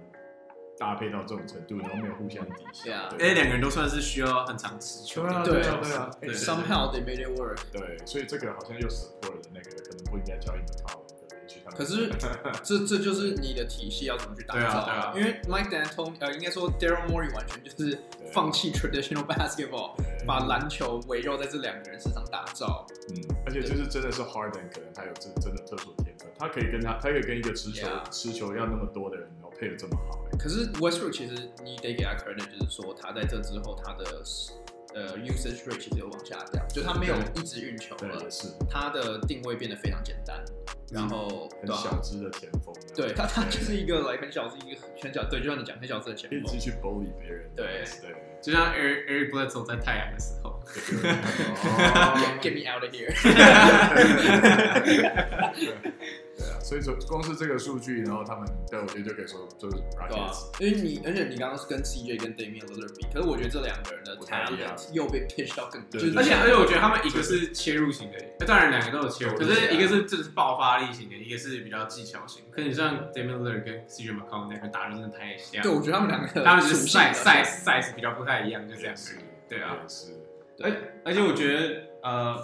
Speaker 5: 搭配到这种程度，然后没有互相抵
Speaker 1: 对啊
Speaker 5: 消，
Speaker 3: 哎，
Speaker 5: 对
Speaker 3: 两个人都算是需要很长持球
Speaker 5: 对啊
Speaker 3: 的，
Speaker 5: 对
Speaker 1: 对
Speaker 5: 啊对啊，哎
Speaker 3: 对
Speaker 1: somehow they made it work。
Speaker 5: 对，所以这个好像又 support 了那个可能不应该交易 McCollum 的，也许他们
Speaker 1: 可是这这就是你的体系要怎么去打造
Speaker 3: 对啊对啊
Speaker 1: 因为 Mike D'Antoni 呃，应该说 Daryl Morey 完全就是
Speaker 5: 对
Speaker 1: 放弃 traditional basketball，
Speaker 5: 对
Speaker 1: 把篮球围绕在这两个人身上打造。
Speaker 5: 嗯，而且就是真的是 Harden 可能他有真真的特殊的天分，他可以跟他他可以跟一个持球
Speaker 1: Yeah
Speaker 5: 持球要那么多的人，然后配的这么好，
Speaker 1: 可是 Westbrook 其实你得给他 credit，就是说他在这之后他的呃 usage rate 其实有往下掉，就他没有一直运球
Speaker 5: 对，
Speaker 1: 了
Speaker 5: 也，是
Speaker 1: 他的定位变得非常简单，然后
Speaker 2: 嗯
Speaker 5: 很
Speaker 1: 对啊
Speaker 5: 小只的前锋，
Speaker 1: 对他，他就是一个来很小，是一个很小，对，就像你讲很小只的前
Speaker 5: 一
Speaker 1: 锋
Speaker 5: 直，去 bully 别人，
Speaker 1: 对
Speaker 5: 对。
Speaker 3: 就像 Eric Eric Bledsoe 在太阳的时候，
Speaker 1: Yeah, get me out of here。
Speaker 5: 对啊，所以说光是这个数据，然后他们对我觉得就可以说就是
Speaker 1: 对啊
Speaker 5: Rockets，，
Speaker 1: 因为你，而且你刚刚是跟 CJ 跟 Damian l i l l a r 比，可是我觉得这两个人的
Speaker 5: 不太一样
Speaker 1: talent 又被 pitch 到更，就
Speaker 5: 对
Speaker 1: 是
Speaker 3: 而且而且我觉得他们一个是切入型的，呃当然两个都有切入，可
Speaker 1: 啊
Speaker 3: 是一个是就是爆发力型的，一个是比较技巧型。可是你像 Damian l i l l a r 跟 CJ McCollum 两个打的真的太像，
Speaker 1: 对我觉得他们两个
Speaker 3: 他们是
Speaker 1: 属性啊
Speaker 3: size
Speaker 1: 的
Speaker 3: size size 比较不太一样，就这样而已。对啊，
Speaker 5: 也是，
Speaker 1: 对，
Speaker 3: 而而且我觉得呃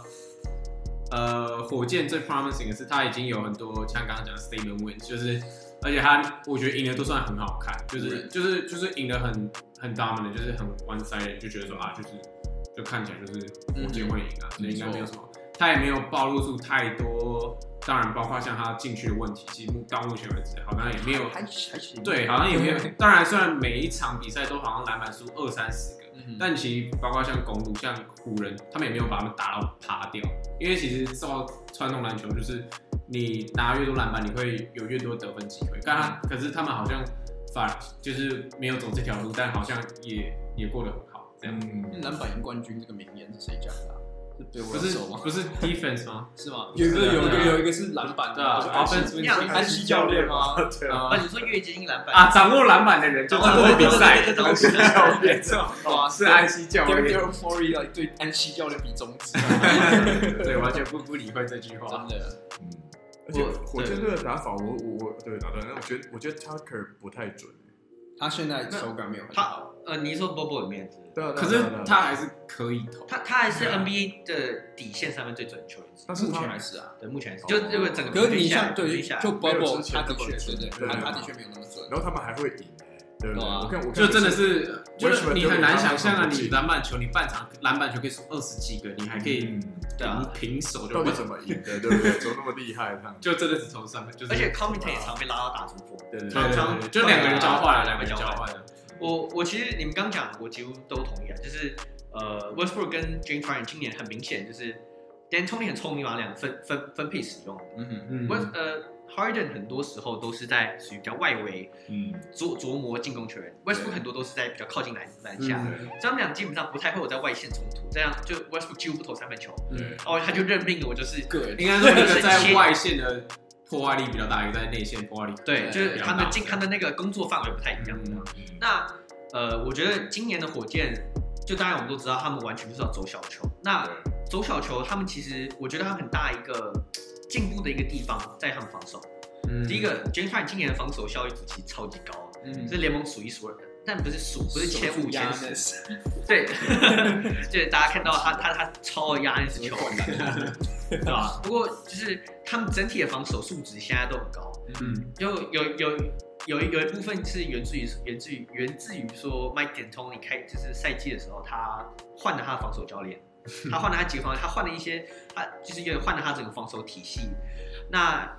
Speaker 3: 呃，火箭最 promising 的是他已经有很多像刚刚讲的 statement win，就是而且他我觉得赢的都算很好看，就是就是就是赢的很很 dominant，就是很 one sided，就觉得说啊，就是就看起来就是火箭会赢啊，
Speaker 1: 嗯
Speaker 3: 所以应该没有什么，他也没有暴露出太多。当然，包括像他禁区的问题，其实目到目前为止好像也没有
Speaker 1: 还还嗯行，
Speaker 3: 对，好像也没有。当然，虽然每一场比赛都好像篮板数二三十个，
Speaker 1: 嗯哼
Speaker 3: 但其实包括像公路、像湖人，他们也没有把他们打到趴掉。因为其实照传统篮球，就是你拿越多篮板，你会有越多得分机会。但他可是他们好像反而就是没有走这条路，但好像也也过得很好。这样
Speaker 1: 嗯
Speaker 5: 嗯，
Speaker 1: 篮板赢冠军这个名言是谁讲的啊？是对我
Speaker 3: 不是
Speaker 1: 手吗？
Speaker 3: 不是 defense 吗？
Speaker 1: 是吗？
Speaker 3: 不
Speaker 1: 有
Speaker 3: 是
Speaker 1: 一个有一个
Speaker 3: 对啊
Speaker 1: 有一个是篮板
Speaker 3: 对啊
Speaker 1: 的，
Speaker 3: ，offense
Speaker 1: 就是
Speaker 3: wins
Speaker 1: 安西安西教练吗？
Speaker 5: 对啊，
Speaker 4: 啊，
Speaker 3: 啊
Speaker 4: 你说越接近篮板
Speaker 3: 啊，，掌握篮板的人就掌握比赛。
Speaker 4: 对对对对对对
Speaker 3: 教练，
Speaker 1: 啊
Speaker 3: 是安西教
Speaker 1: d a r d a
Speaker 3: 练
Speaker 1: r。y Morey 来对安西教练比中指，
Speaker 3: 对，完全不不理会这句话。
Speaker 1: 真的，
Speaker 5: 嗯，而且
Speaker 3: 我
Speaker 5: 火箭队的打法，我我我对打断，那我觉得我觉得 Tucker 不太准，
Speaker 1: 他现在手感没有很
Speaker 4: 他
Speaker 1: 好，
Speaker 4: 呃，你说 Bobo 里面是不是
Speaker 5: 对啊，对啊
Speaker 3: 可是
Speaker 5: 对啊对啊
Speaker 3: 他还是可以投，
Speaker 4: 他他还是 NBA 的底线上面最准的球员之一，
Speaker 5: 但是
Speaker 1: 目前
Speaker 5: 他
Speaker 1: 还是啊。
Speaker 4: 对，目前是
Speaker 5: 哦
Speaker 4: 就这个整个
Speaker 1: 可是
Speaker 4: 平
Speaker 1: 你
Speaker 4: 均下
Speaker 1: 像
Speaker 4: 来
Speaker 1: 对，
Speaker 4: 平均下来
Speaker 1: 就
Speaker 5: 没有
Speaker 1: Bubble，
Speaker 5: 之前
Speaker 1: 他的
Speaker 5: 那么
Speaker 1: 确对
Speaker 5: 准
Speaker 1: 对，
Speaker 5: 对
Speaker 1: 他
Speaker 5: 对
Speaker 1: 他的
Speaker 5: 对
Speaker 1: 确没有那么准。
Speaker 5: 然后他们还会赢，哎对不
Speaker 1: 对
Speaker 5: 对？
Speaker 1: 啊
Speaker 5: 我看我看
Speaker 3: 就真的是，
Speaker 5: 我
Speaker 3: 就
Speaker 5: 也喜
Speaker 3: 是
Speaker 5: 欢
Speaker 3: 你很难想象啊！
Speaker 5: 这种
Speaker 3: 你篮板球，你半场篮板球可以输二十几个，你还可以
Speaker 5: 嗯
Speaker 3: 平
Speaker 4: 对啊
Speaker 3: 平手就
Speaker 5: 到底怎么赢的，对不对？怎么那么厉害？他们
Speaker 3: 就真的只投三分，就是
Speaker 4: 而且 Covington 也常被拉到打中锋。
Speaker 5: 对对
Speaker 3: 对
Speaker 5: 对
Speaker 3: 对
Speaker 4: 常
Speaker 3: 对就两个人交换了，啊
Speaker 4: 对啊
Speaker 3: 两个人交
Speaker 4: 交
Speaker 3: 换了，
Speaker 4: 我我其实你们刚讲，我几乎都同意啊，就是呃，Westbrook 跟 James Harden 今年很明显就是 Dan Tony 很聪明嘛，两个分分分配使用。
Speaker 1: 嗯哼，
Speaker 3: 嗯
Speaker 4: West 呃 Harden 很多时候都是在属于比较外围
Speaker 5: 嗯，
Speaker 4: 琢琢磨进攻球员，Westbrook 很多都是在比较靠近篮篮下，
Speaker 3: 嗯
Speaker 4: 所以他们俩基本上不太会有在外线冲突，这样就 Westbrook 几乎不投三分球，
Speaker 3: 嗯
Speaker 5: 对
Speaker 4: 哦，他就认命了，我 就是
Speaker 1: 个
Speaker 3: 应该说一个在外线的破坏力比较大，一个在内线破坏力
Speaker 4: 对，就是
Speaker 3: 比较
Speaker 4: 他
Speaker 3: 大
Speaker 4: 们进他的那个工作范围不太一样。
Speaker 3: 嗯
Speaker 4: 那呃，我觉得今年的火箭，就当然我们都知道，他们完全就是要走小球。那走小球，他们其实我觉得他们很大一个进步的一个地方在他们防守。
Speaker 3: 嗯
Speaker 4: 第一个，James Harden 今年的防守效率其实超级高，啊
Speaker 1: 嗯
Speaker 4: 是联盟数一数二的，但不是数，不是前五前十。
Speaker 1: 十，
Speaker 4: 对， 对，大家看到他他他超压那是球， 对吧？不过就是他们整体的防守素质现在都很高，
Speaker 3: 嗯
Speaker 4: 有有有有一有一部分是源自于源自于源自于说 Mike D'Antoni 开就是赛季的时候，他换了他的防守教 练，他换了他几个防，他换了一些，他就是有点换了他整个防守体系。那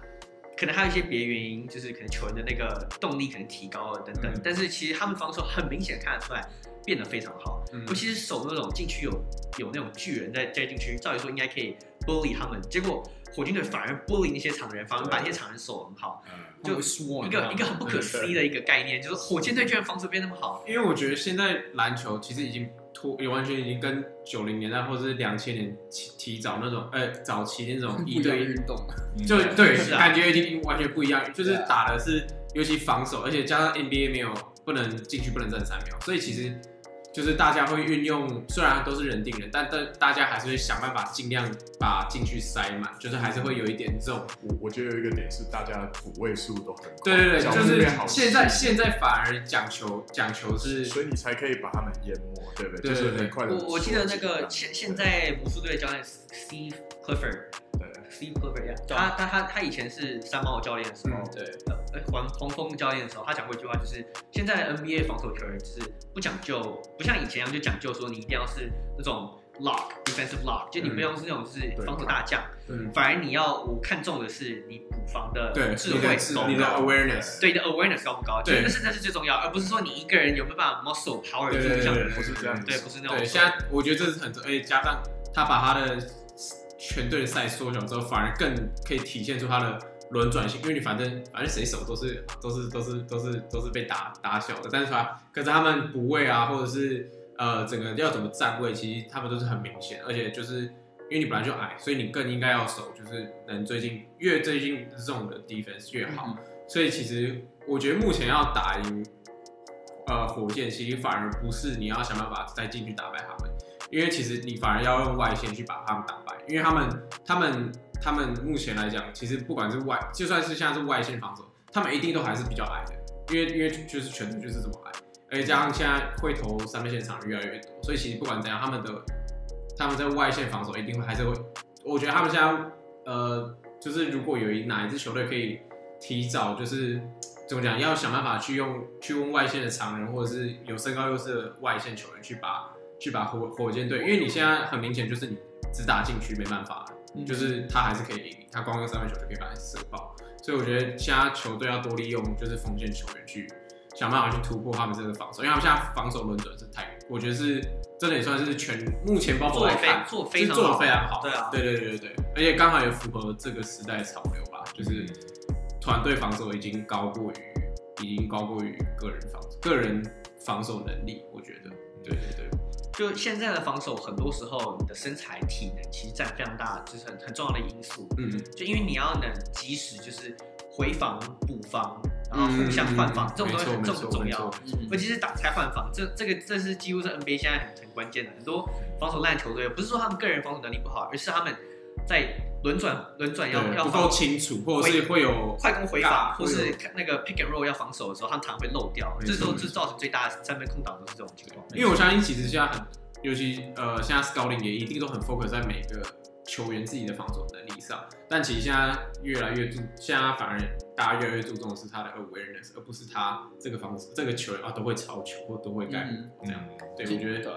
Speaker 4: 可能还有一些别原因，就是可能球员的那个动力可能提高了等等。
Speaker 3: 嗯
Speaker 4: 但是其实他们防守很明显看得出来变得非常好，
Speaker 3: 嗯
Speaker 4: 尤其是守那种禁区有有那种巨人在在禁区，照理说应该可以 bully 他们，结果火箭队反而 bully 那些常人，反而把那些常人守得很好。就
Speaker 1: 就 sworn
Speaker 4: 一个一个很不可思议的一个概念，就是火箭队居然防守变那么好。
Speaker 3: 因为我觉得现在篮球其实已经脱，也完全已经跟九零年代或者是两千年提提早那种，呃，早期那种一
Speaker 1: 一对
Speaker 3: 对一，
Speaker 1: 运动，
Speaker 3: 就对，
Speaker 4: 是啊
Speaker 3: 感觉已经完全不一样，就是
Speaker 1: 对啊
Speaker 3: 打的是，尤其防守，而且加上 NBA 没有不能进去，不能站三秒，所以其实就是大家会运用，虽然都是人定人，但但大家还是会想办法尽量把禁区塞满，就是还是会有一点这种。
Speaker 2: 我我觉得有一个点是大家补位数都很快，
Speaker 3: 嗯对对对，
Speaker 2: 脚
Speaker 3: 就
Speaker 2: 步
Speaker 3: 是
Speaker 2: 变好
Speaker 3: 现在现在反而讲求讲求是
Speaker 2: 所以你才可以把他们淹没，对不对？
Speaker 3: 对
Speaker 2: 就是
Speaker 3: 对
Speaker 2: 很快的。
Speaker 4: 我我记得那个现现在魔术队的教练 Steve Clifford，Steve
Speaker 2: 对
Speaker 4: Clifford，yeah，他
Speaker 3: 啊
Speaker 4: 他他他以前是三猫的教练的时候，
Speaker 2: 嗯
Speaker 1: 对，
Speaker 4: 呃，呃黄黄蜂教练的时候，他讲过一句话，就是现在的 NBA 防守球员就是不讲究，不像以前一样就讲究说你一定要是那种 lock defensive lock，就你不用是那种是
Speaker 2: 对
Speaker 4: 防守大将，
Speaker 3: 嗯，
Speaker 4: 反而你要我看重的是你补防的
Speaker 3: 对，
Speaker 4: 智
Speaker 3: 你
Speaker 4: 慧
Speaker 3: 的智
Speaker 4: 够
Speaker 3: 你
Speaker 4: 不
Speaker 3: 的
Speaker 4: 够。
Speaker 3: awareness，
Speaker 4: 对你的 awareness 高不高？
Speaker 3: 对
Speaker 4: 对，那是那是最重要，而不是说你一个人有没有办法 muscle power
Speaker 3: 对对
Speaker 4: 这
Speaker 3: 对
Speaker 4: 样
Speaker 3: 对
Speaker 4: 子。
Speaker 2: 不是这样子。
Speaker 4: 对，不是那种。
Speaker 3: 对，现在我觉得这是很重，而且加上他把他的全队的赛缩小之后，反而更可以体现出他的轮转性，因为你反正反正谁守都是都是都是都是都是被打打小的，但是他可是他们补位啊，或者是呃整个要怎么站位，其实他们都是很明显，而且就是因为你本来就矮，所以你更应该要守，就是能最近越最近这种的 defense 越
Speaker 4: 嗯
Speaker 3: 好，所以其实我觉得目前要打赢呃火箭，其实反而不是你要想办法再进去打败他们，因为其实你反而要用外线去把他们打败，因为他们他们他们目前来讲，其实不管是外，就算是现在是外线防守，他们一定都还是比较矮的，因为因为就是全队就是这么矮，而且加上现在会投三分线场越来越多，所以其实不管怎样，他们的他们在外线防守一定会还是会，我觉得他们现在呃，就是如果有一哪一支球队可以提早就是怎么讲，要想办法去用去用外线的常人或者是有身高优势的外线球员去把去把火火箭队，因为你现在很明显就是你只打禁区没办法了，就是他还是可以赢，他光用三分球就可以把你射爆，所以我觉得现在球队要多利用就是锋线球员去想办法去突破他们这个防守，因为他们现在防守轮转是太，我觉得是真的也算是全目前包括
Speaker 4: 做
Speaker 3: 来
Speaker 4: 得非
Speaker 3: 看
Speaker 4: 做得
Speaker 3: 就
Speaker 4: 非
Speaker 3: 是
Speaker 4: 常
Speaker 3: 做的
Speaker 4: 好
Speaker 3: 非，常好，
Speaker 4: 对啊
Speaker 3: 对对对对对，而且刚好也符合这个时代的潮流吧，就是
Speaker 4: 嗯
Speaker 3: 团队防守已经高过于，已经高过于个人防守，个人防守能力，我觉得，对对对，
Speaker 4: 就现在的防守，很多时候你的身材、体能其实占非常大，就是很很重要的因素。
Speaker 3: 嗯，
Speaker 4: 就因为你要能及时就是回防、补防，然后
Speaker 3: 嗯
Speaker 4: 互相换防，这种东西很重不重要？尤其是打拆换防，这这个这是几乎是 NBA 现在很很关键的。很多防守烂的球队，不是说他们个人防守能力不好，而是他们在轮转轮转要要
Speaker 3: 不
Speaker 4: 防
Speaker 3: 够清楚，或者是会有
Speaker 4: 快攻回法，或
Speaker 3: 会
Speaker 4: 是
Speaker 3: 有
Speaker 4: 那个 pick and roll 要防守的时候，他们常常会漏掉，
Speaker 3: 没错
Speaker 4: 这时候
Speaker 3: 没
Speaker 4: 就
Speaker 3: 错
Speaker 4: 造成最大的三分空档都是这种情况。
Speaker 3: 因为我相信，其实现在很，尤其呃，现在 scouting 也一定都很 focus 在每个球员自己的防守能力上，但其实现在越来越注，现在反而大家越来越注重的是他的 awareness，而不是他这个防守这个球员啊都会抄球或都会盖
Speaker 1: 嗯
Speaker 3: 帽这样。对，
Speaker 1: 其
Speaker 3: 我觉得
Speaker 1: 对，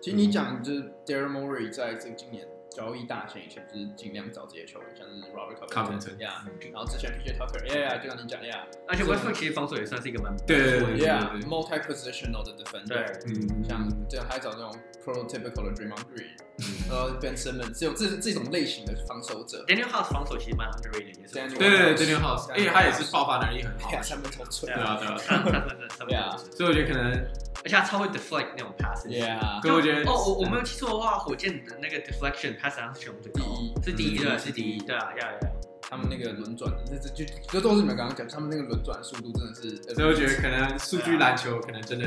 Speaker 1: 其实你讲就是 Daryl Morey 在这个今年交易大限以前，就是尽量找这些球员，像是 Robert
Speaker 3: Covington，
Speaker 1: 呀，然后之前 PJ Tucker，yeah，就像你讲 yeah，
Speaker 4: 而且 Westbrook 其实防守也算是一个蛮
Speaker 3: 对对对
Speaker 1: yeah multi positional 的 defender，
Speaker 4: 对
Speaker 3: 嗯，
Speaker 1: 像这样还找那种 prototypical 的 Draymond Green，然后 Ben Simmons 这种这这种类型的防守者，
Speaker 4: Daniel House 防守其实蛮 underrated，也是不错
Speaker 1: Daniel
Speaker 3: 对对对 d a n i House，而且他也是爆发能力很好，
Speaker 1: 呀，三分球准
Speaker 3: 对啊对啊，对啊
Speaker 4: 他他真的三分
Speaker 1: ，yeah
Speaker 4: 球，
Speaker 3: 所以我觉得可能，
Speaker 4: 而且他超会 deflect 那种 passes。
Speaker 1: yeah，
Speaker 3: 可我觉得
Speaker 4: 哦，我我没有记错的话，火箭的那个 deflection pass 上是全部最高，是第一对，是第一，对啊，要要要，
Speaker 1: 他们那个轮转的，这这就这都是你们刚刚讲，他们那个轮转速度真的是，呃
Speaker 3: 所以我觉得可能数据篮球可能真的，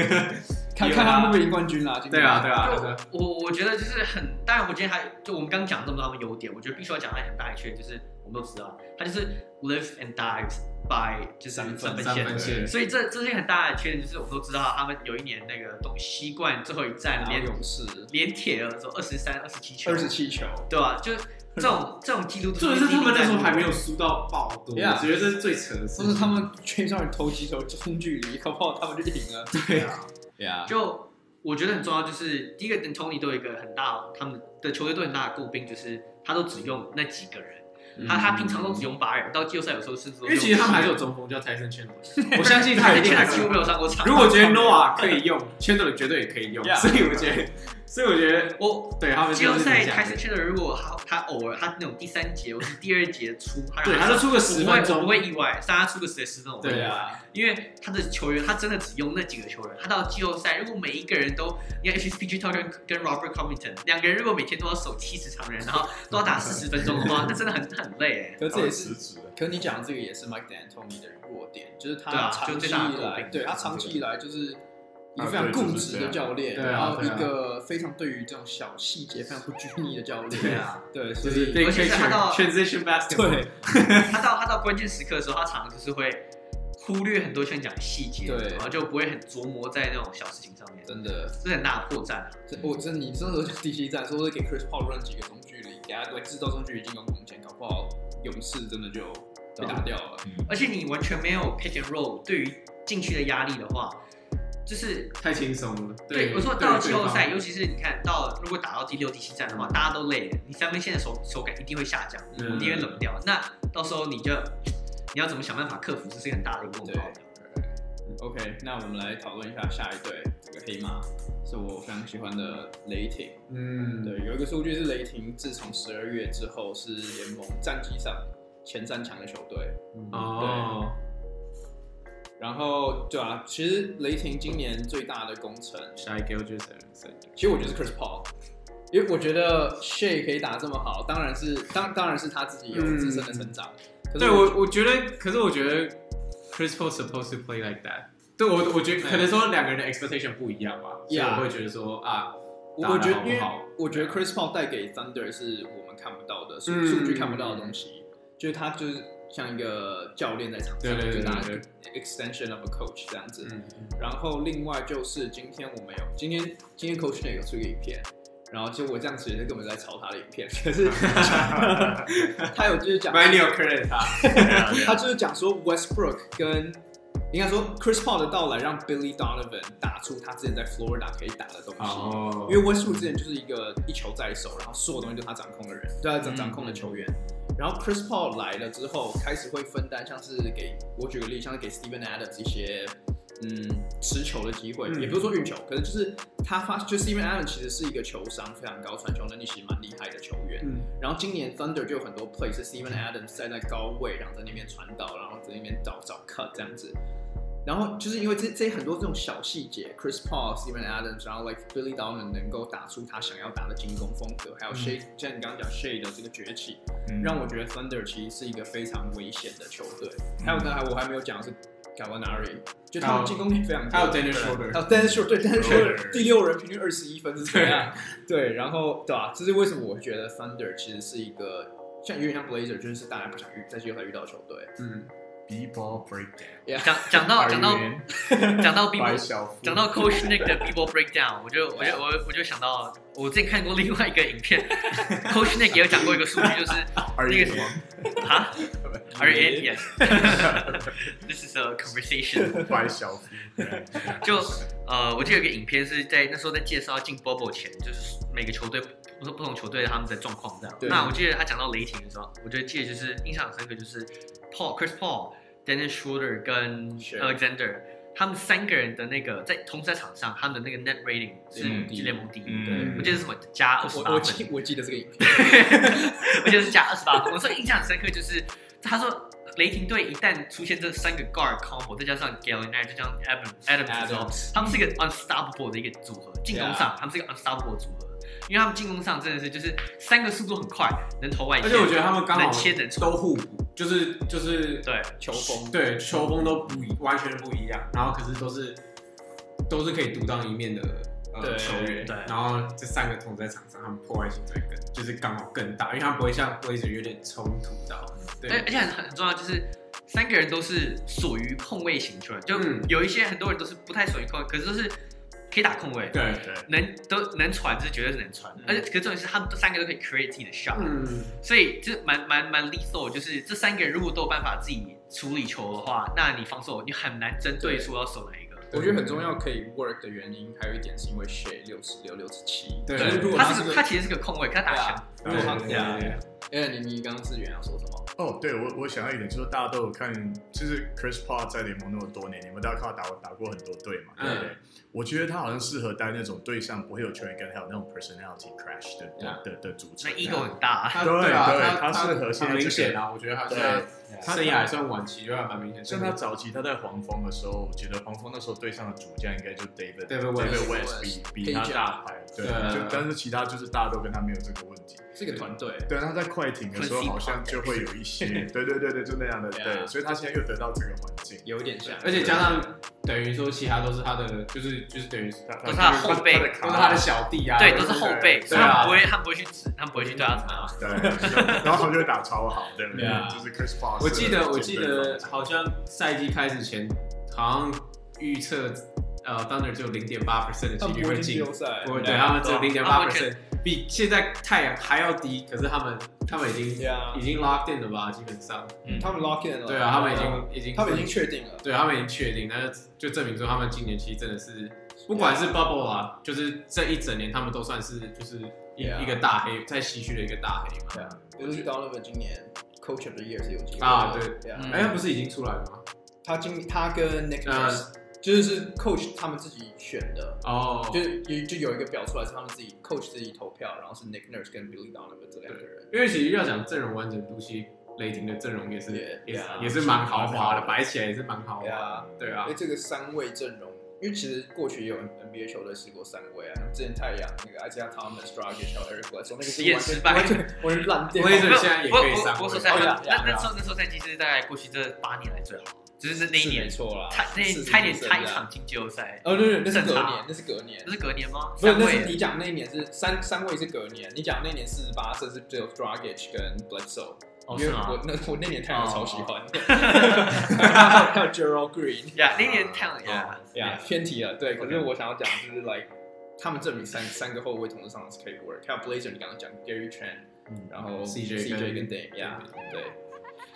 Speaker 1: 看
Speaker 3: 有啊
Speaker 1: 看他们会不会赢冠军啦，今
Speaker 3: 对
Speaker 1: 天
Speaker 3: 啊对啊，对啊
Speaker 4: 就我我觉得就是很，当然火箭还就我们刚刚讲这么多他们优点，我觉得必须要讲他很大一缺点就是我们都知道，他就是 lives and dies by 就是三分
Speaker 3: 三分
Speaker 4: 线。
Speaker 3: 线，
Speaker 4: 所以这这是很大的缺点，就是我们都知道他们有一年那个东西冠最后一战
Speaker 1: 打
Speaker 4: 连
Speaker 1: 勇士
Speaker 4: 连铁了，说二十三、二十七球，
Speaker 1: 二十七球。
Speaker 4: 对吧、就是这种这种记录，
Speaker 3: 重点是他们那时候还没有，输到爆多，
Speaker 1: Yeah
Speaker 3: 我觉得这是最扯的事
Speaker 1: 都是
Speaker 3: 情。
Speaker 1: 他们追上你投几球冲距离，搞不好他们就赢了。
Speaker 3: 对啊，
Speaker 1: 对啊，
Speaker 4: 就我觉得很重要，就是第一个跟 Tony 都有一个很大，他们的球队都有很大的诟病，就是他都只用那几个人，
Speaker 1: 嗯
Speaker 4: 他他平常都只用八人，到季后赛有时候甚至都
Speaker 3: 嗯因为其实他 们还是有
Speaker 4: 中，
Speaker 3: 中锋叫泰森·千德，我相信他
Speaker 4: 他
Speaker 3: 一定还
Speaker 4: 几乎没有上过场。
Speaker 3: 如果觉得 Noah 可以用，千德绝对也可以用，
Speaker 1: Yeah
Speaker 3: 所以我觉得，所以我觉得，
Speaker 4: 我
Speaker 3: 对他们
Speaker 4: 季
Speaker 3: 就
Speaker 4: 后
Speaker 3: 是
Speaker 4: 赛
Speaker 3: 这样
Speaker 4: 开始切的，如果他他偶尔他那种第三节或是第二节出，他
Speaker 3: 对，
Speaker 4: 让
Speaker 3: 他就出个十分
Speaker 4: 我不
Speaker 3: 钟，
Speaker 4: 会我不会意外，但他出个十十分钟，
Speaker 3: 对
Speaker 1: 啊，
Speaker 4: 因为他的球员，他真的只用那几个球员。他到季后赛，如果每一个人都，你看 HPG Talk 跟跟 Robert Covington 两个人，如果每天都要守七十场人，然后都要打四十分钟的话，那真的很很累哎。
Speaker 1: 可这也是
Speaker 2: 辞，职了，
Speaker 1: 可你讲的这个也是 Mike D'Antoni 的弱点，就是
Speaker 4: 对
Speaker 1: 他
Speaker 4: 啊
Speaker 1: 长期
Speaker 4: 就最大
Speaker 1: 以
Speaker 4: 的诟
Speaker 1: 来，
Speaker 4: 病
Speaker 1: 对他长期以来就是
Speaker 3: 啊
Speaker 1: 一个非常固执的教练，
Speaker 3: 对就是这
Speaker 1: 然
Speaker 3: 样
Speaker 1: 后
Speaker 3: 对
Speaker 1: 一
Speaker 3: 啊对啊
Speaker 1: 个非常对于这种小细节非常不拘泥的教练，
Speaker 4: 对啊，
Speaker 1: 对，
Speaker 3: 就
Speaker 1: 所
Speaker 3: 是
Speaker 1: 以
Speaker 3: big
Speaker 4: 而且是他到
Speaker 3: picture transition basketball，
Speaker 1: 对
Speaker 4: 他到他到关键时刻的时候，他常常就是会忽略很多像你讲的细节，
Speaker 1: 对
Speaker 4: 然后就不会很琢磨在那种小事情上面，
Speaker 1: 真的，
Speaker 4: 这是很大的破绽啊。
Speaker 1: 这我真的你真的第七站，说是给 Chris Paul 扔几个中距离，给他来制造中距离进攻空间，搞不好勇士真的就被打掉了。
Speaker 4: 而且你完全没有 pick and roll 对于禁区的压力的话，就是
Speaker 3: 太轻松了。
Speaker 4: 对我说到
Speaker 3: 对
Speaker 4: 季
Speaker 3: 对
Speaker 4: 后赛，
Speaker 3: 方
Speaker 4: 尤其是你看到如果打到第六、第七站的话，大家都累了，你三分线的手手感一定会下降，
Speaker 3: 嗯
Speaker 4: 一定会冷掉。那到时候你就你要怎么想办法克服，这是一个很大的一个问
Speaker 1: 对
Speaker 4: 号。
Speaker 1: OK，那我们来讨论一下下一队这个黑马，是我非常喜欢的雷霆。
Speaker 3: 嗯，
Speaker 1: 对，有一个数据是雷霆自从十二月之后是联盟战绩上前三强的球队。
Speaker 3: 哦，
Speaker 1: 然后对啊，其实雷霆今年最大的功臣，
Speaker 3: 下一个就是 Anderson
Speaker 1: 其实我觉得是 Chris Paul，因为我觉得 Shay 可以打这么好，当然是当当然是他自己有自身的成长。可是
Speaker 3: 对我，我觉得，可是我觉得 Chris Paul supposed to play like that 对。我，我觉得可能说两个人的 expectation 不一样吧所以
Speaker 1: Yeah
Speaker 3: 我会觉得说啊，
Speaker 1: 我
Speaker 3: 打
Speaker 1: 我
Speaker 3: 得
Speaker 1: 觉得
Speaker 3: 好，不
Speaker 1: 因为
Speaker 3: 好
Speaker 1: 我觉得 Chris Paul 带给 Thunder 是我们看不到的数
Speaker 3: 嗯
Speaker 1: 数据看不到的东西，嗯就是他就是像一个教练在场上，
Speaker 3: 对对对
Speaker 1: 就是拿
Speaker 3: 对
Speaker 1: extension of a coach 这样子。
Speaker 3: 嗯，
Speaker 1: 然后另外就是今天我们有今天今天 Coach Nick 有出一个影片，然后其实我这样其实根本在抄他的影片，可 是他有就是讲，
Speaker 3: 蛮有 credit 他，
Speaker 1: 他就是讲说 Westbrook 跟应该说 Chris Paul 的到来让 Billy Donovan 打出他之前在 Florida 可以打的东西。
Speaker 3: 哦
Speaker 1: 因为温树之前就是一个一球在手，然后所有东西都他掌控的人，对他掌
Speaker 3: 嗯
Speaker 1: 掌控的球员。然后 Chris Paul 来了之后，开始会分担，像是给我举个例，像是给 Steven Adams 一些嗯持球的机会，
Speaker 3: 嗯
Speaker 1: 也不是说运球，可是就是他发，就 Steven Adams 其实是一个球商非常高、传球能力其实蛮厉害的球员。
Speaker 3: 嗯
Speaker 1: 然后今年 Thunder 就有很多 play 是 Steven Adams 站在高位，然后在那边传导，然后在那边找找 cut 这样子。然后就是因为这这很多这种小细节，Chris Paul、Steven Adams，然后 like Billy Donovan 能够打出他想要打的进攻风格，
Speaker 3: 嗯
Speaker 1: 还有 Shay，、像你刚刚讲 Shay 的这个崛起，让我觉得 Thunder 其实是一个非常危险的球队。还有刚才我还没有讲的是 Gallinari，就他们进攻力非常多，
Speaker 3: 嗯还有 Dennis
Speaker 1: 还
Speaker 3: Schroeder
Speaker 1: 嗯有 Dennis Schroeder，对 Dennis Schroeder
Speaker 5: Schroeder
Speaker 1: 第六人平均二十一分 是怎么样？对，然后对啊吧、这是为什么我会觉得 Thunder 其实是一个像有点像 Blazer，就是大家不想遇在季后赛遇到的球队。
Speaker 3: 嗯，
Speaker 5: B ball breakdown，
Speaker 4: 讲讲到讲到讲到 B
Speaker 5: 白
Speaker 4: ball，
Speaker 5: 小腹，
Speaker 4: 讲到 Coach Nick 的 b b o breakdown，我就我就我我就想到，我之前看过另外一个影片，Coach Nick 也有讲过一个数据，就是
Speaker 5: 二
Speaker 4: 那个
Speaker 5: 月
Speaker 4: 什么啊，Are you in? Yes. This is a conversation.
Speaker 5: 白小腹，对
Speaker 4: 就呃，我记得有一个影片是在那时候在介绍进 Bobo 前，就是每个球队不是不同球队他们的状况这样。
Speaker 1: 对
Speaker 4: 那我记得他讲到雷霆的时候，我觉得记得就是印象很深刻，就是 Paul、Chris Paul、Dennis Schroeder 跟
Speaker 1: 是
Speaker 4: Alexander 他们三个人的那个在同时在场上，他们的那个 net rating 是
Speaker 1: 联盟第一
Speaker 4: 是联盟第一。
Speaker 5: 嗯
Speaker 4: 我记得是什么加二十
Speaker 1: 我
Speaker 4: 八
Speaker 1: 我
Speaker 4: 分，
Speaker 1: 记我记得这个影片。
Speaker 4: 我记得是加二十八分。我说印象很深刻，就是他说雷霆队一旦出现这三个 guard combo，再加上 Gallinari，再加上 Adam Adam 之后，他们是一个 unstoppable 的一个组合，进攻上他们是一个 unstoppable 组合，因为他们进攻上真的是就是三个速度很快，能投外线，
Speaker 3: 而且我觉得他们刚好
Speaker 4: 能切能出，
Speaker 3: 都互补，就是就是
Speaker 4: 对
Speaker 1: 球风
Speaker 3: 对球风都不一，完全不一样，然后可是都是都是可以独当一面的。
Speaker 1: 对
Speaker 3: 呃，球员，
Speaker 4: 对
Speaker 3: 然后这三个同时在场上，他们破坏性才更就是刚好更大，因为他们不会像 Blazer 有点冲突到，对
Speaker 4: 对，，而且很很重要就是。三个人都是属于控卫型球员，就
Speaker 3: 嗯
Speaker 4: 有一些很多人都是不太属于控卫，可是都是可以打控卫，
Speaker 3: 对，
Speaker 5: 对，
Speaker 4: 能都能传，这绝对是能传
Speaker 1: 嗯。
Speaker 4: 而且，可是重点是他们三个都可以 create 自己的 shot，、
Speaker 3: 嗯，
Speaker 4: 所以这蛮蛮蛮 lethal。就是这三个人如果都有办法自己处理球的话，那你防守你很难针对说要守哪一个。
Speaker 1: 我觉得很重要，可以 work 的原因还有一点是因为 Shay 六十六、六十七。
Speaker 3: 对
Speaker 1: 就是如果
Speaker 4: 他
Speaker 1: 是
Speaker 4: 是
Speaker 1: 个
Speaker 4: 个他其实是个空位，可他打
Speaker 1: 对
Speaker 4: 枪
Speaker 1: 啊。
Speaker 3: 对
Speaker 1: 如果他
Speaker 3: 对对对
Speaker 5: 啊
Speaker 1: 哎，你你刚刚是原要说什么？
Speaker 5: 哦，对我我想到一点，就是大家都有看，就是 Chris Paul 在联盟那么多年，你们大家看他打打过很多队嘛，对不对？我觉得他好像适合带那种队上不会有球员跟，还有那种 personality crash 的的的的组
Speaker 4: 那
Speaker 5: 成。
Speaker 4: ego 很大，
Speaker 3: 他
Speaker 5: 对
Speaker 3: 啊，
Speaker 5: 对
Speaker 3: 他
Speaker 5: 他适合现在
Speaker 3: 很明
Speaker 5: 这个
Speaker 3: 显啊，我觉得他现在
Speaker 5: 他
Speaker 3: 生涯还算晚期，就还蛮明显。
Speaker 5: 像他早期他在黄蜂的时候，我觉得黄蜂那时候队上的主将应该就 David
Speaker 3: David
Speaker 5: David
Speaker 1: West
Speaker 5: West 比
Speaker 1: David
Speaker 5: 比他
Speaker 1: West
Speaker 5: 大牌，对，
Speaker 3: 对
Speaker 5: 就但是其他就是大家都跟他没有这个问题。
Speaker 1: 是一个团队。
Speaker 5: 对，他在快艇的时候好像就会有一些，对对对对，就那样的，
Speaker 1: Yeah
Speaker 5: 对，所以他现在又得到这个环境，
Speaker 1: 有一点像，
Speaker 3: 而且加上等于说其他都是他的，就是就是等于是他
Speaker 4: 都是他的后辈
Speaker 3: 都是他的小弟啊，
Speaker 4: 对，都是后辈，所
Speaker 3: 对
Speaker 4: 以他们
Speaker 3: 啊
Speaker 4: 不，会，他们不会去指，他们不会去对他怎么样。
Speaker 5: 对，然后他们就会打超好，对不对
Speaker 3: 对啊？
Speaker 5: 就是 Chris Paul 是。
Speaker 3: 我记得我记得好像赛季开始前，好像预测呃 Thunder 只有零点八 percent 的
Speaker 1: 他
Speaker 3: 几
Speaker 1: 们
Speaker 3: 率
Speaker 1: 不
Speaker 3: 会
Speaker 1: 会进季
Speaker 3: 进
Speaker 1: 后，赛，
Speaker 3: 不会对他们只有零点
Speaker 4: 他
Speaker 3: 八
Speaker 1: Oh,
Speaker 4: 们
Speaker 3: percent，比现在太阳还要低，可是他们他们已经
Speaker 1: Yeah
Speaker 3: 已经 locked in 了吧，基本上，
Speaker 1: 啊他们 lock in 了，
Speaker 3: 对啊，他们已经已经
Speaker 1: 他们已经确定了，
Speaker 3: 对他们已经确定，那就就证明说他们今年其实真的是，不管是 bubble 啊，就是这一整年他们都算是就是一
Speaker 1: Yeah.
Speaker 3: 一个大黑，在西区的一个大黑嘛。
Speaker 1: 对啊，尤其 Donovan 今年 Coach of the Year 是有机会的
Speaker 3: 啊对，
Speaker 1: 对啊
Speaker 4: 嗯，
Speaker 3: 哎，他不是已经出来了吗？
Speaker 1: 他今他跟 Nick
Speaker 3: 嗯
Speaker 1: Nurse 就是是 Coach 他们自己选的，
Speaker 3: 哦，
Speaker 1: 就是有就有一个表出来是他们自己 Coach 自己投票，然后是 Nick Nurse 跟 Billy Donovan 这两个人，
Speaker 3: 因为其实要讲阵容完整度，其实雷霆的阵容也是
Speaker 1: Yeah.
Speaker 3: 也是
Speaker 1: Yeah.
Speaker 3: 也是蛮豪华的，摆起来也是蛮豪华
Speaker 1: 对
Speaker 3: 的。
Speaker 1: 啊，
Speaker 3: 对啊
Speaker 1: 因为，这个三位阵容。因为其实过去也有 NBA 球队试过三位啊，像之前太阳那个 i s a i a Thomas、Dragic 还有 Eric Bledsoe 那个
Speaker 4: 实验
Speaker 1: 完全
Speaker 4: 失败
Speaker 1: 完全完全烂掉。
Speaker 3: 我也是现在也可以上
Speaker 4: 不不不说
Speaker 3: 位
Speaker 4: 实在
Speaker 1: 哦呀
Speaker 4: 话，那
Speaker 1: 呀
Speaker 4: 那时候那时候赛季是大概过去这八年来最好，只是那一
Speaker 1: 是没
Speaker 4: 年
Speaker 1: 错啦，
Speaker 4: 差那
Speaker 1: 是
Speaker 4: 差一点
Speaker 1: 是
Speaker 4: 差一
Speaker 1: 是
Speaker 4: 场进季后赛，
Speaker 1: 哦，对对，那是隔
Speaker 4: 正常
Speaker 1: 年，那是隔年
Speaker 4: 那，是隔年吗？
Speaker 1: 不是，
Speaker 4: 三
Speaker 1: 那是
Speaker 4: 位
Speaker 1: 你讲那一年是三三位是隔年，你讲那年四十八胜是只有 Dragic 跟 Bledsoe，、
Speaker 4: 哦
Speaker 1: 因
Speaker 4: 是
Speaker 1: 为
Speaker 4: 吗
Speaker 1: 我？那我那年太阳
Speaker 4: 哦
Speaker 1: 超喜欢的，还有 Gerald Green，
Speaker 4: 呀，那一年太阳
Speaker 1: 啊
Speaker 4: 呀
Speaker 1: 呀、
Speaker 4: 呀，
Speaker 1: 偏题了，对，可是我想要讲就是 like 他们证明三三个后卫同时上场是可以 work，还有 Blazer 你刚刚讲 Gary Trent，、然后
Speaker 3: CJ 跟
Speaker 1: CJ 跟 Dame，呀、对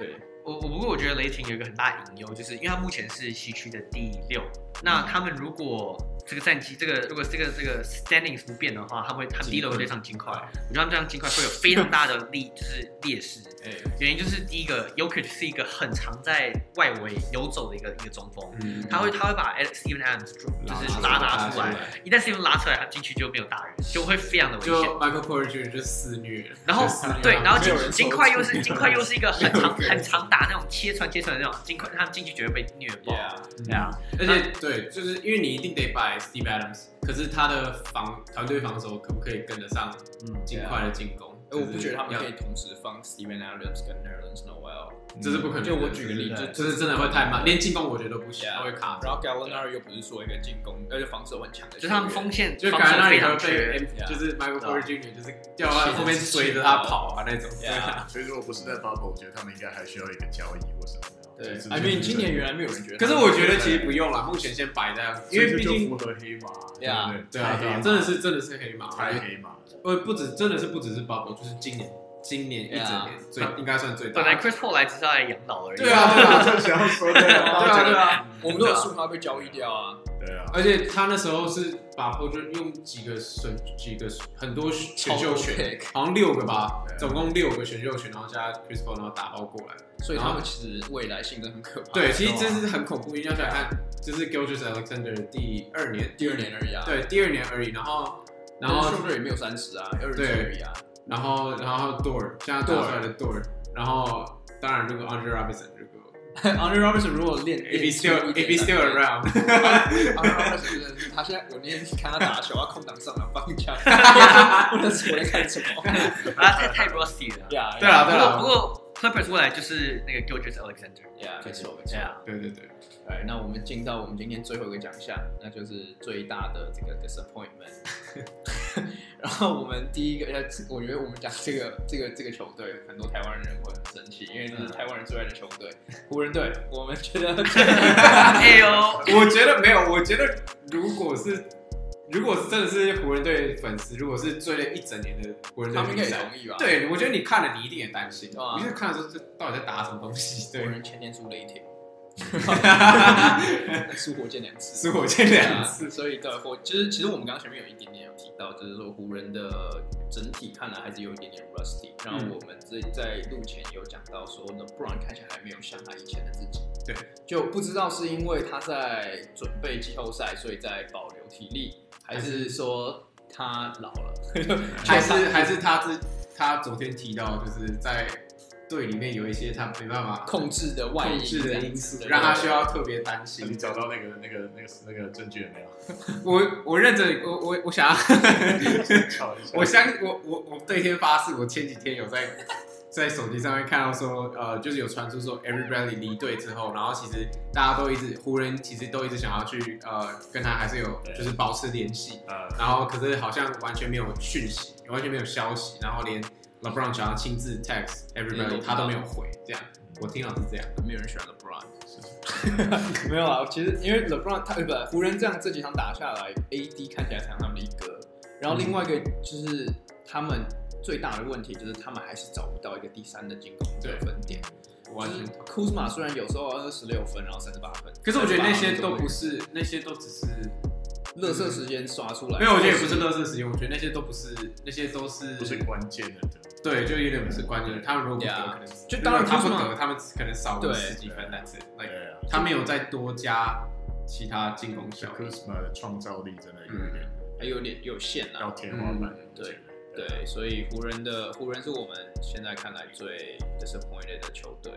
Speaker 1: 对，
Speaker 4: 我我不过我觉得雷霆有一个很大的隐忧，就是因为他目前是西区的第六，那他们如果这个战绩，这个如果这个这个 standings 不变的话，他们会他们第一轮会非常金块，我觉得他们这样金块会有非常大的利，就是劣势。
Speaker 1: 哎、
Speaker 4: 原因就是第一个 y o k i c 是一个很常在外围游走的一个一个中锋，
Speaker 3: 嗯，
Speaker 4: 他会他会把 Steven Adams 就是
Speaker 3: 拉
Speaker 4: 拉
Speaker 3: 拿
Speaker 4: 拿
Speaker 3: 出
Speaker 4: 出
Speaker 3: 来
Speaker 4: 来，一旦 Steven 拉出来，他进去就没有大人，就会非常的危
Speaker 3: 就
Speaker 4: 险。
Speaker 3: Michael Porter Jr. 就肆虐了，
Speaker 4: 然后
Speaker 3: 就肆虐
Speaker 4: 对，
Speaker 3: 了
Speaker 4: 然后
Speaker 1: 没
Speaker 4: 金
Speaker 1: 有人
Speaker 4: 金
Speaker 1: 收
Speaker 4: 块
Speaker 1: 住
Speaker 4: 又是金块又是一个很常
Speaker 3: 没有人
Speaker 4: 很常打那种切穿切穿的那种金块，他们进去绝对被虐爆。
Speaker 1: yeah，
Speaker 4: 对啊，
Speaker 3: 而且对，就是因为你一定得摆 Steve Adams，可是他的防团队防守可不可以跟得上
Speaker 4: 嗯，
Speaker 3: 尽快的进攻？
Speaker 1: 哎，我不觉得他们可
Speaker 3: 以，
Speaker 1: 以同时放 Steven Adams 跟 Nerlens Noel，
Speaker 5: 嗯
Speaker 3: 这是不可能的。
Speaker 1: 就我举个例子
Speaker 3: 这是就是真的会太慢，连进攻我觉得都不行，
Speaker 1: Yeah
Speaker 3: 他会卡住。
Speaker 1: 然后 Gallinari 又不是说一个进攻，而且防守很强的球员，
Speaker 4: 就是他们锋线
Speaker 3: 就
Speaker 4: 防
Speaker 3: 感觉
Speaker 4: 守
Speaker 3: 那
Speaker 4: 非
Speaker 3: 里
Speaker 4: 常
Speaker 3: 会
Speaker 4: 缺。
Speaker 3: 被
Speaker 1: Yeah
Speaker 3: 就是 Michael Porter Jr. 就是掉到后面追着他跑啊那种。对啊，
Speaker 5: 所以如果不是在 Bubble，我觉得他们应该还需要一个交易或什么的。
Speaker 1: 对
Speaker 5: 就是
Speaker 1: ，I mean 今年原来没有人觉得他，
Speaker 3: 可是我觉得其实不用了，目前先摆在，因为
Speaker 5: 这
Speaker 3: 毕
Speaker 5: 就
Speaker 3: 竟
Speaker 5: 符合黑马，对不
Speaker 1: Yeah，
Speaker 3: 对啊，对
Speaker 5: 太
Speaker 3: 啊，
Speaker 5: 黑马
Speaker 3: 真的是真的是黑马，
Speaker 5: 太黑马了。
Speaker 3: 不不止真的是不只是 bubble，就是今年今年一整年
Speaker 1: Yeah
Speaker 3: 最应该算最大
Speaker 4: 本
Speaker 3: 的。
Speaker 4: 来 Chris Paul 来只是来养老 而已。
Speaker 3: 对啊，对啊，
Speaker 5: 就想要说的，
Speaker 3: 对啊，对啊。
Speaker 1: 我们都有数他被交易掉啊，
Speaker 5: 对啊，
Speaker 3: 而且他那时候是把波就用几个选几个很多啊选秀权，
Speaker 1: pick，
Speaker 3: 好像六个吧
Speaker 5: 对，啊
Speaker 3: 总共六个选秀权，然后加 Chris Paul，然后打包过来。
Speaker 1: 所以他们其实未来性真的很可怕。
Speaker 3: 对，其实
Speaker 1: 啊
Speaker 3: 这是很恐怖。你要想想看，这是 Gilgis Alexander 第二年，
Speaker 1: 第二年而已啊，，
Speaker 3: 对第二年而已。然后，然
Speaker 1: 但
Speaker 3: 后
Speaker 1: 是数队也没有三十啊，二十
Speaker 3: 对
Speaker 1: 而已啊，
Speaker 3: 然后，然后 Door 现在打出来的 Door，然后当然如果 Andre Robinson 如果
Speaker 1: Andre Robertson 如果练
Speaker 3: if he still if he still around，
Speaker 1: Andre Robertson 真的是他现在我那天看他打球，他空档上篮放 枪，我那时候我在看什 么？
Speaker 4: 啊，太太 rusty 了。
Speaker 1: 呀，
Speaker 3: 对啊
Speaker 4: 不
Speaker 3: 对
Speaker 4: 过不过 Clippers 未来就是那个 g i l g i s Alexander。
Speaker 1: 呀，没错没
Speaker 4: 对
Speaker 1: 错。
Speaker 4: 啊，
Speaker 3: 对对对，
Speaker 1: 哎，那我们进到我们今天最后一个奖项，那就是最大的这个 disappointment。然后我们第一个，呃我觉得我们讲这个这个这个球队，很多台湾人会很生气，因为这是台湾人最爱的球队——湖人队。我们觉得
Speaker 4: 哎呦，
Speaker 3: 我觉得没有，我觉得如果是如果是真的是湖人队粉丝，如果是追了一整年的湖人队
Speaker 1: 他们应
Speaker 3: 比
Speaker 1: 该也
Speaker 3: 赛，
Speaker 1: 同意吧？，
Speaker 3: 对我觉得你看了你一定也担心，
Speaker 1: 对啊
Speaker 3: 你就看的时候这到底在打什么东西？
Speaker 1: 湖
Speaker 3: 对，
Speaker 1: 人前年输雷霆，输火箭两次，
Speaker 3: 是火箭
Speaker 1: 对
Speaker 3: 两
Speaker 1: 啊，
Speaker 3: 次，
Speaker 1: 所以对火，其实其实我们刚刚前面有一点点有提到，就是说湖人的整体看来还是有一点点 rusty。然后
Speaker 3: 嗯
Speaker 1: 我们这在录前有讲到说，LeBron 看起来还没有像他以前的自己。
Speaker 3: 对，
Speaker 1: 就不知道是因为他在准备季后赛，所以在保留体力，还是说他老了， 啊
Speaker 3: 还是还是他自他昨天提到，就是在队里面有一些他没办法
Speaker 1: 控制的外
Speaker 3: 控
Speaker 1: 因
Speaker 3: 制
Speaker 1: 这
Speaker 3: 的
Speaker 1: 样
Speaker 3: 因素
Speaker 1: 对，
Speaker 3: 让他
Speaker 1: 对
Speaker 3: 需要特别担心
Speaker 5: 你。找到那个那个那个那个证据了没有？
Speaker 3: 我我认真，我我 我想要，
Speaker 5: 瞧一下
Speaker 3: 我相我我我对天发誓，我前几天有在在手机上面看到说，呃，就是有传出说 Every Bradley 离队之后，然后其实大家都一直湖人其实都一直想要去呃跟他还是有
Speaker 5: 对
Speaker 3: 就是保持联系，
Speaker 5: 呃，
Speaker 3: 然后可是好像完全没有讯息，完全没有消息，然后连 LeBron 想要亲自 text Every
Speaker 1: 也都
Speaker 3: Bradley
Speaker 1: 不知道
Speaker 3: 他都没有回，这样我听到是这样，
Speaker 1: 没有人喜欢 LeBron。没有啊，其实因为 LeBron 他呃不湖人这样这几场打下来，AD 看起来才是他们的一哥。然后另外一个就是他们最大的问题就是他们还是找不到一个第三的进攻得分点。
Speaker 3: 我完全。
Speaker 1: 就是 Kuzma 虽然有时候二十六分，然后三十八分，
Speaker 3: 可是我觉得那些都不是，那些都只是，
Speaker 1: 乐色时间刷出来。
Speaker 3: 没有，我觉得也不是乐色时间，我觉得那些都不是，那些都是
Speaker 5: 不是关键的得分，
Speaker 3: 对，就有点不是关键。他们如果不得
Speaker 1: Yeah
Speaker 3: 可能是
Speaker 1: 啊就当然
Speaker 3: 如果他
Speaker 1: Kuzma-
Speaker 3: 不得，他们可能少
Speaker 1: 对
Speaker 3: 了十几分，但是 like
Speaker 5: 对啊，
Speaker 3: 他没有再多加其他进攻
Speaker 5: 小
Speaker 3: 效率。
Speaker 5: Kuzma 的创造力真的有点
Speaker 1: 还有点有限
Speaker 5: 到
Speaker 1: 啊。
Speaker 5: 天花板，
Speaker 1: 嗯对
Speaker 5: 啊
Speaker 1: 对，所以湖人的湖人是我们现在看来最 disappointed 的球队。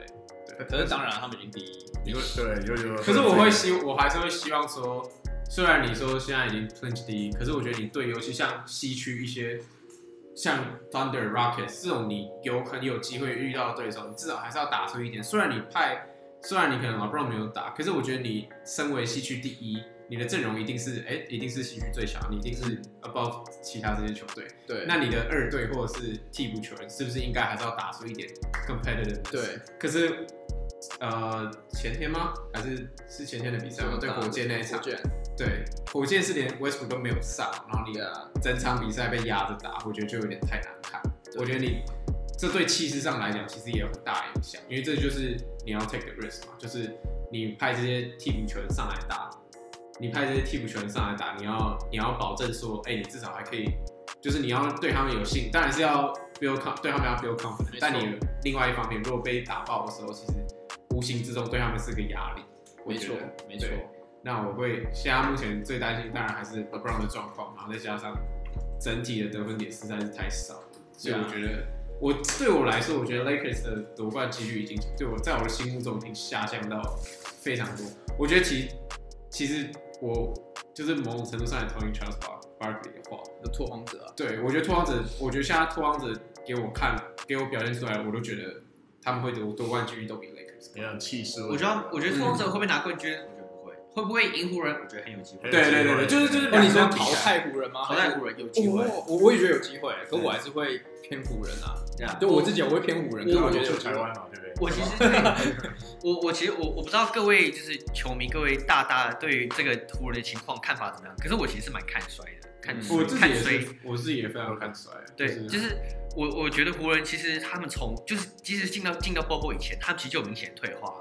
Speaker 5: 对
Speaker 1: 可是当然他们已经第一，
Speaker 5: 你会对，就就
Speaker 3: 可是我会希，我还是会希望说，虽然你说现在已经 clinch 第一，可是我觉得你对，尤其像西区一些像 Thunder、Rockets 这种你有很有机会遇到的对手，你至少还是要打出一点。虽然你派，虽然你可能 LeBron 没有打，可是我觉得你身为西区第一，你的阵容一定是，哎、一定是西区最强，你一定是 above 其他这些球队。
Speaker 1: 对，
Speaker 3: 那你的二队或者是替补球员，是不是应该还是要打出一点 competitive？
Speaker 1: 对，
Speaker 3: 可是，呃，前天吗？还是是前天的比赛吗？对火箭那一场
Speaker 1: 火，箭
Speaker 3: 对火箭是连 Westbrook 都没有上，然后你
Speaker 1: 对啊，
Speaker 3: 整场比赛被压着打，我觉得就有点太难看。我觉得你这对气势上来讲，其实也有很大影响，因为这就是你要 take the risk 嘛，就是你派这些替补球员上来打，你派这些替补球员上来打，你要你要保证说，哎、你至少还可以，就是你要对他们有信，当然是要 build con，对他们要 build confidence，
Speaker 1: 没错
Speaker 3: 但你另外一方面，如果被打爆的时候，其实无形之中对他们是个压力。我
Speaker 1: 没
Speaker 3: 觉
Speaker 1: 错
Speaker 3: 得
Speaker 1: 没错，
Speaker 3: 对那我会现在目前最担心，当然还是 LeBron 的状况，然后再加上整体的得分点实在是太少，所以我
Speaker 4: 啊
Speaker 5: 啊
Speaker 3: 觉得我对我来说，我觉得 Lakers 的夺冠几率已经对我在我的心目中已经下降到非常多。我觉得其其实我就是某种程度上也同意 Charles Bar- Barkley 的话，
Speaker 1: 有拓荒者啊，
Speaker 3: 对我觉得拓荒者，我觉得现在拓荒者给我看给我表现出来，我都觉得他们会夺夺冠几率都比
Speaker 4: 嗯
Speaker 3: Lakers
Speaker 5: 没
Speaker 3: 高。
Speaker 5: 有气势，
Speaker 4: 我觉得，我觉得拓荒者会不会拿冠军？我觉得不会。会不会赢湖人？我觉得很有机会。
Speaker 3: 对对对对，就是就是
Speaker 1: 哦，
Speaker 3: 两
Speaker 1: 你说
Speaker 3: 个比
Speaker 1: 淘
Speaker 3: 赛，
Speaker 1: 汰湖人吗？
Speaker 4: 淘汰湖人有机会。
Speaker 1: 哦，我我也觉得有机会，可我还是会偏湖人啊。
Speaker 4: 这样
Speaker 1: 对我自己，我会偏湖人，可是
Speaker 5: 我
Speaker 1: 我觉
Speaker 5: 觉
Speaker 1: 得
Speaker 5: 得
Speaker 1: 有
Speaker 5: 有
Speaker 1: 机
Speaker 5: 台
Speaker 1: 会。
Speaker 5: 湾嘛，对不对？
Speaker 4: 我其实对，我我其实我我不知道各位就是球迷，各位大大对于这个湖人的情况看法怎么样？可是我其实是蛮看衰的，看
Speaker 1: 嗯
Speaker 3: 我
Speaker 4: 衰
Speaker 3: 自己
Speaker 4: 看
Speaker 3: 也
Speaker 4: 衰
Speaker 3: 是，我自己也非常看衰。
Speaker 4: 对，就是我我觉得湖人其实他们从就是即使进到进到 Bobo 以前，他们其实就有明显退化。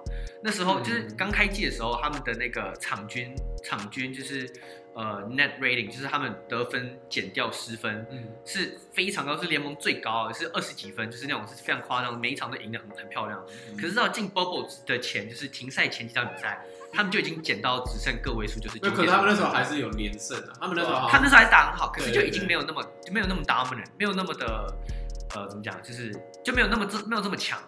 Speaker 4: 那时候就是
Speaker 3: 嗯
Speaker 4: 刚开季的时候，他们的那个场均场均就是呃 net rating，就是他们得分减掉失分
Speaker 3: 嗯，
Speaker 4: 是非常高，是联盟最高的，是二十几分，就是那种是非常夸张，每一场都赢得很很漂亮。
Speaker 3: 嗯
Speaker 4: 可是到进 Bobo 的前，就是停赛前几场比赛，他们就已经减到只剩个位数，就是
Speaker 3: 那
Speaker 4: 9
Speaker 3: 可是他们那时候
Speaker 4: 点
Speaker 3: 还是有连胜的，他们那时候好
Speaker 4: 他
Speaker 3: 像
Speaker 4: 那时候还是打得很好，可是
Speaker 3: 对
Speaker 4: 就
Speaker 3: 对
Speaker 4: 已经没有那么就没有那么 dominant，没有那么的呃怎么讲，就是就没有那么这没有这么强。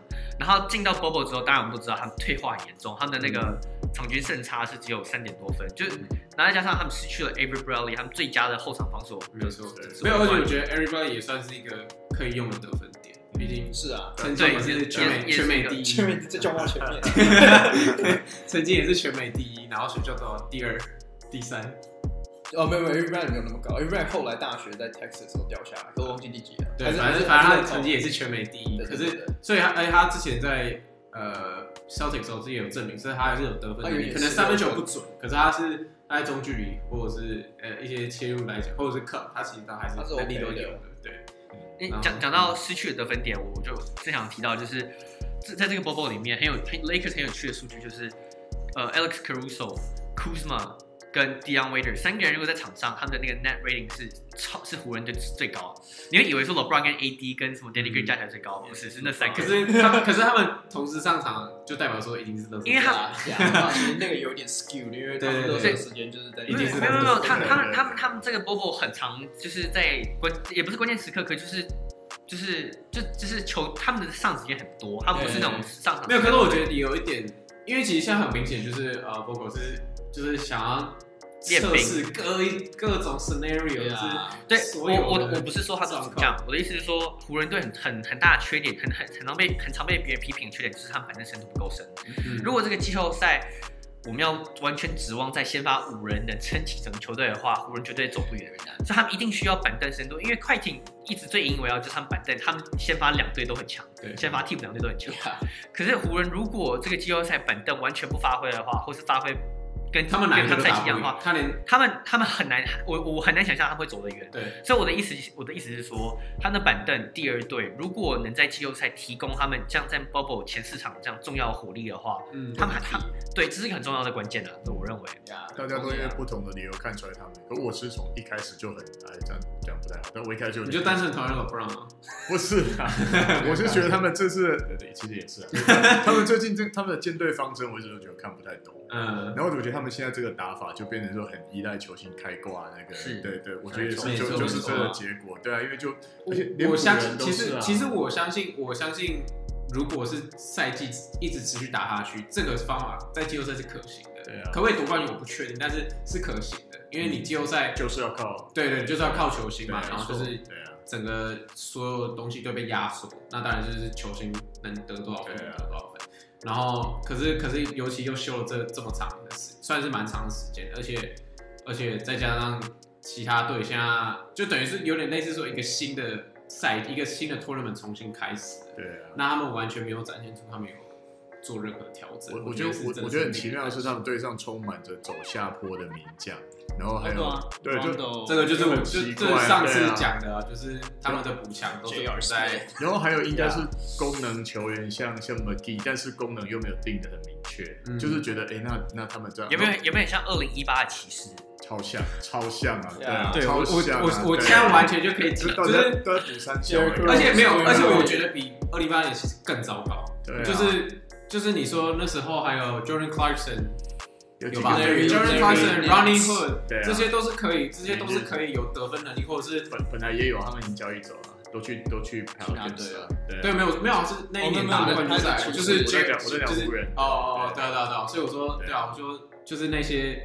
Speaker 4: 然后进到 Bobo 之后，当然我们都知道他们退化很严重，他们的那个场均胜差是只有三点多分，就是然后再加上他们失去了 Avery Bradley，他们最佳的后场防守，
Speaker 3: 没有错
Speaker 5: 对，
Speaker 3: 没有，而且我觉得 everybody 也算是一个可以用的得分点，毕竟
Speaker 1: 是啊，
Speaker 3: 曾经也
Speaker 4: 对
Speaker 3: 是全美
Speaker 4: 也
Speaker 3: 全美
Speaker 4: 也是
Speaker 3: 第一，
Speaker 1: 前面这叫往前面。
Speaker 3: 曾经也是全美第一，然后选秀到第二、第三，
Speaker 1: 哦，没有没有 a b r a m 没有那么高 a b r a m 后来大学在 Texas 的时候掉下来，可我忘记第几了。
Speaker 3: 对，
Speaker 1: 还
Speaker 3: 反
Speaker 1: 是
Speaker 3: 正反正他的
Speaker 1: 还是
Speaker 3: 成绩也是全美第一，
Speaker 1: 对
Speaker 3: 可
Speaker 1: 对
Speaker 3: 是
Speaker 1: 对
Speaker 3: 所以他而且他之前在呃 Celtic 时候自己有证明，所以他还是有得分
Speaker 1: 他
Speaker 3: 能
Speaker 1: 有
Speaker 3: 力，
Speaker 1: 点
Speaker 3: 可能
Speaker 1: 是
Speaker 3: 三
Speaker 1: 有
Speaker 3: 分球
Speaker 1: 得
Speaker 3: 不准，可是他是他在中距离或者是呃一些切入来讲，或者是 cut，他其实他还是
Speaker 1: 他是
Speaker 3: 能力
Speaker 1: OK
Speaker 3: 都
Speaker 1: 的
Speaker 3: 有的，对，
Speaker 4: 因为
Speaker 3: 然后
Speaker 4: 讲讲到失去的得分点，我我就最想提到就是这在这个 Bobo 里面很有很 Lakers 很有趣的数据就是，呃，Alex Caruso、Kuzma 跟 Dion Waiter 三个人如果在场上，他们的那个 net rating 是超是湖人队最高，你会以为说 LeBron 跟 AD 跟什么 d a n n y Green 加起来最高，不是，是那三个
Speaker 3: 嗯可
Speaker 4: 人。
Speaker 3: 是他们可是他们同时上场，就代表说已经是乐色，
Speaker 4: 因为他
Speaker 1: 啊是啊，其实那个有点 skewed，因为他们热身时间就是在
Speaker 3: 一定是
Speaker 4: 没有没有没有，他
Speaker 5: 对
Speaker 4: 他们
Speaker 5: 对
Speaker 4: 他们他们这个 Bobo 很长，就是在关也不是关键时刻，可就是就是就就是球他们的上场时间很多，他们不是那种
Speaker 3: 对
Speaker 4: 上场
Speaker 3: 没有，可是我觉得你有一点，因为其实现在很明显就是呃 b o g o 是就是想要
Speaker 4: 练兵
Speaker 3: 测试各一各种 scenario，、
Speaker 1: 啊
Speaker 3: 是
Speaker 4: 对我
Speaker 3: 所有
Speaker 4: 我
Speaker 3: 的
Speaker 4: 我不是说他
Speaker 3: 状
Speaker 4: 怎么
Speaker 3: 况
Speaker 4: 样，我的意思是说，湖人队很很很大的缺点，很很很常被很常被别人批评的缺点就是他们反正深度不够深。
Speaker 3: 嗯
Speaker 4: 如果这个季后赛我们要完全指望在先发五人能撑起整个球队的话，湖人绝对走不远。所以他们一定需要板凳深度，因为快艇一直最引以为傲就是他们板凳，他们先发两队都很强，
Speaker 3: 对啊
Speaker 4: 先发替补两队都很强。
Speaker 1: Yeah，
Speaker 4: 可是湖人如果这个季后赛板凳完全不发挥的话，或是发挥跟
Speaker 3: 他们哪
Speaker 4: 跟
Speaker 3: 个
Speaker 4: 他
Speaker 3: 都
Speaker 4: 们赛
Speaker 3: 打
Speaker 4: 季一
Speaker 3: 不
Speaker 4: 样
Speaker 3: 赢
Speaker 4: 的话，，
Speaker 3: 他连
Speaker 4: 他们他们很难，我我很难想象他们会走得远。
Speaker 3: 对
Speaker 4: 所以我的意思，我的意思是说，他们的板凳第二队如果能在季后赛提供他们像在 Bubble 前四场这样重要的火力的话，
Speaker 3: 嗯
Speaker 4: 他们他对，这是一个很重要的关键啊，我认为。
Speaker 5: 大家都因为不同的理由看出来他们。可我是从一开始就很哎，这样这样不太好。但我一开始就
Speaker 3: 你就单纯讨厌 LeBron 吗？
Speaker 5: 不 是啊，我是觉得他们这次对对，其实也是、啊， 他们最近这他们的舰队方针，我一直都觉得看不太懂。
Speaker 3: 嗯，
Speaker 5: 然后我觉得他们现在这个打法就变成说很依赖球星开挂那个，
Speaker 4: 是
Speaker 5: 对对，我觉得也是
Speaker 3: 没
Speaker 5: 就
Speaker 3: 错
Speaker 5: 就是这个
Speaker 3: 没错
Speaker 5: 结果，对啊，因为就而且连
Speaker 3: 我我相信，
Speaker 5: 湖人都
Speaker 3: 其
Speaker 5: 是
Speaker 3: 实
Speaker 5: 啊
Speaker 3: 其实我相信，我相信，如果是赛季一直持续打下去，这个方法在季后赛是可行的。
Speaker 5: 对啊嗯
Speaker 3: 可不可以夺冠军我不确定，但是是可行的，因为你季后赛
Speaker 5: 就是要靠
Speaker 3: 对对，就是要靠球星嘛，
Speaker 5: 对
Speaker 3: 然后就
Speaker 5: 没错
Speaker 3: 是
Speaker 5: 对啊，
Speaker 3: 整个所有东西都被压缩，那当然就是球星能得多少分
Speaker 5: 对
Speaker 3: 得
Speaker 5: 啊
Speaker 3: 多少分。然后可是可是，尤其又休了这这么长的时，算是蛮长的时间，而且而且再加上其他队现在就等于是有点类似说一个新的赛一个新的 tournament 重新开始，
Speaker 5: 对啊。
Speaker 3: 那他们完全没有展现出他们有做任何调整。
Speaker 5: 我
Speaker 3: 我
Speaker 5: 我觉得
Speaker 3: 是
Speaker 5: 我
Speaker 3: 真
Speaker 5: 我
Speaker 3: 的
Speaker 5: 觉得很
Speaker 3: 是
Speaker 5: 奇妙的是，他们队上充满着走下坡的名将，然后还
Speaker 1: 对
Speaker 5: 有
Speaker 1: 啊
Speaker 5: 对就
Speaker 3: 这个就是我
Speaker 5: 哦很
Speaker 3: 就
Speaker 5: 奇
Speaker 3: 这
Speaker 5: 怪
Speaker 3: 上
Speaker 5: 对
Speaker 3: 次
Speaker 5: 啊
Speaker 3: 讲的啊，就是他们的补强都是
Speaker 1: JR
Speaker 3: 在
Speaker 1: Smith
Speaker 5: 然后还有应该是功能球员，像像 McGee，但是功能又没有定的很明确，
Speaker 3: 嗯
Speaker 5: 就是觉得哎，那那他们这样
Speaker 4: 有没有有没有像二零一八的骑士？
Speaker 5: 超像超像啊？对啊，
Speaker 1: 对
Speaker 3: 我
Speaker 5: 超像啊
Speaker 3: 我我
Speaker 5: 对
Speaker 3: 现在完全就可以知
Speaker 5: 知
Speaker 3: 道，
Speaker 5: 道
Speaker 3: 就是
Speaker 5: 在在补三角，
Speaker 1: Jerry Crow
Speaker 3: 而且没有，
Speaker 1: 对
Speaker 3: 而且我觉得比二零八年其实更糟糕，
Speaker 5: 啊对啊
Speaker 3: 就是就是你说那时候还有 Jordan Clarkson
Speaker 5: 有
Speaker 3: 有
Speaker 5: 几个
Speaker 3: 吧
Speaker 1: Larry-
Speaker 3: ？Jordan
Speaker 1: Larry
Speaker 3: Clarkson、
Speaker 1: Nance
Speaker 3: Ronnie Hood，
Speaker 5: 对啊嗯
Speaker 3: 这些都是可以，这些都是可以有得分能力，或者是
Speaker 5: 本本来也有他们已经交易走了，都去都去 p
Speaker 1: 哪
Speaker 5: e
Speaker 1: 队啊
Speaker 5: 对
Speaker 3: 对，没有没有是那
Speaker 1: 哦没
Speaker 3: 一
Speaker 1: 有
Speaker 3: 年
Speaker 1: 没有
Speaker 3: 打的
Speaker 1: 没有
Speaker 3: 冠军
Speaker 1: 他
Speaker 3: 赛，
Speaker 1: 是
Speaker 3: 就
Speaker 5: 我在
Speaker 3: 是 Jer-
Speaker 5: 讲我在
Speaker 3: 就
Speaker 5: 讲
Speaker 3: 是
Speaker 5: 湖人
Speaker 3: 哦哦，对啊
Speaker 5: 对
Speaker 3: 对啊对啊，所以我说
Speaker 5: 对
Speaker 3: 对啊，我说就是那些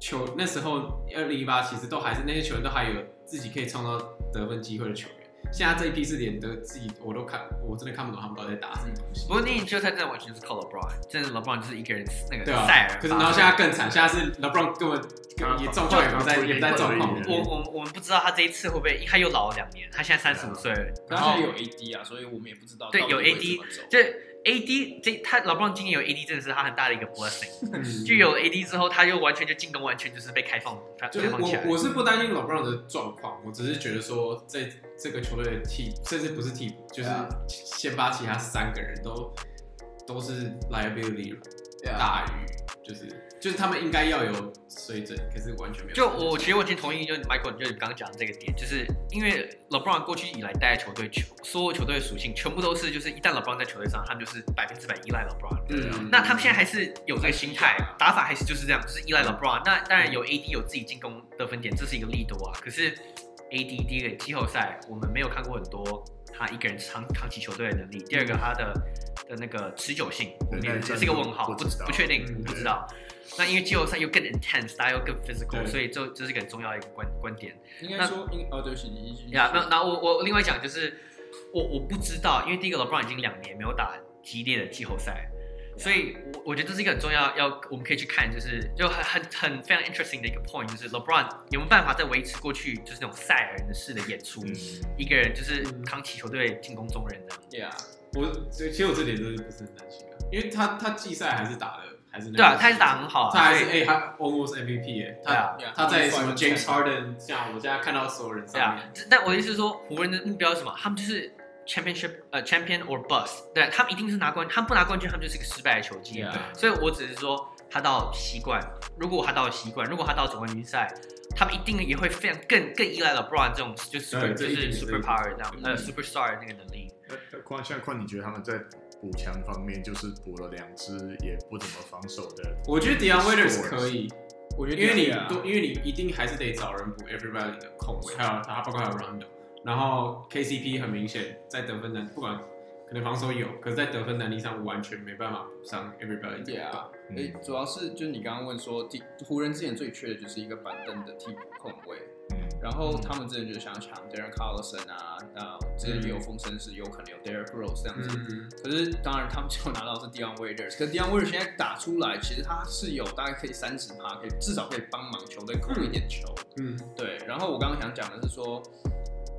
Speaker 3: 球那时候二零一八其实都还是那些球员都还有自己可以创造得分机会的球员，现在这一批是连得自己我都看我真的看不懂他们到底在打什么东西。
Speaker 4: 不过那一季后赛真的完全是靠 LeBron，真的 LeBron 就是一个人那个
Speaker 3: 对啊
Speaker 4: 赛尔吧。
Speaker 3: 可是然后现在更惨，现在是 LeBron 根本根也状况也不在也不在状况里
Speaker 4: 我
Speaker 3: 面。
Speaker 4: 我我们不知道他这一次会不会，他又老了两年，他现在三十五岁了，然
Speaker 1: 然
Speaker 4: 后
Speaker 1: 后有 AD 啊，所以我们也不知道
Speaker 4: 对
Speaker 1: 到底
Speaker 4: 有啊
Speaker 1: 会
Speaker 4: AD
Speaker 1: 怎么走
Speaker 4: 这 AD 这他老布朗今年有 AD 真的是他很大的一个 blessing，
Speaker 3: 嗯
Speaker 4: 就有 AD 之后，他又完全就进攻完全就是被开放开
Speaker 3: 就是
Speaker 4: 开放起来
Speaker 3: 我，我是不担心 LeBron 的状况，我只是觉得说在这个球队的替，甚至不是替补，就
Speaker 1: 对
Speaker 3: 是
Speaker 1: 啊
Speaker 3: 先发其他三个人都都是 liability
Speaker 1: Yeah
Speaker 3: 大于，就是就是他们应该要有水准，可是完全没有。
Speaker 4: 就我其实完全同意，就是 Michael 就是你刚刚讲的这个点，就是因为 LeBron 过去以来带的球队，球所有球队的属性全部都是，就是一旦 LeBron 在球队上，他们就是百分之百依赖 LeBron。
Speaker 3: 嗯，
Speaker 4: 那他们现在还是有这个心态，打法还是就是这样，就是依
Speaker 5: 嗯
Speaker 4: 赖 LeBron。那当然有 AD 有自己进攻得分点，这是一个利多啊。可是 AD 第一个季后赛我们没有看过很多他一个人扛扛起球队的能力，第二个他的的那个持久性，我们
Speaker 5: 那
Speaker 4: 也
Speaker 5: 真的
Speaker 4: 这是一个问号，
Speaker 5: 不
Speaker 4: 不
Speaker 5: 知道
Speaker 4: 不确定
Speaker 3: 嗯，
Speaker 4: 不知道。那因为季后赛又更 intense，大家又更 physical，
Speaker 3: 对
Speaker 4: 所以这这是一个很重要的一个观观点。
Speaker 1: 应该说，应哦，对不起，你继续
Speaker 4: 呀，那那我我另外讲就是，我我不知道，因为第一个 LeBron 已经两年没有打激烈的季后赛，所以我我觉得这是一个很重要要我们可以去看，就是就很很很非常 interesting 的一个 point，就是 LeBron 有没有办法再维持过去就是那种赛尔人式的演出，
Speaker 5: 嗯，
Speaker 4: 一个人就是扛起球队进攻中人这样。
Speaker 1: Yeah，
Speaker 3: 我其实我这点真的不是很担心啊，因为他他季赛还是打的还是那个
Speaker 4: 对啊，他还是打得很好啊，
Speaker 3: 他还是
Speaker 4: 所以
Speaker 3: 哎、他 almost MVP 哎、
Speaker 4: 对啊
Speaker 3: 他
Speaker 1: Yeah，
Speaker 3: 他
Speaker 1: he's
Speaker 3: 在什
Speaker 1: five
Speaker 3: 么
Speaker 1: and
Speaker 3: James
Speaker 1: ten
Speaker 3: Harden 下，我现在看到所有人
Speaker 4: 对
Speaker 3: 上
Speaker 4: 啊
Speaker 3: 面，，
Speaker 4: 这但我意思是说，湖人的目标是什么？他们就是 championship 呃 champion or bust，对他们一定是拿冠，他们不拿冠军，他们就是一个失败的球季。
Speaker 1: Yeah
Speaker 4: 所以我只是说，他到习惯，如果他到习惯，如果他到总冠军赛，他们一定也会非常更更依赖 LeBron 这种就是 super
Speaker 3: 对
Speaker 4: 就
Speaker 3: 这一定
Speaker 4: 是
Speaker 3: 是
Speaker 4: super power 这样呃
Speaker 1: 嗯
Speaker 4: superstar 那个能力。
Speaker 5: 那那况现在况，你觉得他们在补强方面就是补了两支也不怎么防守的，
Speaker 3: 我觉得 Dion Waiters 可以，
Speaker 1: 我觉得
Speaker 3: 因为你
Speaker 1: yeah
Speaker 3: 都因为你一定还是得找人补 everybody 的空位，还有他包括还有 Rondo，然后 KCP 很明显在得分能不管可能防守有，可是在得分能力上完全没办法补上 everybody 的
Speaker 4: 啊
Speaker 1: Yeah
Speaker 3: 空
Speaker 1: 啊
Speaker 5: 嗯
Speaker 2: 嗯
Speaker 1: 诶，主要是就是你刚刚问说，第湖人之前最缺的就是一个板凳的替补控卫，
Speaker 2: 嗯
Speaker 1: 然后他们之前就想抢 Darren Collison 啊，那之前也有风声是有可能有 Derrick Rose 这样子，
Speaker 3: 嗯，
Speaker 1: 可是当然他们最后拿到是 Dion Waiters，可是 Dion Waiters 现在打出来，其实他是有大概可以三十趴，可以至少可以帮忙球队控一点球，
Speaker 3: 嗯，
Speaker 1: 对，然后我刚刚想讲的是说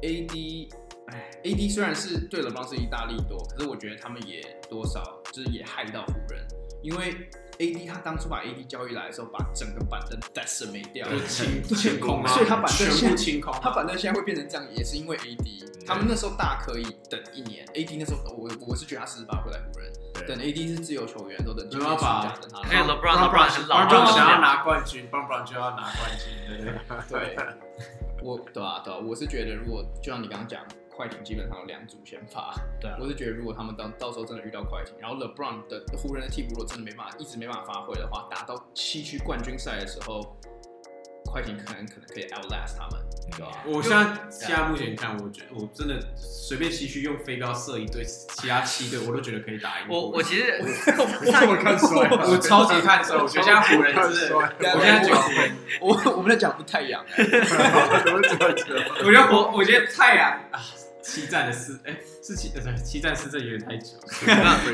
Speaker 1: ，AD，哎，AD 虽然是对了邦是意大利多，可是我觉得他们也多少就是也害到湖人，因为 AD 他当初把 AD 交易来的时候，把整个板凳 decimate 掉，
Speaker 3: 就 是清清空啊，
Speaker 1: 所以他板凳
Speaker 3: 全
Speaker 1: 现
Speaker 3: 部
Speaker 1: 在
Speaker 3: 清空，
Speaker 1: 他板凳现在会变成这样，也是因为
Speaker 3: 嗯
Speaker 1: AD，他们那时候大可以等一年，AD 那时候我我是觉得他十八会来湖人，
Speaker 5: 对
Speaker 1: 等 AD 是自由球员的时候，等今
Speaker 3: 没
Speaker 1: 年
Speaker 3: 办
Speaker 1: 暑
Speaker 3: 法
Speaker 1: 假等他
Speaker 4: 因为
Speaker 1: 来，
Speaker 4: LeBron LeBron 很老，啊
Speaker 3: ，LeBron 想
Speaker 2: 啊
Speaker 3: 要拿冠军，LeBron 就要拿冠军，对不对？
Speaker 1: 对，我对啊对啊，我是觉得如果就像你刚刚讲，快艇基本上有两组先发。
Speaker 4: 对啊，
Speaker 1: 我是觉得，如果他们到到时候真的遇到快艇，然后 LeBron 的湖人的替补如果真的没办法一直没办法发挥的话，打到西区冠军赛的时候，快艇可能可能可以 outlast 他们，对吧、
Speaker 3: 我现在
Speaker 4: 啊
Speaker 3: 现在目前看，我觉得我真的随便西区用飞镖射一队，其他七队我都觉得可以打赢。
Speaker 4: 我我其 实
Speaker 5: 我怎么看衰啊？
Speaker 3: 我超级 看衰，我觉得现在湖人真的，我现在觉得湖人，
Speaker 1: 我我们在讲不太阳、欸，
Speaker 5: 怎么这么久？
Speaker 3: 我觉得我我觉得太阳啊，七战的四哎是七呃七战四阵有点太久，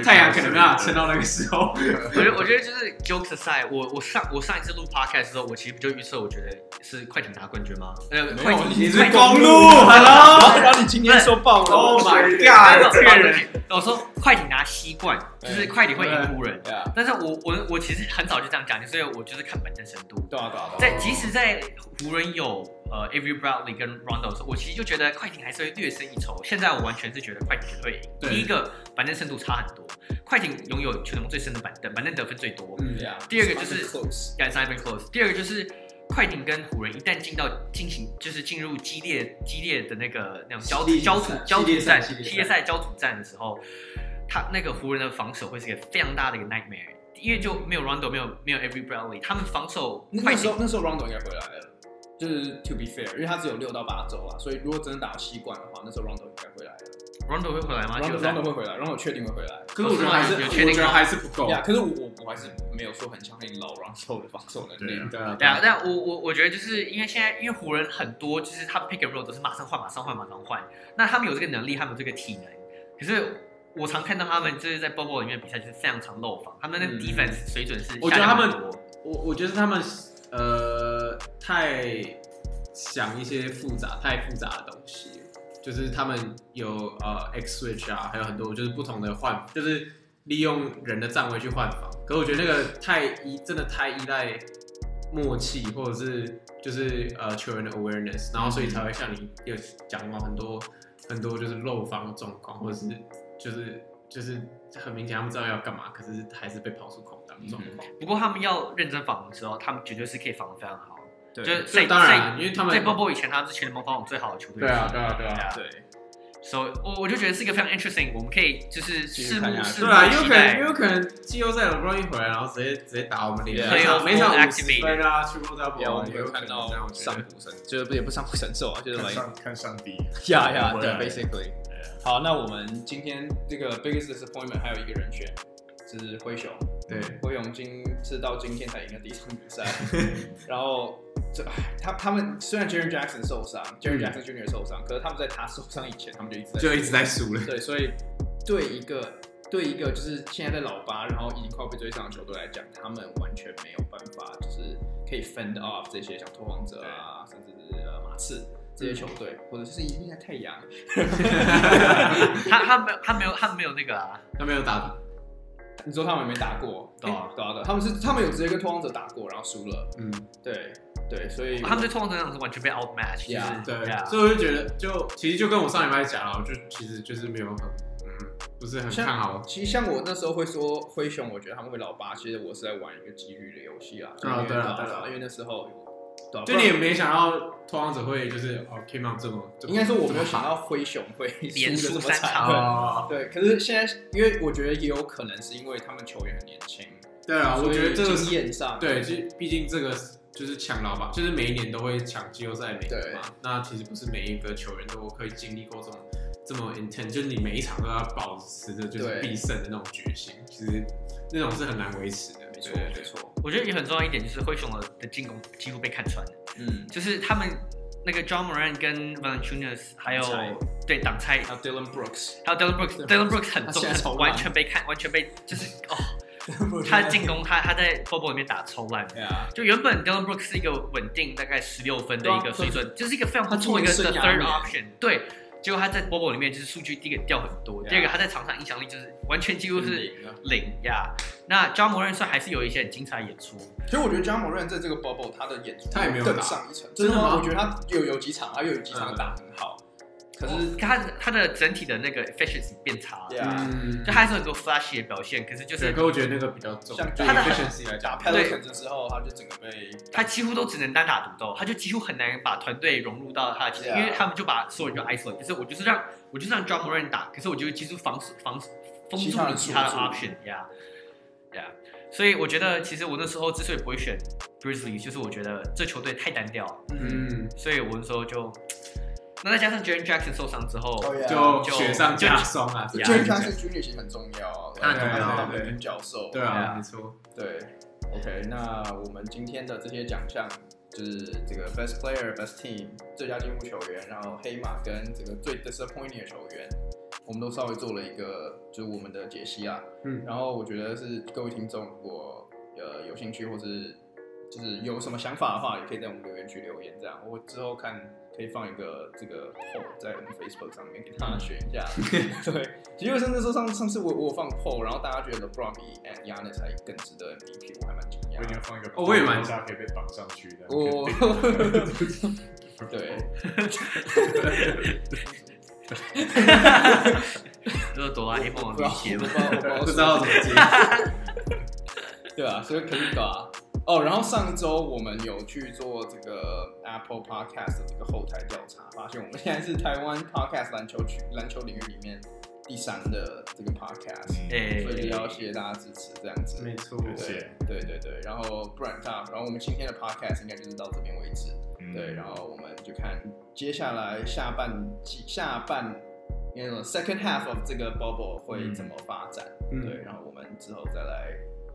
Speaker 3: 太阳可能没办法撑到那个时候。
Speaker 4: 我觉得，我觉得就是 jokes aside，我我上我上一次录 podcast 的时候，我其实就预测，我觉得是快艇拿冠军吗？呃，
Speaker 1: 没有
Speaker 4: 快
Speaker 1: 你
Speaker 4: 艇
Speaker 1: 是
Speaker 4: 快艇
Speaker 3: 公路，Hello，
Speaker 1: 然后然后你今天说爆了啊
Speaker 3: Oh my
Speaker 4: 没有
Speaker 3: god，这个人，
Speaker 4: 我说快艇拿西冠，就是快艇会赢湖人。
Speaker 1: 对啊，
Speaker 4: 但是我我我其实很早就这样讲，就是我就是看本身深度。
Speaker 1: 对啊，对啊，对啊，
Speaker 4: 在即使在湖人有呃 Avery Bradley 跟 Rondo 的时候，我其实就觉得快艇还是会略胜一筹。现在我完全是觉得快艇绝对赢。
Speaker 3: 对
Speaker 4: 第一个板凳深度差很多，快艇拥有全联盟最深的板凳，板凳得分最多。
Speaker 3: 嗯
Speaker 1: 对啊。
Speaker 4: 第二个就是
Speaker 1: close，
Speaker 4: Yeah, it's not even close。第二个就是快艇跟湖人一旦进到进行就是进入激烈激烈的那个那种交
Speaker 3: 系列
Speaker 4: 交土
Speaker 3: 赛
Speaker 4: 交土战
Speaker 3: 系列赛
Speaker 4: 系列赛交土战的时候，他那个湖人的防守会是一个非常大的一个 nightmare，因为就没有 Rondo，没有没有 Every Bradley，他们防守
Speaker 1: 那
Speaker 4: 快
Speaker 1: 时
Speaker 4: 艇
Speaker 1: 候那时候 Rondo 应该回来了。就是 to be fair，因为他只有六到八周啊，所以如果真的打到西冠的话，那时候 Rondo 应该回来了。
Speaker 4: Rondo 会回来吗？就
Speaker 1: Rondo
Speaker 4: 啊在
Speaker 1: Rondo 会回来，Rondo 确定会回来。啊
Speaker 3: 可是我觉得还是，
Speaker 4: 有
Speaker 3: 我
Speaker 4: 确定吗
Speaker 3: 觉得还是不够。
Speaker 1: 呀，可是我我我还是没有说很相信老 Rondo 的防守能力
Speaker 5: 对啊。
Speaker 3: 对啊，
Speaker 4: 对啊，但我我我觉得就是因为现在因为湖人很多就是他们 pick and roll 都是马上换马上换马上换，那他们有这个能力，他们有这个体能，可是我常看到他们就是在 bubble 里面比赛就是非常常漏防，他们的
Speaker 3: 嗯
Speaker 4: defense 水准是
Speaker 3: 我觉得他们
Speaker 4: 下降很多
Speaker 3: 我我觉得是他们呃太想一些复杂、太复杂的东西了，就是他们有呃 X switch 啊，还有很多就是不同的换，就是利用人的站位去换防。可我觉得那个太依真的太依赖默契，或者是就是呃球员的 awareness，然后所以才会像你有讲到很多很多就是漏防的状况，或者是就是。就是很明显，他们知道要干嘛，可是还是被跑出空档的状况。
Speaker 4: 不过他们要认真防的时候，他们绝对是可以防的非常好。
Speaker 1: 对
Speaker 4: 就是
Speaker 3: 这
Speaker 4: 在
Speaker 3: 当然
Speaker 4: 在
Speaker 3: 因为他们
Speaker 4: 在 Bobo 以前，他们是全联盟防守最好的球队。
Speaker 3: 对啊，对啊，对啊。
Speaker 1: 对，
Speaker 4: 所以我我就觉得是一个非常 interesting，我们可以就是
Speaker 1: 继续
Speaker 4: 拭
Speaker 1: 看下
Speaker 4: 目
Speaker 1: 去
Speaker 4: 拭
Speaker 3: 对啊，
Speaker 4: 目
Speaker 3: 也有
Speaker 4: 期
Speaker 3: 可能，
Speaker 4: 待
Speaker 3: 也。有可能季后赛好不容易回来，然后直接直接打我们联赛，
Speaker 1: 对
Speaker 3: 每
Speaker 1: 啊
Speaker 3: 场每场五
Speaker 4: activate
Speaker 3: 十分啊，全部都
Speaker 1: 呀，
Speaker 3: 要
Speaker 1: 我
Speaker 3: 们
Speaker 1: 们有看到上古神，就是也不上古神兽啊，就是
Speaker 5: 看
Speaker 1: like
Speaker 5: 上看上帝，
Speaker 1: 呀呀，
Speaker 5: 回
Speaker 1: 对
Speaker 5: 来
Speaker 1: ，basically。好，那我们今天这个 biggest disappointment 还有一个人选，就是灰熊。
Speaker 3: 对，
Speaker 1: 灰熊今是到今天才赢了第一场比赛， 然后这唉他他们虽然 Jaren Jackson 受伤，Jaren Jackson Jr 受伤，可是他们在他受伤以前，他们就一直在
Speaker 3: 就一直在输了。
Speaker 1: 嗯对，所以对一个对一个就是现在在老八，然后已经快要被追上的球队来讲，他们完全没有办法，就是可以 fend off 这些像拓荒者啊，甚至是呃马刺这些球队，或者是一定在太阳。
Speaker 4: 他他没有他没有他没有那个啊，
Speaker 3: 他没有打，
Speaker 1: 你说他们有没打过？
Speaker 4: 对啊
Speaker 1: 对啊，对啊他们是他们有直接跟拓荒者打过，然后输了。
Speaker 3: 嗯，
Speaker 1: 对对，所以
Speaker 4: 啊他们对拓荒者那种是完全被 outmatch，就是啊
Speaker 1: Yeah，
Speaker 3: 对
Speaker 4: yeah
Speaker 3: 所以我就觉得，就其实就跟我上礼拜讲了，我就其实就是没有很，嗯，不是很
Speaker 1: 像
Speaker 3: 看好。
Speaker 1: 其实像我那时候会说灰熊，我觉得他们会老八，其实我是在玩一个几率的游戏啦。
Speaker 3: 对啊
Speaker 1: 因为
Speaker 3: 对啊
Speaker 1: 对
Speaker 3: 对啊
Speaker 1: 因为那时候对啊
Speaker 3: 就
Speaker 1: 不
Speaker 3: 你
Speaker 1: 然
Speaker 3: 也没想到拓荒者会就是哦 came out 这么，这么
Speaker 1: 应该说我没有
Speaker 3: 这么
Speaker 1: 想
Speaker 3: 好
Speaker 1: 到灰熊会
Speaker 4: 连
Speaker 1: 输
Speaker 4: 输
Speaker 1: 的
Speaker 4: 三场
Speaker 3: 哦，
Speaker 1: 对，可是现在，因为我觉得也有可能是因为他们球员很年轻，
Speaker 3: 对啊，我
Speaker 1: 所以
Speaker 3: 觉得这个
Speaker 1: 经验上，
Speaker 3: 对，就毕竟这个就是抢老板，就是每一年都会抢季后赛名额嘛。那其实不是每一个球员都可以经历过这种这么 intense，就是你每一场都要保持着就是
Speaker 1: 对
Speaker 3: 必胜的那种决心，其实那种是很难维持的。
Speaker 1: 没错
Speaker 3: 对对
Speaker 1: 没
Speaker 3: 对
Speaker 1: 错，
Speaker 4: 我觉得也很重要一点就是灰熊的的进攻几乎被看穿了，
Speaker 1: 嗯，
Speaker 4: 就是他们那个 John Moran 跟 Valanciunas 还有
Speaker 1: 挡拆
Speaker 4: 对挡拆，
Speaker 1: 还有 Dylan Brooks，
Speaker 4: 还有 Dylan Brooks，Dylan Brooks 很
Speaker 1: 他现在超
Speaker 4: 重，
Speaker 1: 烂
Speaker 4: 完全被看，完全被就是哦，他的进攻他他在 Bobo 里面打超烂。
Speaker 1: 对啊，
Speaker 4: 就原本 Dylan Brooks 是一个稳定大概十六分的一
Speaker 1: 对
Speaker 4: 个
Speaker 1: 啊
Speaker 4: 水准，就是一个非常不
Speaker 1: 他
Speaker 4: 错一个
Speaker 1: 进入
Speaker 4: the
Speaker 1: 生涯
Speaker 4: third
Speaker 1: 里
Speaker 4: option，对。结果他在 Bobo 里面就是数据第一个掉很多，
Speaker 1: Yeah 嗯
Speaker 4: 第二个他在场上影响力就是完全几乎
Speaker 1: 就是赢了。
Speaker 4: 零呀。那 John Moran 算还是有一些很精彩的演出，
Speaker 1: 所以我觉得 j a m o r a n 在这个 Bubble 他的演出
Speaker 3: 他也没有打
Speaker 1: 更上一层，
Speaker 3: 真的吗哦
Speaker 1: 我觉得他又有几场，他又有几场打得很好，可是
Speaker 4: 他他的整体的那个 efficiency 变差了，
Speaker 1: 哦 Yeah，
Speaker 3: 嗯
Speaker 4: 就，他还是有很多 flashy 的表现，可是就
Speaker 3: 对，
Speaker 4: 是
Speaker 3: 可我觉得那个比较重，
Speaker 1: 像
Speaker 3: 对
Speaker 1: 他的
Speaker 3: efficiency 来
Speaker 1: 打
Speaker 3: 讲，
Speaker 1: Pelicans 之后，他就整个被
Speaker 4: 他几乎都只能单打独斗，他就几乎很难把团队融入到他的其
Speaker 1: Yeah
Speaker 4: 他，因为他们就把所有人就 isolate，就是我就是让我就是让 John Moran 打，可是我就其实防守防封
Speaker 1: 其
Speaker 4: 住
Speaker 1: 他人
Speaker 4: 你其他的
Speaker 1: 锁住
Speaker 4: option 呀呀，所以我觉得其实我那时候之所以不会选 Grizzlies，就是我觉得这球队太单调了，
Speaker 1: 嗯，
Speaker 3: 嗯，
Speaker 4: 所以我那时候就，那再加上 Jaren Jackson 受伤之后，
Speaker 1: 哦
Speaker 3: 就
Speaker 4: 就
Speaker 3: 雪上加霜啊，
Speaker 4: 就
Speaker 1: j a
Speaker 4: 就
Speaker 1: n Jackson Jr. 其实很重要啊，
Speaker 4: 他很重要
Speaker 1: 当
Speaker 3: 对对
Speaker 1: 平均角兽，
Speaker 4: 对
Speaker 3: 对啊，
Speaker 4: 啊
Speaker 3: 没错，
Speaker 1: 对，OK，那我们今天的这些奖项就是这个 Best Player、Best Team、最佳进步球员，然后黑马跟这个最 disappointing 的球员，我们都稍微做了一个就是我们的解析啊。
Speaker 3: 嗯
Speaker 1: 然后我觉得是各位听众如果呃有兴趣或是就是有什么想法的话，也可以在我们留言区留言，这样我之后看可以放一个这个 poll 在我们 Facebook 上面给大家选一 下。对，其实甚至说上上次我我有放 poll，然后大家觉得 LeBron 比 and Yanis 还更值得 MVP，我还蛮惊
Speaker 2: 我已经
Speaker 1: 讶。
Speaker 2: 放一个，
Speaker 3: 哦我也蛮
Speaker 2: 大家可以被绑上去的。
Speaker 1: 我哦 对，
Speaker 4: 就是哆啦 A
Speaker 1: 我
Speaker 4: 梦
Speaker 1: 不知
Speaker 4: 的威
Speaker 1: 道，
Speaker 4: 胁
Speaker 1: 我
Speaker 4: 嘛
Speaker 1: 不知。道，我不知道
Speaker 3: 不知道怎么接，
Speaker 1: 对啊，所以可以吧。哦，然后上一周我们有去做这个 Apple Podcast 的这个后台调查，发现我们现在是台湾 Podcast 篮球区篮球领域里面第三的这个 Podcast，、
Speaker 4: 哎
Speaker 1: 所以要谢谢大家支持，这样子。
Speaker 3: 没错，
Speaker 2: 感
Speaker 1: 对
Speaker 2: 谢，
Speaker 1: 对对对，然后不然大，然后我们今天的 Podcast 应该就是到这边为止。
Speaker 2: 嗯
Speaker 1: 对，然后我们就看接下来下半季下半应该说 second half of 这个 bubble 会怎么发展。
Speaker 3: 嗯
Speaker 1: 对，然后我们之后再来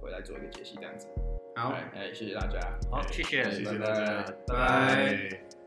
Speaker 1: 回来做一个解析，这样子。
Speaker 3: 好。
Speaker 1: 哎，哎谢谢大家。
Speaker 4: 好，谢谢。
Speaker 2: 谢谢大家，
Speaker 1: 拜拜
Speaker 2: 拜